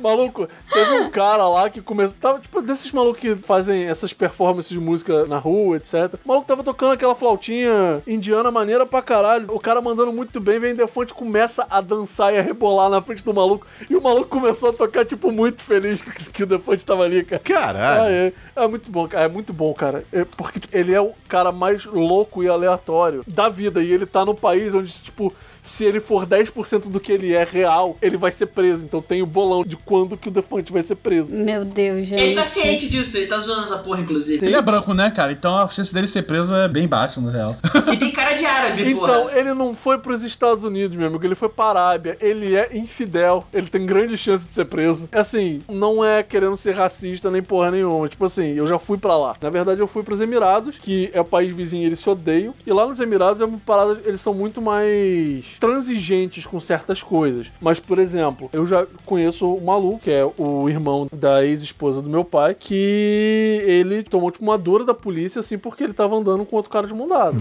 [SPEAKER 1] Maluco, teve um cara lá que começou. Tava, tipo, desses malucos que fazem essas performances de música na rua, etc. O maluco tava tocando aquela flautinha indiana maneira pra caralho. O cara mandando muito bem, vem Defante, começa a dançar e a rebolar na frente do maluco. E o maluco começou a tocar, tipo, muito feliz que, que o Defante tava ali, cara.
[SPEAKER 2] Caralho.
[SPEAKER 1] Ah, é. É muito bom, cara. É muito bom, cara. É porque tipo, ele é o cara mais louco e aleatório da vida. E ele tá no país onde, tipo, se ele for 10% do que ele é real, ele vai ser preso. Então tem o bolão de quando que o Defante vai ser preso.
[SPEAKER 4] Meu Deus, gente.
[SPEAKER 5] Ele tá ciente disso, ele tá zoando essa porra, inclusive.
[SPEAKER 3] Ele é branco, né, cara? Então a chance dele ser preso é bem baixa, na real.
[SPEAKER 5] E tem cara de árabe,
[SPEAKER 1] Então,
[SPEAKER 5] porra.
[SPEAKER 1] ele não foi pros Estados Unidos, meu amigo. Ele foi pra Arábia. Ele é infidel. Ele tem grande chance de ser preso. Assim, não é querendo ser racista nem porra nenhuma. Tipo assim, eu já fui pra lá. Na verdade, eu fui pros Emirados, que é o país vizinho, eles se odeiam. E lá nos Emirados é uma parada, eles são muito mais transigentes com certas coisas. Mas, por exemplo, eu já conheço o Malu, que é o irmão da ex-esposa do meu pai, que ele tomou tipo uma dura da polícia, assim, porque ele tava andando com outro cara de mão dada.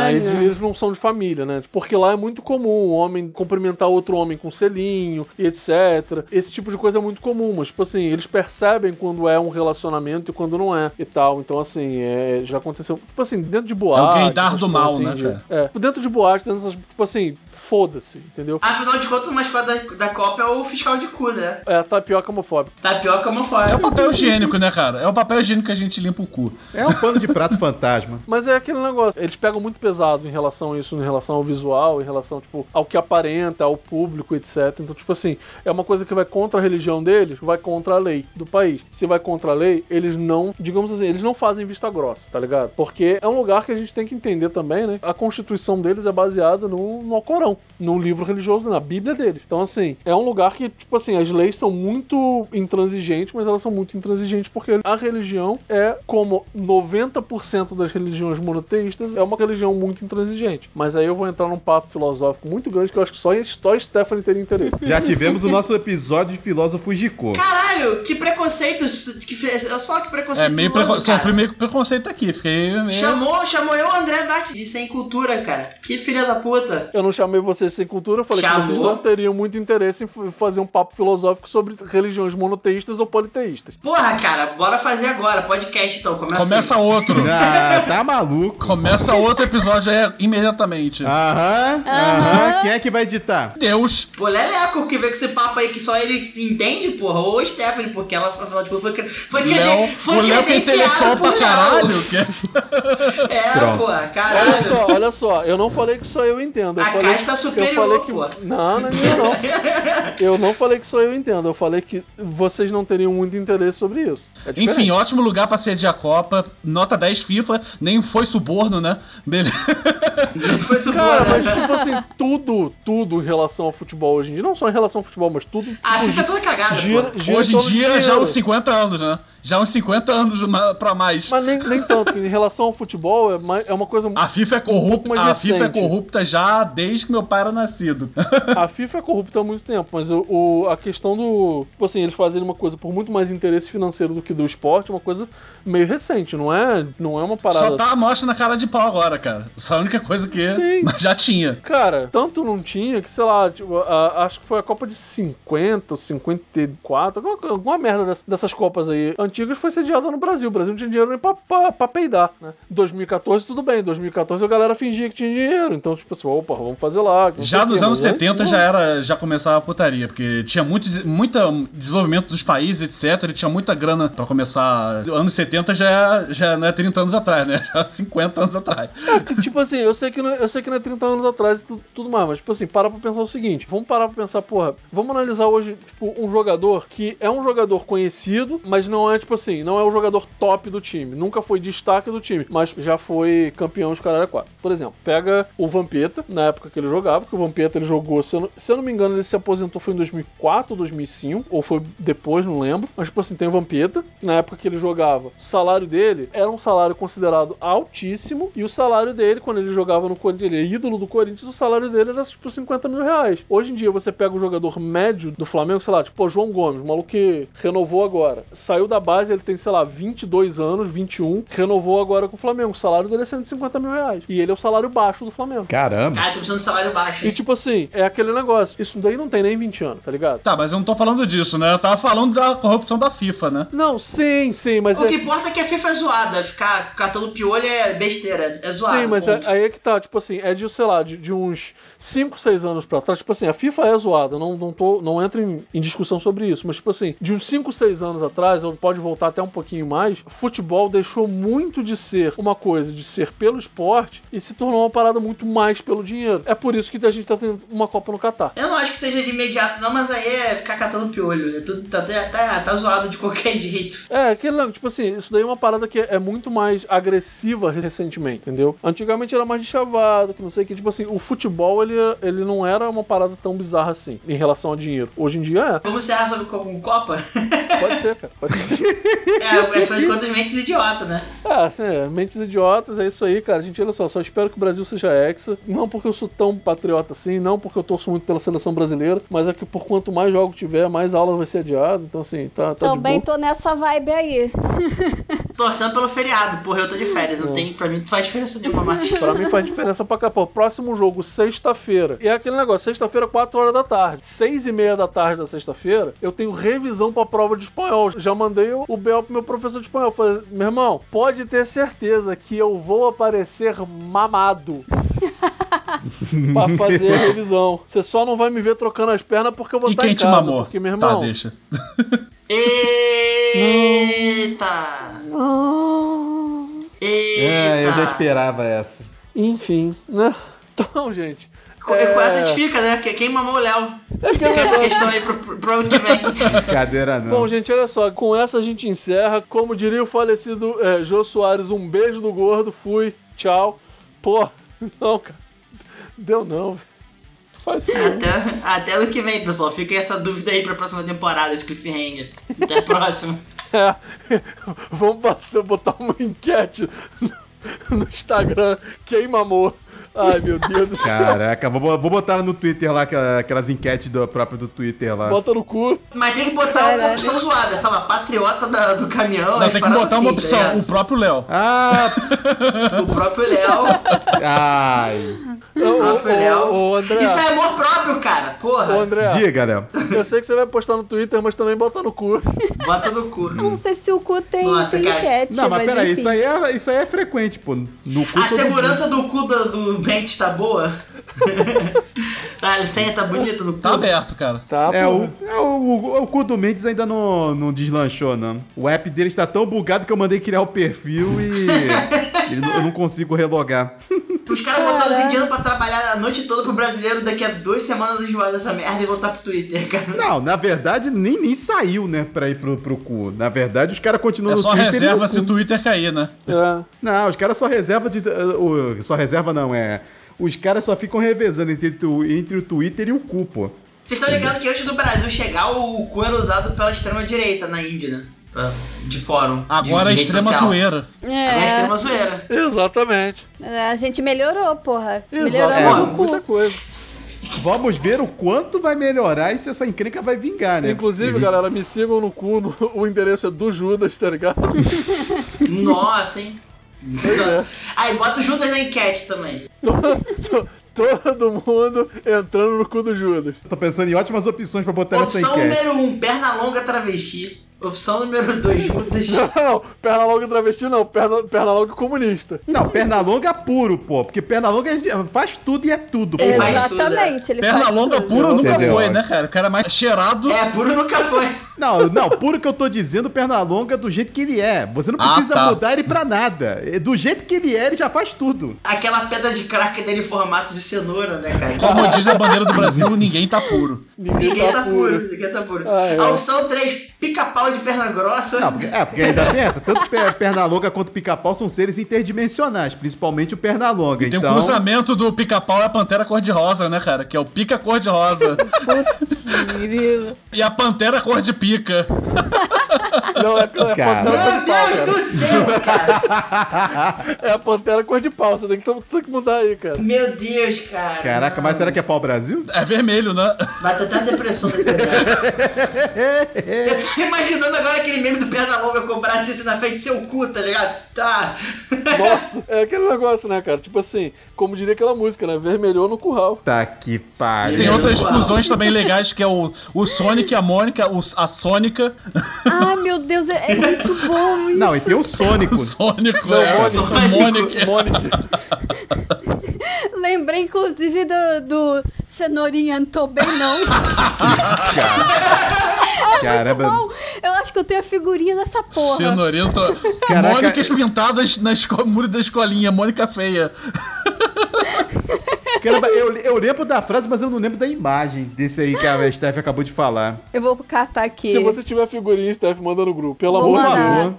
[SPEAKER 1] Aí eles,
[SPEAKER 4] Caralho.
[SPEAKER 1] eles não são de família, né? Porque lá é muito comum o homem cumprimentar outro homem com selinho e etc. Esse tipo de coisa é muito comum, mas, tipo assim, eles percebem quando é um relacionamento e quando não é e tal. Então, assim, é, já aconteceu. Tipo assim,
[SPEAKER 3] É
[SPEAKER 1] dentro de boate.
[SPEAKER 3] gaydar
[SPEAKER 1] essas
[SPEAKER 3] do
[SPEAKER 1] coisas
[SPEAKER 3] mal, né,
[SPEAKER 1] de-
[SPEAKER 3] cara?
[SPEAKER 1] É, dentro de boate, dentro dessas. Tipo assim, foda-se, entendeu?
[SPEAKER 5] Afinal de contas, o mascote da, da Copa é o fiscal de cu, né? Tá
[SPEAKER 1] É a tapioca homofóbica.
[SPEAKER 5] Tapioca
[SPEAKER 3] É
[SPEAKER 5] homofóbico.
[SPEAKER 3] o papel higiênico, né, cara? É o papel higiênico que a gente limpa o cu.
[SPEAKER 2] É um pano de prato fantasma.
[SPEAKER 1] Mas é aquele negócio, eles pegam muito pesado em relação a isso, em relação ao visual, em relação, tipo, ao que aparenta, ao público, etc. Então, tipo assim, é uma coisa que vai contra a religião deles, vai contra a lei do país. Se vai contra a lei, eles não, digamos assim, eles não fazem vista grossa, tá ligado? Porque é um lugar que a gente tem que entender também, né? A constituição deles é baseada no, no Alcorão, no livro religioso, na Bíblia deles. Então, assim, é um lugar que, tipo assim, as leis são muito intransigentes, mas elas são muito intransigentes porque a religião é, como 90% das religiões monoteístas, é uma religião muito intransigente. Mas aí eu vou entrar num papo filosófico muito grande que eu acho que só, só Stephanie teria interesse.
[SPEAKER 2] Já tivemos o nosso episódio de filósofo Gicô.
[SPEAKER 5] Caralho, que preconceito. Que fe... Só Assim, que
[SPEAKER 3] É
[SPEAKER 5] preconceituoso,
[SPEAKER 3] meio preconceito.
[SPEAKER 5] cara.
[SPEAKER 3] Sofri meio que preconceito aqui. Fiquei.
[SPEAKER 1] É.
[SPEAKER 3] meio-
[SPEAKER 5] Chamou, chamou eu, André Dati, de sem cultura, cara. Que filha da puta.
[SPEAKER 1] Eu não chamei vocês sem cultura, eu falei
[SPEAKER 5] Chamou?
[SPEAKER 1] que vocês não teriam muito interesse em f- fazer um papo filosófico sobre religiões monoteístas ou politeístas.
[SPEAKER 5] Porra, cara, bora fazer agora. Podcast, então. Começa,
[SPEAKER 3] Começa
[SPEAKER 1] um.
[SPEAKER 5] aí.
[SPEAKER 3] outro.
[SPEAKER 2] Ah, tá maluco.
[SPEAKER 3] Começa outro episódio aí imediatamente.
[SPEAKER 2] Ah. Aham, aham. Quem é que vai editar?
[SPEAKER 3] Deus.
[SPEAKER 5] Pô, Leleco, que vê com esse papo aí que só ele entende, porra. Ou Stephanie, porque ela, afinal de contas, foi, cre- foi, creden-
[SPEAKER 3] Léo,
[SPEAKER 5] foi
[SPEAKER 3] o Léo tem
[SPEAKER 5] credenciada
[SPEAKER 3] telefone
[SPEAKER 5] por
[SPEAKER 3] pra
[SPEAKER 5] Léo.
[SPEAKER 3] caralho. que-
[SPEAKER 5] É,
[SPEAKER 2] Pronto.
[SPEAKER 5] porra,
[SPEAKER 1] Olha
[SPEAKER 5] caralho.
[SPEAKER 1] só, olha só, eu não falei que só eu entendo. Eu
[SPEAKER 5] A
[SPEAKER 1] falei,
[SPEAKER 5] casta superior,
[SPEAKER 1] eu falei que,
[SPEAKER 5] pô.
[SPEAKER 1] Não, não, é minha, não. Eu não falei que só eu entendo, eu falei que vocês não teriam muito interesse sobre isso. É diferente.
[SPEAKER 3] Enfim, ótimo lugar pra sediar a Copa. Nota 10 FIFA. Nem foi suborno, né? Beleza.
[SPEAKER 5] Foi supor,
[SPEAKER 1] Cara,
[SPEAKER 5] né?
[SPEAKER 1] mas tipo assim, tudo, tudo em relação ao futebol hoje em dia, não só em relação ao futebol, mas tudo.
[SPEAKER 5] A
[SPEAKER 1] tudo
[SPEAKER 5] FIFA é toda cagada,
[SPEAKER 1] gira,
[SPEAKER 5] pô.
[SPEAKER 1] gira
[SPEAKER 3] Hoje em
[SPEAKER 1] torno de
[SPEAKER 3] dia, já é
[SPEAKER 1] dinheiro.
[SPEAKER 3] uns 50 anos, né? Já uns 50 anos ma- pra mais.
[SPEAKER 1] Mas nem, nem tanto, porque em relação ao futebol é, mais- é uma coisa.
[SPEAKER 3] A FIFA é
[SPEAKER 1] pouco
[SPEAKER 3] corrupta,
[SPEAKER 1] mais
[SPEAKER 3] a FIFA é
[SPEAKER 1] recente.
[SPEAKER 3] corrupta já desde que meu pai era nascido.
[SPEAKER 1] A FIFA é corrupta há muito tempo, mas o, o- a questão do. Tipo assim, eles fazerem uma coisa por muito mais interesse financeiro do que do esporte, é uma coisa meio recente, não é, não é uma parada.
[SPEAKER 3] Só tá a mostra na cara de pau agora, cara. Essa é a única coisa que
[SPEAKER 1] Sim.
[SPEAKER 3] já tinha.
[SPEAKER 1] Cara, tanto não tinha que, sei lá, tipo, a- acho que foi a Copa de 50 ou 54, alguma coisa alguma merda dessas, dessas Copas aí antigas foi sediada no Brasil. O Brasil não tinha dinheiro nem pra, pra, pra peidar, né? 2014, tudo bem. 2014 a galera fingia que tinha dinheiro. Então, tipo assim, opa, vamos fazer lá. não
[SPEAKER 3] Já
[SPEAKER 1] sei o
[SPEAKER 3] nos
[SPEAKER 1] quê,
[SPEAKER 3] anos
[SPEAKER 1] mas aí,
[SPEAKER 3] 70
[SPEAKER 1] pô,
[SPEAKER 3] já era, já começava a putaria, porque tinha muito, de- muita desenvolvimento dos países, etc, e tinha muita grana pra começar. Anos 70 já, é- já não é 30 anos atrás, né? Já é 50 anos atrás.
[SPEAKER 1] É, que, tipo assim, eu sei que não, eu sei que não é 30 anos atrás e tu- tudo mais, mas tipo assim, para pra pensar o seguinte, vamos parar pra pensar, porra, vamos analisar hoje, tipo, um jogador que é um jogador conhecido, mas não é, tipo assim, não é o jogador top do time, nunca foi destaque do time, mas já foi campeão de caralho 4. Por exemplo, pega o Vampeta, na época que ele jogava, que o Vampeta ele jogou, se eu, não, se eu não me engano, ele se aposentou foi em 2004 ou 2005, ou foi depois, não lembro, mas tipo assim, tem o Vampeta, na época que ele jogava, o salário dele era um salário considerado altíssimo, e o salário dele, quando ele jogava no Corinthians, ele é ídolo do Corinthians, o salário dele era tipo 50 mil reais. Hoje em dia você pega o jogador médio do Flamengo, sei lá, tipo o João Gomes, o maluco que renovou agora. Saiu da base, ele tem, sei lá, 22 anos, 21, renovou agora com o Flamengo. O salário dele é 150 mil reais. E ele é o salário baixo do Flamengo.
[SPEAKER 2] Caramba.
[SPEAKER 5] Cara, tô precisando de salário baixo.
[SPEAKER 1] E
[SPEAKER 5] hein?
[SPEAKER 1] tipo assim, é aquele negócio. Isso daí não tem nem 20 anos, tá ligado?
[SPEAKER 3] Tá, mas eu não tô falando disso, né? Eu tava falando da corrupção da FIFA, né?
[SPEAKER 1] Não, sim, sim, mas
[SPEAKER 5] O
[SPEAKER 1] é.
[SPEAKER 5] que importa é que a FIFA é zoada. Ficar catando piolho é besteira, é zoado.
[SPEAKER 1] Sim, mas é-
[SPEAKER 5] ponto.
[SPEAKER 1] aí é que tá, tipo assim, é de, sei lá, de, de uns 5, 6 anos pra trás. Tipo assim, a FIFA é zoada, não, não, tô, não entro em, em discussão sobre isso, mas tipo assim, de uns 5, 6 anos atrás, ou pode voltar até um pouquinho mais, futebol deixou muito de ser uma coisa, de ser pelo esporte, e se tornou uma parada muito mais pelo dinheiro. É por isso que a gente tá tendo uma Copa no Catar.
[SPEAKER 5] Eu não acho que seja de imediato, não, mas aí é ficar catando piolho. É tudo, tá, tá, tá, tá zoado de qualquer jeito.
[SPEAKER 1] É, aquele, lance, tipo assim, isso daí é uma parada que é muito mais agressiva recentemente, entendeu? Antigamente era mais deschavado, que não sei o que, tipo assim, o futebol ele, ele não era uma parada tão bizarra assim, em relação a dinheiro. Hoje em dia
[SPEAKER 5] Vamos encerrar sobre co- com Copa?
[SPEAKER 1] é, pode ser, cara, pode ser.
[SPEAKER 5] é, é, foi de contas mentes idiota, né?
[SPEAKER 1] É, assim, é, mentes idiotas, é isso aí, cara. Gente, olha só, só espero que o Brasil seja hexa, não porque eu sou tão patriota assim, não porque eu torço muito pela seleção brasileira, mas é que por quanto mais jogo tiver, mais aula vai ser adiada, então assim, tá, tá
[SPEAKER 4] Também
[SPEAKER 1] de boa.
[SPEAKER 4] tô nessa vibe aí.
[SPEAKER 5] Torcendo pelo feriado, porra, eu tô de férias. Não tem, pra mim não faz diferença nenhuma, Martins.
[SPEAKER 1] Pra mim faz diferença pra cá. Pô, próximo jogo, sexta-feira. E é aquele negócio, sexta-feira, 4 horas da tarde. 6 e meia da tarde da sexta-feira, eu tenho revisão pra prova de espanhol. Já mandei o o BL pro meu professor de espanhol. Falei, meu irmão, pode ter certeza que eu vou aparecer mamado. pra fazer a revisão. Você só não vai me ver trocando as pernas porque eu vou
[SPEAKER 3] E
[SPEAKER 1] estar
[SPEAKER 3] quem
[SPEAKER 1] em
[SPEAKER 3] te
[SPEAKER 1] casa.
[SPEAKER 3] mamou?
[SPEAKER 1] Porque, meu irmão,
[SPEAKER 3] Tá, deixa.
[SPEAKER 5] Eita!
[SPEAKER 1] Ah,
[SPEAKER 2] É, eu já
[SPEAKER 5] Eita!
[SPEAKER 2] esperava essa.
[SPEAKER 1] enfim, né? Então, gente.
[SPEAKER 5] Com, com essa a gente fica, né? Que- Quem mamou o Léo? Fica essa questão aí pro, pro, pro ano que vem.
[SPEAKER 2] Brincadeira não.
[SPEAKER 1] Bom, gente, olha só, com essa a gente encerra. Como diria o falecido é, Jô Soares, um beijo do gordo, fui, tchau. Pô, não, cara. Deu não, velho. Tu faz isso. não.
[SPEAKER 5] Até, até ano que vem, pessoal. Fica essa dúvida aí pra próxima temporada, esse cliffhanger. Até a próxima.
[SPEAKER 1] É. Vamos passar, botar uma enquete no, no Instagram. Quem mamou? Ai, meu Deus do céu.
[SPEAKER 2] Caraca, vou, vou botar no Twitter lá, aquela- aquelas enquetes do, própria do Twitter lá.
[SPEAKER 1] Bota no cu.
[SPEAKER 5] Mas tem que botar uma opção zoada, sabe? A patriota da- do caminhão.
[SPEAKER 3] Não, tem
[SPEAKER 5] as
[SPEAKER 3] que
[SPEAKER 5] paradas
[SPEAKER 3] botar uma
[SPEAKER 5] assim,
[SPEAKER 3] opção,
[SPEAKER 1] é
[SPEAKER 5] tá ligado?
[SPEAKER 3] o próprio Léo.
[SPEAKER 2] Ah,
[SPEAKER 5] O próprio Léo.
[SPEAKER 2] ai.
[SPEAKER 1] Ô,
[SPEAKER 5] O próprio Léo.
[SPEAKER 1] ô, ô, ô, André.
[SPEAKER 5] Isso é amor próprio, cara. Porra.
[SPEAKER 1] Ô, André,
[SPEAKER 2] Diga, Léo.
[SPEAKER 1] eu sei que você vai postar no Twitter, mas também bota no cu.
[SPEAKER 5] Bota no cu.
[SPEAKER 4] Não sei se o cu tem,
[SPEAKER 5] Nossa,
[SPEAKER 4] tem
[SPEAKER 5] cara.
[SPEAKER 4] enquete,
[SPEAKER 2] Não, mas
[SPEAKER 4] mas,
[SPEAKER 2] peraí,
[SPEAKER 4] enfim.
[SPEAKER 2] isso aí, é, isso aí é frequente, pô. No cu
[SPEAKER 5] A
[SPEAKER 2] todo
[SPEAKER 5] segurança do cu do, do Bent tá boa? a senha tá bonita no cu?
[SPEAKER 3] Tá aberto, cara.
[SPEAKER 1] Tá,
[SPEAKER 2] mundo- É,
[SPEAKER 1] pô.
[SPEAKER 2] o, é o, o cu do Mendes ainda não, não deslanchou, não. O app dele está tão bugado que eu mandei criar o perfil e ele não- eu não consigo relogar.
[SPEAKER 5] Os caras botaram os indianos pra trabalhar a noite toda pro brasileiro. Daqui a duas semanas enjoar dessa merda e voltar pro Twitter, cara.
[SPEAKER 2] Não, na verdade, nem, nem saiu, né, pra ir pro, pro cu. Na verdade, os caras continuam
[SPEAKER 3] É
[SPEAKER 2] no
[SPEAKER 3] só
[SPEAKER 2] Twitter e no
[SPEAKER 3] reserva
[SPEAKER 2] cu.
[SPEAKER 3] se o Twitter cair, né?
[SPEAKER 1] É.
[SPEAKER 2] Não, os caras só reserva de. uh, o- só reserva não, é. Os caras só ficam revezando entre, tu- entre o Twitter e o cu, pô.
[SPEAKER 5] Vocês estão ligados que antes do Brasil chegar, o cu era usado pela extrema-direita na Índia, né? Pra- De fórum.
[SPEAKER 3] Agora é
[SPEAKER 5] de,
[SPEAKER 3] extrema
[SPEAKER 5] zoeira.
[SPEAKER 3] zoeira.
[SPEAKER 5] Agora é
[SPEAKER 4] É,
[SPEAKER 5] extrema zoeira.
[SPEAKER 1] Exatamente.
[SPEAKER 4] a gente melhorou, porra.
[SPEAKER 1] Exato.
[SPEAKER 4] Melhoramos
[SPEAKER 5] É,
[SPEAKER 4] o
[SPEAKER 1] Muita
[SPEAKER 4] cu.
[SPEAKER 1] coisa.
[SPEAKER 2] Vamos ver o quanto vai melhorar e se essa encrenca vai vingar, né?
[SPEAKER 1] Inclusive, galera, me sigam no cu, no- o endereço é do Judas, tá ligado?
[SPEAKER 5] Nossa, hein? Aí, bota o Judas na enquete também.
[SPEAKER 1] Tô- tô- Todo mundo entrando no cu do Judas.
[SPEAKER 2] Tô pensando em ótimas opções pra botar Tá nessa
[SPEAKER 5] Opção
[SPEAKER 2] enquete.
[SPEAKER 5] número 1, um, perna longa travesti. Opção número 2, Judas.
[SPEAKER 1] Não, perna longa travesti não, perna, perna longa comunista.
[SPEAKER 2] Não, Pernalonga é puro, pô. Porque Pernalonga faz tudo e é tudo, pô.
[SPEAKER 5] Exato.
[SPEAKER 4] Exatamente, ele
[SPEAKER 3] Perna
[SPEAKER 4] faz
[SPEAKER 3] longa
[SPEAKER 4] tudo.
[SPEAKER 3] puro nunca
[SPEAKER 2] Entendeu?
[SPEAKER 3] foi, né, cara? O cara mais cheirado.
[SPEAKER 5] É, puro nunca foi.
[SPEAKER 2] Não, não, puro que eu tô dizendo, Pernalonga do jeito que ele é. Você não
[SPEAKER 3] Ah,
[SPEAKER 2] precisa
[SPEAKER 3] tá.
[SPEAKER 2] mudar ele pra nada. Do jeito que ele é, ele já faz tudo.
[SPEAKER 5] Aquela pedra de crack dele em formato de cenoura, né, cara?
[SPEAKER 3] Como diz a bandeira do Brasil, ninguém tá puro.
[SPEAKER 1] Ninguém,
[SPEAKER 5] Ninguém tá puro,
[SPEAKER 1] puro.
[SPEAKER 5] ninguém tá puro.
[SPEAKER 1] Ah, é.
[SPEAKER 5] A opção 3, pica-pau de perna grossa.
[SPEAKER 2] Não, porque- é, porque ainda tem essa. Tanto per- Pernalonga quanto Pica-Pau são seres interdimensionais, principalmente o Pernalonga.
[SPEAKER 3] Tem o
[SPEAKER 2] então,
[SPEAKER 3] cruzamento do pica-pau e a pantera cor-de-rosa, né, cara? Que é o pica cor-de-rosa.
[SPEAKER 4] Grilo.
[SPEAKER 3] e a pantera cor-de-pica.
[SPEAKER 1] Não, é, é
[SPEAKER 2] Cara.
[SPEAKER 1] pantera cor
[SPEAKER 5] Meu
[SPEAKER 1] de pau, cara.
[SPEAKER 5] Deus do céu, cara.
[SPEAKER 1] É a pantera cor de pau, você tem que, você tem que mudar aí, cara.
[SPEAKER 5] Meu Deus, cara.
[SPEAKER 2] Caraca,
[SPEAKER 5] não.
[SPEAKER 2] mas será que é pau-brasil?
[SPEAKER 3] É vermelho, né?
[SPEAKER 5] Vai ter até depressão da dessa. Eu tô imaginando agora aquele meme do perna longa com o braço assim na frente do seu cu, tá ligado? Tá.
[SPEAKER 1] Nossa, é aquele negócio, né, cara? Tipo assim, como diria aquela música, né? Vermelhou no curral.
[SPEAKER 2] Tá que
[SPEAKER 3] Tem
[SPEAKER 2] pariu.
[SPEAKER 3] outras
[SPEAKER 5] Uau.
[SPEAKER 3] fusões também legais, que é o, o Sonic, a Mônica, o- a Sônica.
[SPEAKER 4] Ai, meu Deus, é, é muito bom isso.
[SPEAKER 2] Não, e tem o Sônico.
[SPEAKER 3] O Sônico,
[SPEAKER 1] Não,
[SPEAKER 3] é,
[SPEAKER 5] Sônico.
[SPEAKER 3] o Mônica.
[SPEAKER 1] Mônica.
[SPEAKER 4] Lembrei, inclusive, do, do Cenourinha, não tô bem, não.
[SPEAKER 2] Caramba.
[SPEAKER 4] Bom, eu acho que eu tenho a figurinha dessa porra.
[SPEAKER 3] Cenourinto.
[SPEAKER 2] Caraca.
[SPEAKER 3] é Mônicas pintadas na esco... muro da escolinha, Mônica feia.
[SPEAKER 2] Caramba, eu, eu lembro da frase, mas eu não lembro da imagem desse aí que a Steph acabou de falar.
[SPEAKER 4] Eu vou catar aqui.
[SPEAKER 1] Se você tiver figurinha, Steph, manda no grupo. Pelo
[SPEAKER 4] Vou
[SPEAKER 1] amor de
[SPEAKER 4] mandar.
[SPEAKER 1] Deus.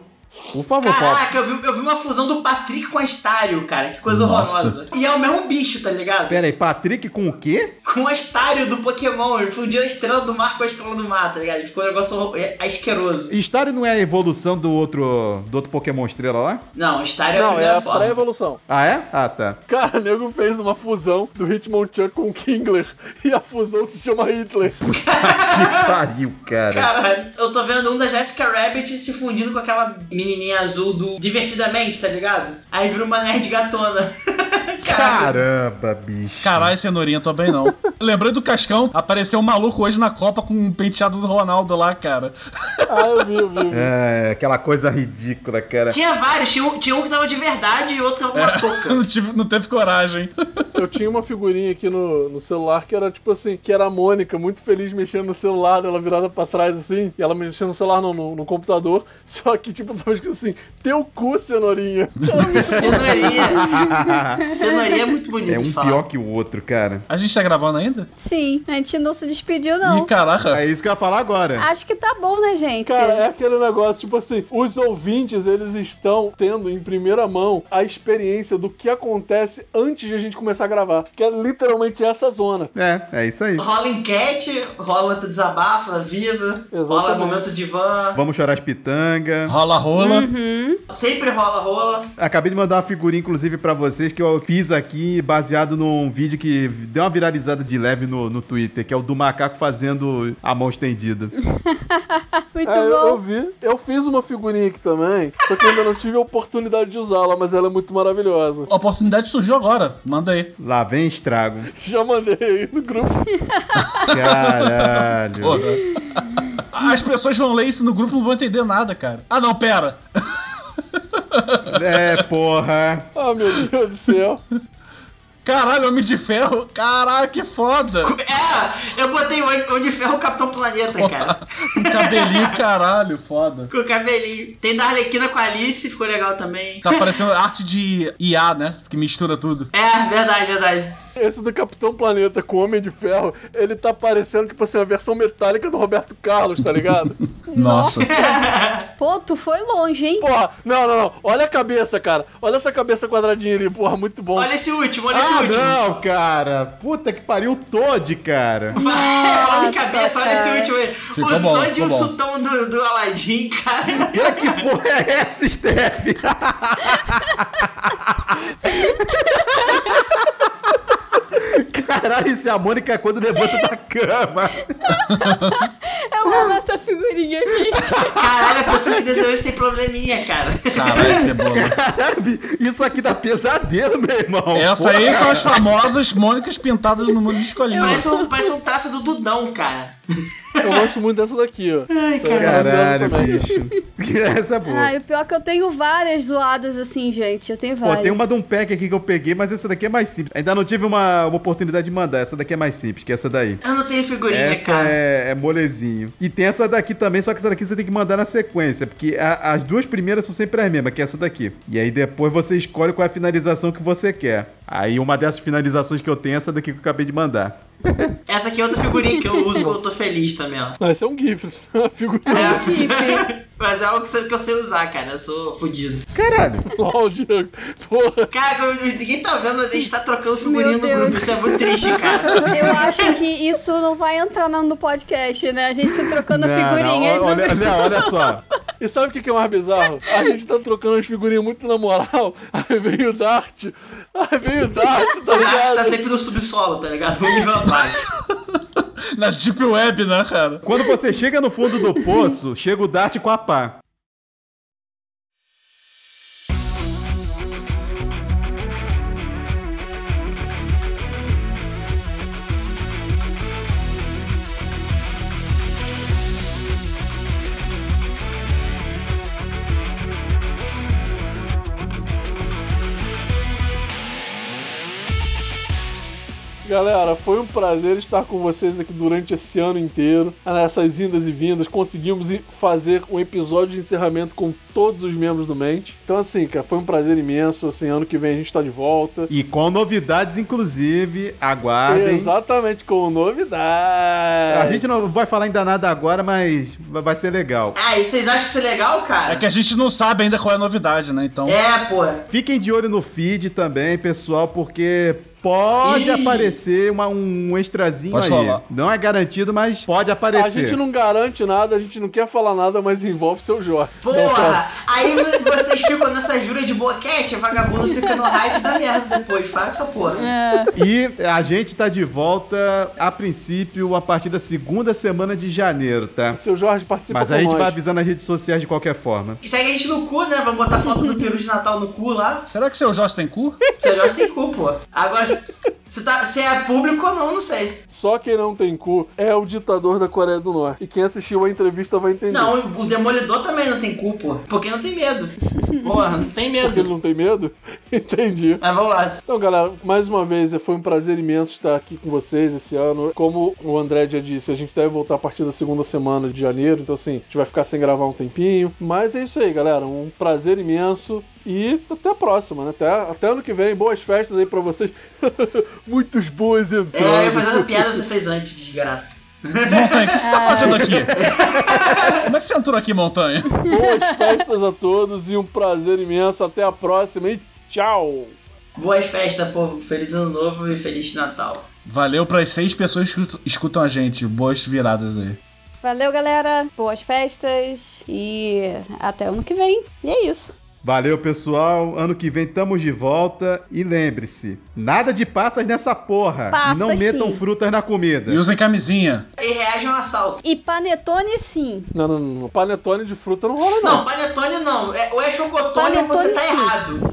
[SPEAKER 2] Por favor, Paulo.
[SPEAKER 5] Caraca, eu vi, eu vi uma fusão do Patrick com a Astário, cara. Que coisa
[SPEAKER 3] Nossa.
[SPEAKER 5] horrorosa. E é o mesmo bicho, tá ligado?
[SPEAKER 2] Pera aí, Patrick com o quê?
[SPEAKER 5] Com o Astário do Pokémon. Ele fundiu a estrela do mar com a estrela do mar, tá ligado? Ficou um negócio horror- é- asqueroso.
[SPEAKER 2] Starry não é a evolução do outro, do outro Pokémon estrela lá?
[SPEAKER 5] Não, Astário é a
[SPEAKER 1] Não, é
[SPEAKER 5] primeira
[SPEAKER 1] a
[SPEAKER 5] forma.
[SPEAKER 1] pré-evolução.
[SPEAKER 2] Ah, é? Ah, tá.
[SPEAKER 1] Cara, o nego fez uma fusão do Hitmonchan com o Kingler. E a fusão se chama Hitler.
[SPEAKER 2] Que pariu, cara.
[SPEAKER 5] Cara, eu tô vendo um da Jessica Rabbit se fundindo com aquela menininha azul do Divertidamente, tá ligado? Aí vira uma nerd gatona. Cara,
[SPEAKER 2] Caramba, bicho.
[SPEAKER 3] Caralho, Cenourinha, tô bem não. Lembrei do Cascão, apareceu um maluco hoje na Copa com um penteado do Ronaldo lá, cara.
[SPEAKER 1] Ah, eu vi, eu vi. Eu vi.
[SPEAKER 2] É, aquela coisa ridícula, cara.
[SPEAKER 5] tinha vários. Tinha um, tinha um que tava de verdade e outro que tava com
[SPEAKER 2] É.
[SPEAKER 5] uma touca.
[SPEAKER 3] Não, tive, não teve coragem.
[SPEAKER 1] Eu tinha uma figurinha aqui no, no celular que era tipo assim, que era a Mônica, muito feliz mexendo no celular, ela virada pra trás assim, e ela mexendo no celular não, no, no computador, só que tipo, tava escrito assim, teu cu, cenourinha.
[SPEAKER 5] Cenaria. Cenaria é muito bonito
[SPEAKER 2] É
[SPEAKER 5] de
[SPEAKER 2] um
[SPEAKER 5] falar.
[SPEAKER 2] pior que o outro, cara.
[SPEAKER 3] A gente tá gravando ainda?
[SPEAKER 4] Sim, a gente não se despediu, não.
[SPEAKER 3] Ih, caraca.
[SPEAKER 2] É isso que eu ia falar agora.
[SPEAKER 5] Ah.
[SPEAKER 4] Acho que tá bom, né, gente?
[SPEAKER 1] Cara, é aquele negócio, tipo assim, os ouvintes, eles estão tendo em primeira mão a experiência do que acontece antes de a gente começar a gravar, que é literalmente essa zona.
[SPEAKER 2] É, é isso aí.
[SPEAKER 5] Rola enquete, rola desabafa, viva, rola
[SPEAKER 1] Exatamente.
[SPEAKER 5] momento de van,
[SPEAKER 2] Vamos chorar as pitangas.
[SPEAKER 3] Rola, rola.
[SPEAKER 5] sempre rola, rola.
[SPEAKER 2] Acabei de mandar uma figurinha, inclusive, pra vocês que eu fiz aqui, baseado num vídeo que deu uma viralizada de leve no, no Twitter, que é o do macaco fazendo a mão estendida.
[SPEAKER 4] Muito
[SPEAKER 2] Ah,
[SPEAKER 1] É, eu,
[SPEAKER 4] bom.
[SPEAKER 1] eu vi. Eu fiz uma figurinha aqui também, só que eu ainda não tive a oportunidade de usá-la, mas ela é muito maravilhosa.
[SPEAKER 3] A oportunidade surgiu agora. Manda aí.
[SPEAKER 2] Lá vem estrago.
[SPEAKER 1] Já mandei aí no grupo.
[SPEAKER 2] Caralho.
[SPEAKER 3] Porra. As pessoas vão ler isso no grupo e não vão entender nada, cara. Ah, não, pera.
[SPEAKER 2] É, porra.
[SPEAKER 1] Ah, meu Deus do céu.
[SPEAKER 3] Caralho, Homem de Ferro. Caraca, que foda.
[SPEAKER 5] É, eu botei o Homem de Ferro o Capitão Planeta, cara.
[SPEAKER 3] Um cabelinho, caralho, foda.
[SPEAKER 5] Com o cabelinho. Tem da Arlequina com a Alice, ficou legal também.
[SPEAKER 3] Tá parecendo arte de IA, né? Que mistura tudo.
[SPEAKER 5] É, verdade, verdade.
[SPEAKER 1] Esse do Capitão Planeta com o Homem de Ferro, ele tá parecendo, tipo assim, a versão metálica do Roberto Carlos, tá ligado?
[SPEAKER 3] Nossa.
[SPEAKER 4] Pô, tu foi longe, hein?
[SPEAKER 1] Porra, não, não, não. Olha a cabeça, cara. Olha essa cabeça quadradinha ali, porra, muito bom.
[SPEAKER 5] Olha esse último, olha esse é
[SPEAKER 2] Ah,
[SPEAKER 5] último.
[SPEAKER 2] não, cara. Puta que pariu, o Todd, cara.
[SPEAKER 5] olha de
[SPEAKER 4] Nossa,
[SPEAKER 5] cabeça, olha
[SPEAKER 4] cara.
[SPEAKER 5] esse último aí. o
[SPEAKER 3] bom,
[SPEAKER 5] Todd e o
[SPEAKER 3] ficou bom.
[SPEAKER 5] sutão um do, do Aladdin, cara.
[SPEAKER 2] Cara, que porra é essa, Steph? Caralho, isso é a Mônica quando levanta da cama.
[SPEAKER 4] É o a nossa figurinha, gente.
[SPEAKER 5] Caralho, a pessoa que desenhou isso tem probleminha, cara.
[SPEAKER 3] Caralho, cebola.
[SPEAKER 2] Caralho, isso aqui dá pesadelo, meu irmão.
[SPEAKER 3] Essa aí são as famosas Mônicas pintadas no mundo de escolinha.
[SPEAKER 5] Parece um, parece um traço do Dudão, cara.
[SPEAKER 1] Eu gosto muito dessa daqui, ó.
[SPEAKER 5] Ai,
[SPEAKER 1] Essa é
[SPEAKER 5] cara.
[SPEAKER 1] maravilhosa
[SPEAKER 2] Caralho,
[SPEAKER 1] também.
[SPEAKER 2] bicho. Essa é boa.
[SPEAKER 4] Ah, e o pior é que eu tenho várias zoadas assim, gente. Eu tenho
[SPEAKER 2] Pô,
[SPEAKER 4] várias.
[SPEAKER 2] tem uma de um pack aqui que eu peguei, mas essa daqui é mais simples. Ainda não tive uma, uma oportunidade de mandar. Essa daqui é mais simples, que é essa daí.
[SPEAKER 5] Eu não tenho figurinha,
[SPEAKER 2] Essa
[SPEAKER 5] cara.
[SPEAKER 2] é, é molezinho. E tem essa daqui também, só que essa daqui você tem que mandar na sequência, porque a- as duas primeiras são sempre as mesmas, que é essa daqui. E aí depois você escolhe qual é a finalização que você quer. Aí uma dessas finalizações que eu tenho é essa daqui que eu acabei de mandar.
[SPEAKER 5] Essa aqui é outra figurinha que eu uso quando eu tô feliz também, ó.
[SPEAKER 1] Não, esse é um GIF, isso é uma figurinha
[SPEAKER 5] É, mas é algo que eu sei usar, cara. Eu sou fodido.
[SPEAKER 2] Caralho!
[SPEAKER 1] LOL, Diego. Porra.
[SPEAKER 5] Cara, eu- ninguém tá vendo, mas a gente tá trocando
[SPEAKER 4] Meu
[SPEAKER 5] figurinha no
[SPEAKER 4] Deus.
[SPEAKER 5] grupo. Isso é muito triste, cara.
[SPEAKER 4] Eu acho que isso não vai entrar no no podcast, né? A gente se trocando figurinhas. né?
[SPEAKER 2] olha,
[SPEAKER 4] no...
[SPEAKER 2] olha, olha só.
[SPEAKER 1] E sabe o que que é mais bizarro? A gente tá trocando as figurinhas muito na moral. Aí veio o Dart. Aí veio o Dart, tá
[SPEAKER 5] O Nath tá
[SPEAKER 1] ligado?
[SPEAKER 5] sempre no subsolo, tá ligado? No nível abaixo.
[SPEAKER 3] Na Deep Web, né, cara?
[SPEAKER 2] Quando você chega no fundo do poço, chega o Dart com a pá.
[SPEAKER 1] Galera, foi um prazer estar com vocês aqui durante esse ano inteiro. Nessas indas e vindas, conseguimos ir- fazer um episódio de encerramento com todos os membros do Mente. Então, assim, cara, foi um prazer imenso. Assim, ano que vem a gente tá de volta.
[SPEAKER 2] E com novidades, inclusive, aguardem.
[SPEAKER 1] Exatamente, com novidades.
[SPEAKER 2] A gente não vai falar ainda nada agora, mas vai vai ser legal.
[SPEAKER 5] Ah, e vocês acham isso legal,
[SPEAKER 3] É
[SPEAKER 5] cara?
[SPEAKER 3] que a gente não sabe ainda qual é a novidade, né? Então.
[SPEAKER 5] É, pô.
[SPEAKER 2] Fiquem de olho no feed também, pessoal, porque pode
[SPEAKER 5] Ih!
[SPEAKER 2] aparecer uma- um extrazinho
[SPEAKER 3] Pode
[SPEAKER 2] aí.
[SPEAKER 3] rolar.
[SPEAKER 2] Não é garantido, mas pode
[SPEAKER 1] A
[SPEAKER 2] aparecer.
[SPEAKER 1] gente não garante nada, a gente não quer falar nada, mas envolve seu Jorge. Então,
[SPEAKER 5] Porra! Aí vo- vocês ficam nessa jura de boquete, a vagabunda fica no hype da merda depois. Fala com essa porra.
[SPEAKER 2] E a gente tá de volta, a princípio, a partir da segunda semana de janeiro, tá?
[SPEAKER 1] Seu Jorge participa
[SPEAKER 2] Mas
[SPEAKER 1] com
[SPEAKER 2] a gente
[SPEAKER 1] nós.
[SPEAKER 2] vai avisar nas redes sociais de qualquer forma.
[SPEAKER 5] E segue a gente no cu, né? Vamos botar foto do peru de Natal no cu lá.
[SPEAKER 3] Será que seu Jorge tem cu?
[SPEAKER 5] Você gosta tem cu, pô. Agora, se, se tá, se é público ou não, não sei.
[SPEAKER 1] Só quem não tem cu é o ditador da Coreia do Norte. E quem assistiu a entrevista vai entender.
[SPEAKER 5] Não, o Demolidor também não tem cu, pô. Porque não tem medo. Porra, não tem
[SPEAKER 1] Ele
[SPEAKER 5] medo.
[SPEAKER 1] não tem medo? Entendi.
[SPEAKER 5] Mas vamos lá.
[SPEAKER 1] Então, galera, mais uma vez, foi um prazer imenso estar aqui com vocês esse ano. Como o André já disse, a gente deve voltar a partir da segunda semana de janeiro. Então, assim, a gente vai ficar sem gravar um tempinho. Mas é isso aí, galera. Um prazer imenso. E até a próxima, né? Até, até ano que vem. Boas festas aí pra vocês. Muitos boas
[SPEAKER 5] É, eu ia
[SPEAKER 1] entradas.
[SPEAKER 5] fazendo piada você fez antes, desgraça.
[SPEAKER 3] Montanha, o que você tá fazendo aqui? Como é que você entrou aqui, Montanha?
[SPEAKER 1] Boas festas a todos e um prazer imenso. Até a próxima e tchau!
[SPEAKER 5] Boas festas, povo. Feliz ano novo e feliz Natal.
[SPEAKER 3] Valeu pras seis pessoas que escutam a gente. Boas viradas aí.
[SPEAKER 4] Valeu, galera. Boas festas. E até ano que vem. E é isso.
[SPEAKER 2] Valeu, pessoal. Ano que vem estamos de volta. E lembre-se: nada de passas nessa porra.
[SPEAKER 4] Passas,
[SPEAKER 2] não metam
[SPEAKER 4] sim.
[SPEAKER 2] frutas na comida.
[SPEAKER 3] E usem camisinha.
[SPEAKER 5] E reage ao assalto.
[SPEAKER 4] E panetone, sim.
[SPEAKER 1] Não, não, não. Panetone de fruta não rola, não.
[SPEAKER 5] Não, panetone não. É, ou é chocotone ou você
[SPEAKER 4] Panetone,
[SPEAKER 5] tá
[SPEAKER 4] sim.
[SPEAKER 5] errado.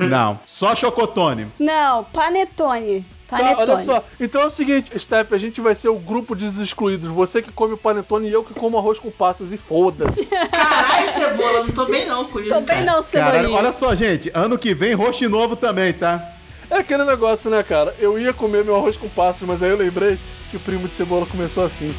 [SPEAKER 2] Não. Não. Só chocotone.
[SPEAKER 4] Não, panetone.
[SPEAKER 1] Tá,
[SPEAKER 4] Panetone.
[SPEAKER 1] olha só. Então é o seguinte, Steph, a gente vai ser o grupo dos excluídos. Você que come panetone e eu que como arroz com passas e foda-se.
[SPEAKER 5] Caralho, cebola, não tô bem não com isso.
[SPEAKER 4] Tô bem
[SPEAKER 5] cara.
[SPEAKER 2] Cara,
[SPEAKER 4] não, Cebolinha.
[SPEAKER 2] olha só, gente. Ano que vem, roxo novo também, tá?
[SPEAKER 1] É aquele negócio, né, cara? Eu ia comer meu arroz com passas, mas aí eu lembrei que o primo de cebola começou assim.